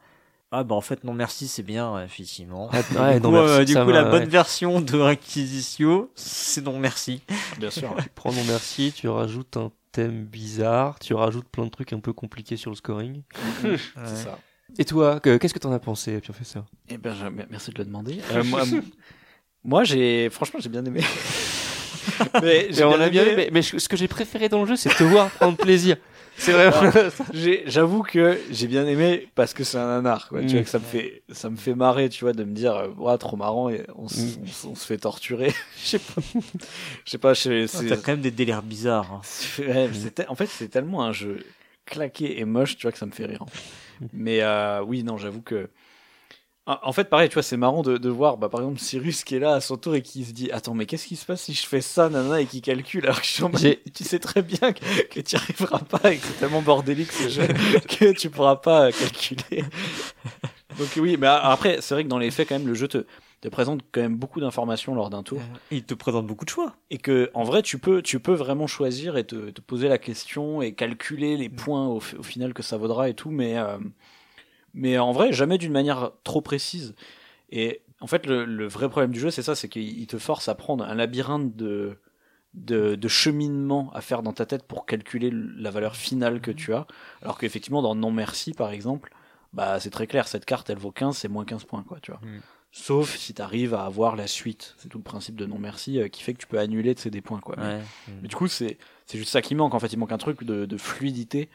B: Ah bah en fait non merci c'est bien ouais, effectivement.
C: Ah, ouais,
B: du
C: non,
B: coup,
C: merci,
B: euh, du
C: ça
B: coup,
C: m'a-
B: la bonne
C: ouais.
B: version de Inquisitio c'est non merci.
A: Bien sûr.
C: Tu prends non merci, tu rajoutes un thème bizarre, tu rajoutes plein de trucs un peu compliqués sur le scoring.
A: Mm, C'est ça.
C: Et toi, que- qu'est-ce que t'en as pensé, professeur
A: Eh ben, je- merci de le demander. Euh, moi, moi, j'ai franchement, j'ai bien aimé. mais j'ai
C: on
A: bien
C: a bien
A: aimé.
C: vu, mais, mais je- ce que j'ai préféré dans le jeu, c'est te voir prendre plaisir. C'est vraiment.
A: J'ai- J'avoue que j'ai bien aimé parce que c'est un nanar. Quoi.
C: Mm.
A: Tu vois que ça me fait, ça me fait marrer, tu vois, de me dire, euh, Ouah, trop marrant, et on, s-
B: Mm.
A: on s- on se fait torturer. Je sais pas. Je sais pas. je-
B: Ah,
A: c'est-
B: T'as quand même des délires bizarres. hein.
A: c'est- ouais, c'est te- en fait, c'est tellement un jeu claqué et moche, tu vois, que ça me fait rire. Mais euh, oui, non, j'avoue que. En en fait, pareil, tu vois, c'est marrant de, de voir, bah, par exemple, Cyrus qui est là à son tour et qui se dit Attends, mais qu'est-ce qui se passe si je fais ça, nana, et qui calcule alors que je suis en mode,
C: J'ai-
A: Tu sais très bien que, que tu n'y arriveras pas et que c'est tellement bordélique ce jeu que tu pourras pas euh, calculer. Donc, oui, mais a- après, c'est vrai que dans les faits, quand même, le jeu te, te présente quand même beaucoup d'informations lors d'un tour
B: Ils te présentent beaucoup de choix.
A: et que en vrai tu peux tu peux vraiment choisir et te, te poser la question et calculer les points au, fi- au final que ça vaudra et tout mais euh, mais en vrai jamais d'une manière trop précise et en fait le, le vrai problème du jeu c'est ça c'est qu'il il te force à prendre un labyrinthe de de, de cheminement à faire dans ta tête pour calculer l- la valeur finale que tu as alors qu'effectivement dans non merci par exemple bah c'est très clair cette carte elle vaut 15 c'est moins 15 points quoi tu vois
B: Mm.
A: Sauf si tu arrives à avoir la suite. C'est tout le principe de non merci euh, qui fait que tu peux annuler de ces des points. Quoi.
B: Ouais. Mm.
A: Mais du coup, c'est c'est juste ça qui manque. En fait, il manque un truc de, de fluidité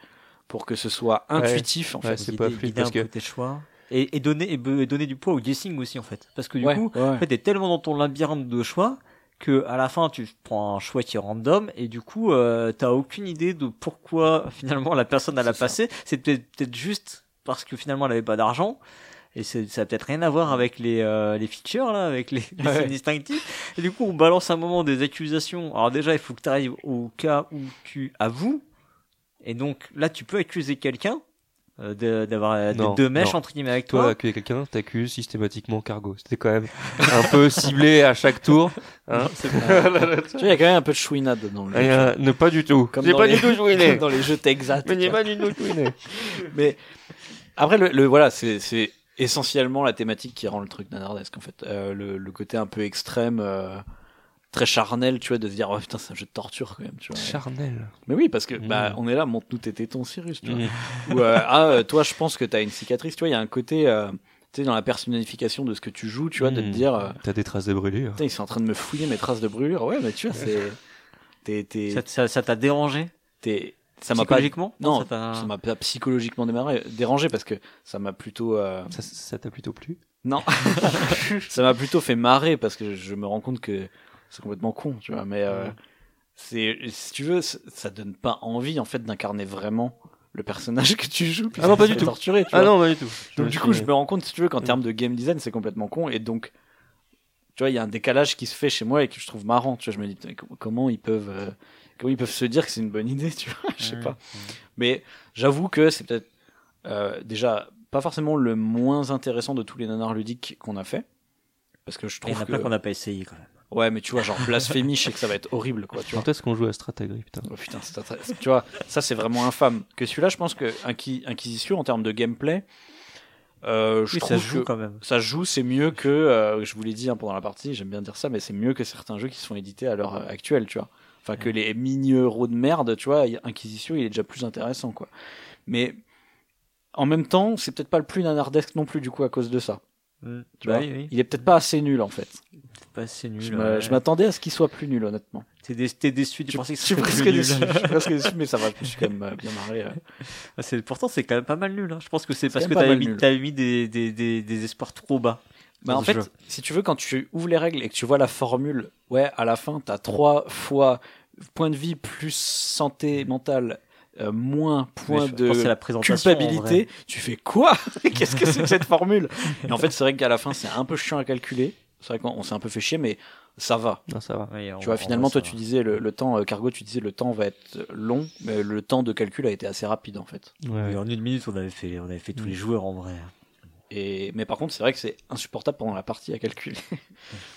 A: pour que ce soit intuitif. En
C: Ouais,
A: fait.
C: c'est pas fluide parce que-
B: tes choix et, et donner et, be- et donner du poids au guessing aussi en fait parce que du
A: Ouais,
B: coup
A: ouais, ouais.
B: en fait t'es tellement dans ton labyrinthe de choix que à la fin tu prends un choix qui est random et du coup euh, t'as aucune idée de pourquoi finalement la personne elle a
A: C'est ça.
B: passé c'est peut-être peut-être juste parce que finalement elle avait pas d'argent et c'est- ça a peut-être rien à voir avec les euh, les features là avec les, les
A: Ouais.
B: signes distinctifs et du coup on balance un moment des accusations alors déjà il faut que tu arrives au cas où tu avoues et donc là tu peux accuser quelqu'un euh, de- d'avoir euh, des
C: Non,
B: deux mèches
C: non.
B: entre guillemets avec
C: Toi,
B: toi
A: Hein
C: accueillir quelqu'un, t'accuses systématiquement Cargo. C'était quand même un peu ciblé à chaque tour. hein.
A: Tu vois, Il y a quand même un peu de chouinade dans le
C: Et,
A: jeu.
C: euh, ne pas du tout.
A: Comme
C: J'ai
A: dans
C: pas
A: les-
C: du tout joué.
A: Comme dans les jeux Texas.
C: Mais
A: tu
C: j'ai
A: vois.
C: pas du tout joué.
A: Mais après, le, le- voilà, c'est c'est essentiellement la thématique qui rend le truc nanardesque en fait. Euh, le, le côté un peu extrême. euh, Très charnel, tu vois, de se dire, oh putain, c'est un jeu de torture quand même, tu vois.
C: Charnel.
A: Mais oui, parce que,
C: Mm.
A: bah, on est là, montre-nous tes tétons, Cyrus, tu vois. ou euh, ah euh, toi je pense que t'as une cicatrice tu vois il y a un côté euh, tu sais dans la personnalification de ce que tu joues tu vois de te
C: Mm.
A: dire euh,
C: T'as des traces de hein. brûlure.
A: putain ils sont en train de me fouiller mes traces de brûlure ouais mais tu vois c'est t'es t'es
B: ça ça- ça t'a dérangé
A: t'es- ça m'a pas
B: psychologiquement
A: non
B: ça t'a-
A: ça
C: Hein.
A: m'a pas psychologiquement démarré, dérangé parce que ça m'a plutôt euh,
C: Ça- Ça t'a plutôt plu
A: non ça m'a plutôt fait marrer parce que je me rends compte que c'est complètement con tu vois mais euh, c'est si tu veux c'est- ça donne pas envie en fait d'incarner vraiment le personnage que tu joues puisque
C: non, pas
A: tu
C: du
A: te fais
C: tout.
A: torturer, tu
C: Ah
A: vois.
C: non, pas du tout.
A: Donc du
C: me
A: coup,
C: suis-
A: je me rends compte, si tu veux,
B: Mm.
A: qu'en termes de game design, c'est complètement con. Et donc, tu vois, il y a un décalage qui se fait chez moi et que je trouve marrant. Tu vois, je me dis, putain, com- comment ils peuvent, euh, comment ils peuvent se dire que c'est une bonne idée, tu vois, je sais
B: Ouais,
A: pas. Mais j'avoue que c'est peut-être euh, déjà pas forcément le moins intéressant de tous les nanars ludiques qu'on a fait. Parce que je
B: Il y en
A: trouve
B: a
A: que...
B: plein qu'on n'a pas essayé quand même.
A: Ouais, mais tu vois, genre blasphémie, je sais que ça va être horrible, quoi, tu vois.
C: Quand est-ce qu'on joue à Stratagri, putain
A: Oh putain, c'est attra- c'est- tu vois, ça c'est vraiment infâme. Que celui-là, je pense que Inqui- Inquisition, en termes de gameplay, euh, je
B: Oui,
A: trouve
B: ça se joue
A: que-
B: quand même.
A: ça se joue, c'est mieux que, euh, je vous l'ai dit hein, pendant la partie, j'aime bien dire ça, mais c'est mieux que certains jeux qui sont édités à l'heure euh, actuelle, tu vois. Enfin, que les mini-euros de merde, tu vois, y- Inquisition, il est déjà plus intéressant, quoi. Mais en même temps, c'est peut-être pas le plus nanardesque non plus, du coup, à cause de ça. Hmm, Tu vois
B: Bah oui, oui.
A: Il est peut-être pas assez nul, en fait.
B: C'est pas assez
A: Je
B: nul.
A: me-
B: ouais.
A: je m'attendais à ce qu'il soit plus nul, honnêtement.
B: T'es dé- t'es déçu du principe
A: je suis presque déçu, je suis presque déçu, mais ça va, je suis quand même euh, bien marré. euh.
B: Pourtant, Ah, c'est quand même pas mal nul. hein. Je pense que c'est parce
A: quand
B: que
A: même pas
B: t'avais
A: mal
B: mis,
A: nul.
B: t'avais mis des, des, des, des espoirs trop bas.
A: Bah,
B: dans
A: en
B: ce
A: fait,
B: jeu.
A: si tu veux, quand tu ouvres les règles et que tu vois la formule, ouais, à la fin, t'as trois fois point de vie plus santé mentale euh, moins point
B: Mais je pense que c'est
A: de
B: la présentation, en
A: culpabilité. Tu fais quoi Qu'est-ce que c'est que cette formule Et en fait, c'est vrai qu'à la fin, c'est un peu chiant à calculer. C'est vrai qu'on on s'est un peu fait chier, mais ça va.
C: Non, ça va.
B: vrai. Ouais, en-
A: Tu vois,
B: en
A: finalement,
B: vrai,
A: toi,
B: ça
A: tu
B: va.
A: disais le, le temps, euh, Cargo, tu disais le temps va être long, mais le temps de calcul a été assez rapide, en fait.
C: Ouais.
B: Mais En une minute, on avait fait, on avait fait tous
A: Hmm.
B: les joueurs en vrai.
A: Et, mais par contre, c'est vrai que c'est insupportable pendant la partie à calculer.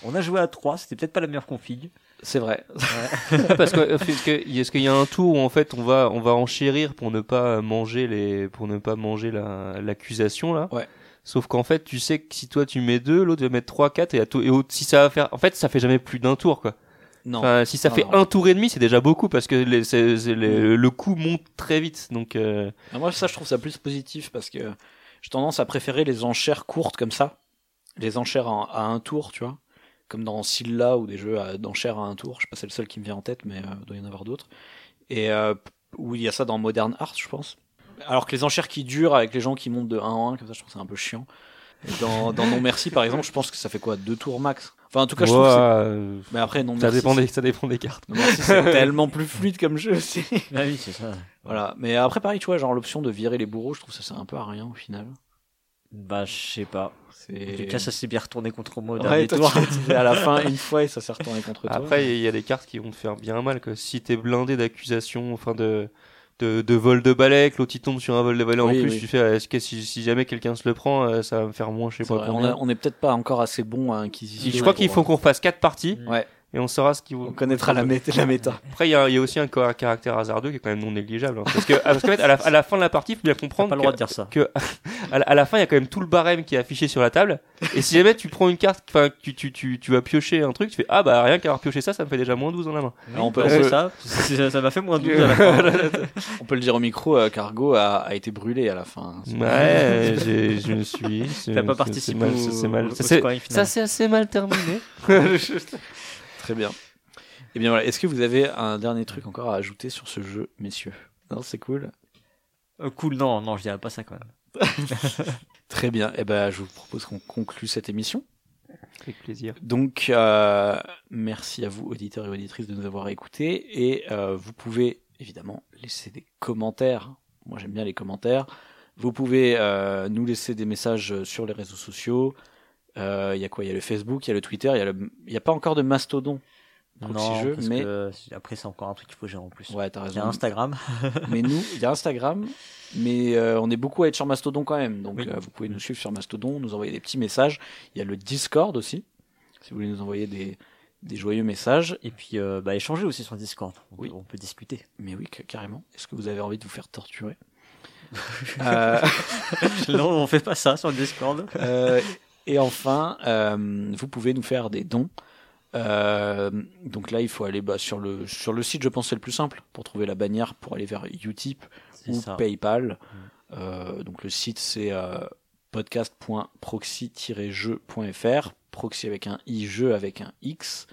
B: On a joué à 3, c'était peut-être pas la meilleure config.
A: C'est vrai.
C: Ah, parce que, euh, parce que- est-ce qu'il y a un tour où en fait on va on va enchérir pour ne pas manger les pour ne pas manger la l'accusation là
A: Ouais.
C: Sauf qu'en fait, tu sais que si toi tu mets deux, l'autre va mettre 3 4 et, à tout- et au- si ça va faire en fait, ça fait jamais plus d'un tour quoi.
A: Non.
C: Enfin, si ça
A: Non,
C: fait
A: non.
C: un tour et demi, c'est déjà beaucoup parce que les, c'est- c'est les- le coup monte très vite donc euh,
A: Non, Ah, Moi, ça, je trouve ça plus positif parce que j'ai tendance à préférer les enchères courtes comme ça. Les enchères en- à un tour, tu vois. Comme dans Silla ou des jeux à- d'enchères à un tour. Je sais pas, c'est le seul qui me vient en tête, mais euh, il doit y en avoir d'autres. Et euh, p- où il y a ça dans Modern Art, je pense. Alors que les enchères qui durent avec les gens qui montent de 1 en 1, comme ça, je trouve ça un peu chiant. Et dans, dans Non Merci, par exemple, je pense que ça fait quoi Deux tours max Enfin, en tout cas, je trouve que
C: ouah, euh,
A: c'est- Mais après, Non
C: ça
A: Merci,
C: dépend des ça dépend des cartes.
A: c'est- Non Merci, c'est tellement plus fluide comme jeu aussi.
B: Ah oui, c'est ça.
A: Voilà, mais après pareil, tu vois, genre l'option de virer les bourreaux, je trouve ça sert un peu à rien au final.
B: Bah, je sais pas. En tout
A: C'est
B: cas, ça s'est bien retourné contre moi au
A: ouais,
B: dernier
A: toi,
B: tour.
A: tu l'as tiré à la fin une fois et ça s'est retourné contre toi.
C: Après, il y a des cartes qui vont te faire bien mal. Que si t'es blindé d'accusations, enfin de, de de vol de balai, que l'autre il tombe sur un vol de balai en
A: Oui,
C: plus,
A: oui.
C: tu fais euh, est-ce que si, si jamais quelqu'un se le prend, euh, ça va me faire moins, je sais
A: C'est
C: pas
A: vrai, on,
C: combien.
A: a- on est peut-être pas encore assez bon à Inquisition.
C: Je crois qu'il
A: pour-
C: faut qu'on fasse quatre parties
A: Ouais.
C: et on saura ce qui
A: On
C: vous.
A: connaîtra la, mé- la méta.
C: Après, il y, a- il y a aussi un ca- caractère hasardeux qui est quand même non négligeable. hein. parce que parce qu'en fait, à la, à la fin de la partie, il faut bien
B: T'as
C: comprendre
B: pas le
C: que
B: droit de dire ça.
C: à la, à la fin, il y a quand même tout le barème qui est affiché sur la table. Et si jamais tu prends une carte, enfin, tu, tu, tu, tu vas piocher un truc, tu fais Ah bah rien qu'avoir pioché ça, ça me fait déjà moins 12 dans la main.
A: Alors, on, peut,
B: Ouais,
A: on
B: bah, c'est
A: peut-
B: ça, C'est- ça m'a fait moins 12 à la fin.
A: on peut le dire au micro, euh, Cargo a, a été brûlé à la fin. hein.
C: Mm.
A: C'est-
C: Ouais, j'ai- je me suis. c'est-
B: T'as pas
C: c'est-
B: participé
C: C'est mal.
B: au-
C: c'est- c'est
B: au-
C: mal.
B: au
C: Ça, c'est-
B: scoring final.
C: ça, c'est assez mal terminé.
A: Très bien. Et bien voilà, est-ce que vous avez un dernier truc encore à ajouter sur ce jeu, messieurs Non, c'est cool.
B: Euh, cool, non, non, je dirais pas ça quand même.
A: Très bien. Et ben, je vous propose qu'on conclue cette émission.
C: Avec plaisir.
A: Donc, euh, merci à vous, auditeurs et auditrices, de nous avoir écoutés. Et euh, vous pouvez évidemment laisser des commentaires. Moi, j'aime bien les commentaires. Vous pouvez euh, nous laisser des messages sur les réseaux sociaux. Euh, Il y a quoi Il y a le Facebook, il y a le Twitter, il y a le- il n'y a pas encore de mastodon. Proxy jeu,
B: parce
A: mais-
B: que c'est- après, c'est encore un truc qu'il faut gérer en plus.
A: Ouais, t'as
B: Il y a
A: raison.
B: Instagram.
A: mais nous, il y a Instagram, mais euh, on est beaucoup à être sur Mastodon quand même. Donc
B: Oui.
A: euh, vous pouvez nous suivre sur Mastodon, nous envoyer des petits messages. Il y a le Discord aussi, si vous voulez nous envoyer des, des joyeux messages.
B: Et puis, euh, bah, échanger aussi sur Discord. On,
A: Oui.
B: peut, on peut discuter.
A: Mais oui, que- carrément. Est-ce que vous avez envie de vous faire torturer Euh,
B: non, on fait pas ça sur Discord.
A: euh, Et enfin, euh, vous pouvez nous faire des dons. Euh, donc là, il faut aller bah, sur, le, sur le site, je pense, c'est le plus simple pour trouver la bannière pour aller vers Utip
B: C'est
A: ou
B: ça.
A: PayPal. Euh, donc le site, c'est euh, podcast.proxy-jeu.fr. Proxy avec un i, jeu avec un x.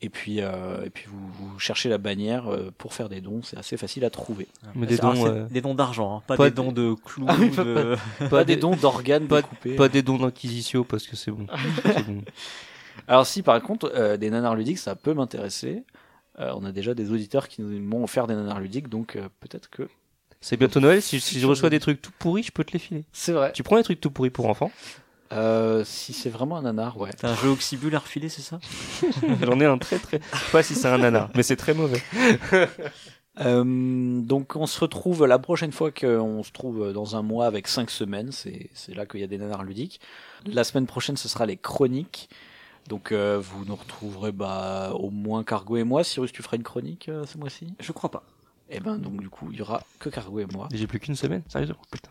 A: Et puis, euh, et puis vous, vous cherchez la bannière euh, pour faire des dons, c'est assez facile à trouver.
C: Mais des
B: Ah,
C: dons,
B: c'est
C: euh,
B: des dons d'argent, hein, pas,
C: pas
B: des dons de euh, clous.
A: Ah oui, pas-
B: de...
C: pas,
A: pas des
C: des
A: dons d'organes
C: pas-
A: découpés.
C: Pas des dons d'inquisition parce que c'est bon. C'est bon.
A: Alors si par contre euh, des nanars ludiques ça peut m'intéresser. Euh, on a déjà des auditeurs qui nous m'ont offert des nanars ludiques donc euh, peut-être que
C: C'est bientôt Noël. Si, si je reçois des trucs tout pourris, je peux te les filer.
A: c'est vrai.
C: Tu prends les trucs tout pourris pour enfants.
A: euh, si c'est vraiment un nanar ouais.
B: C'est un jeu oxybule à refiler, c'est ça
C: J'en ai un très très. Je sais pas si c'est un nana, mais c'est très mauvais.
A: Euh, donc on se retrouve la prochaine fois qu'on se trouve dans un mois avec cinq semaines. C'est c'est là qu'il y a des nanars ludiques. La semaine prochaine ce sera les chroniques. Donc euh, vous nous retrouverez bah, au moins Cargo et moi. Cyrus tu feras une chronique euh, ce mois-ci
B: Je crois pas.
A: Et ben donc du coup il y aura que Cargo et moi.
C: J'ai plus qu'une semaine, sérieusement. Putain.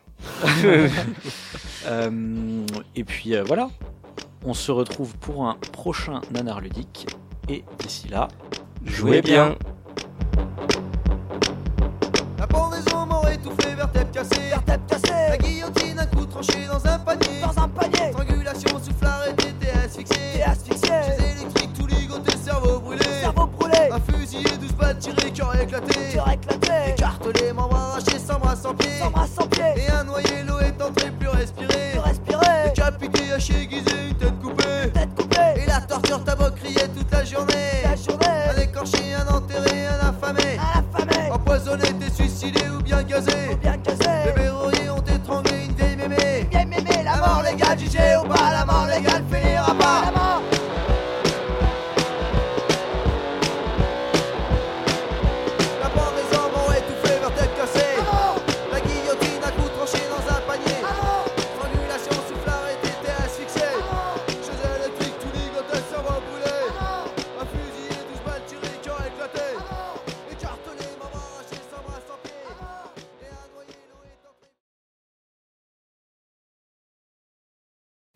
A: Euh, et puis euh, voilà, on se retrouve pour un prochain nanar ludique. Et d'ici là,
C: Jouez Eh bien.
D: La pendaison m'aurait étouffé, vertèbre cassée, vertèbre cassée. La guillotine, un coup tranché dans un panier, dans un panier. Strangulation, souffle arrêté, t'es asphyxié, t'es asphyxié. Chez électrique, tout ligoté, cerveau brûlé, cerveau brûlé. Un fusil, 12 balles tirées, cœur éclaté, cœur éclaté. Écartelé, membres arrachés, sans bras, sans pied, sans bras, sans pied. Et un noyé, l'eau est entrée, plus respiré, plus respiré. Décapité, haché, aiguisé, une tête coupée, une tête coupée. Et la torture, tabac criait toute la journée, la journée. Un écorché, un enterré, un affamé, un affamé. Empoisonné, t'es suicidé ou bien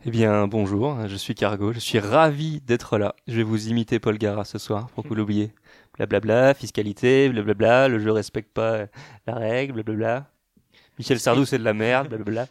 C: Eh bien, bonjour, je suis Cargo, je suis ravi d'être là. Je vais vous imiter Paul Gara ce soir, pour que vous l'oubliez. Blablabla, fiscalité, blablabla, le jeu respecte pas la règle, blablabla. Michel Sardou, c'est de la merde, blablabla.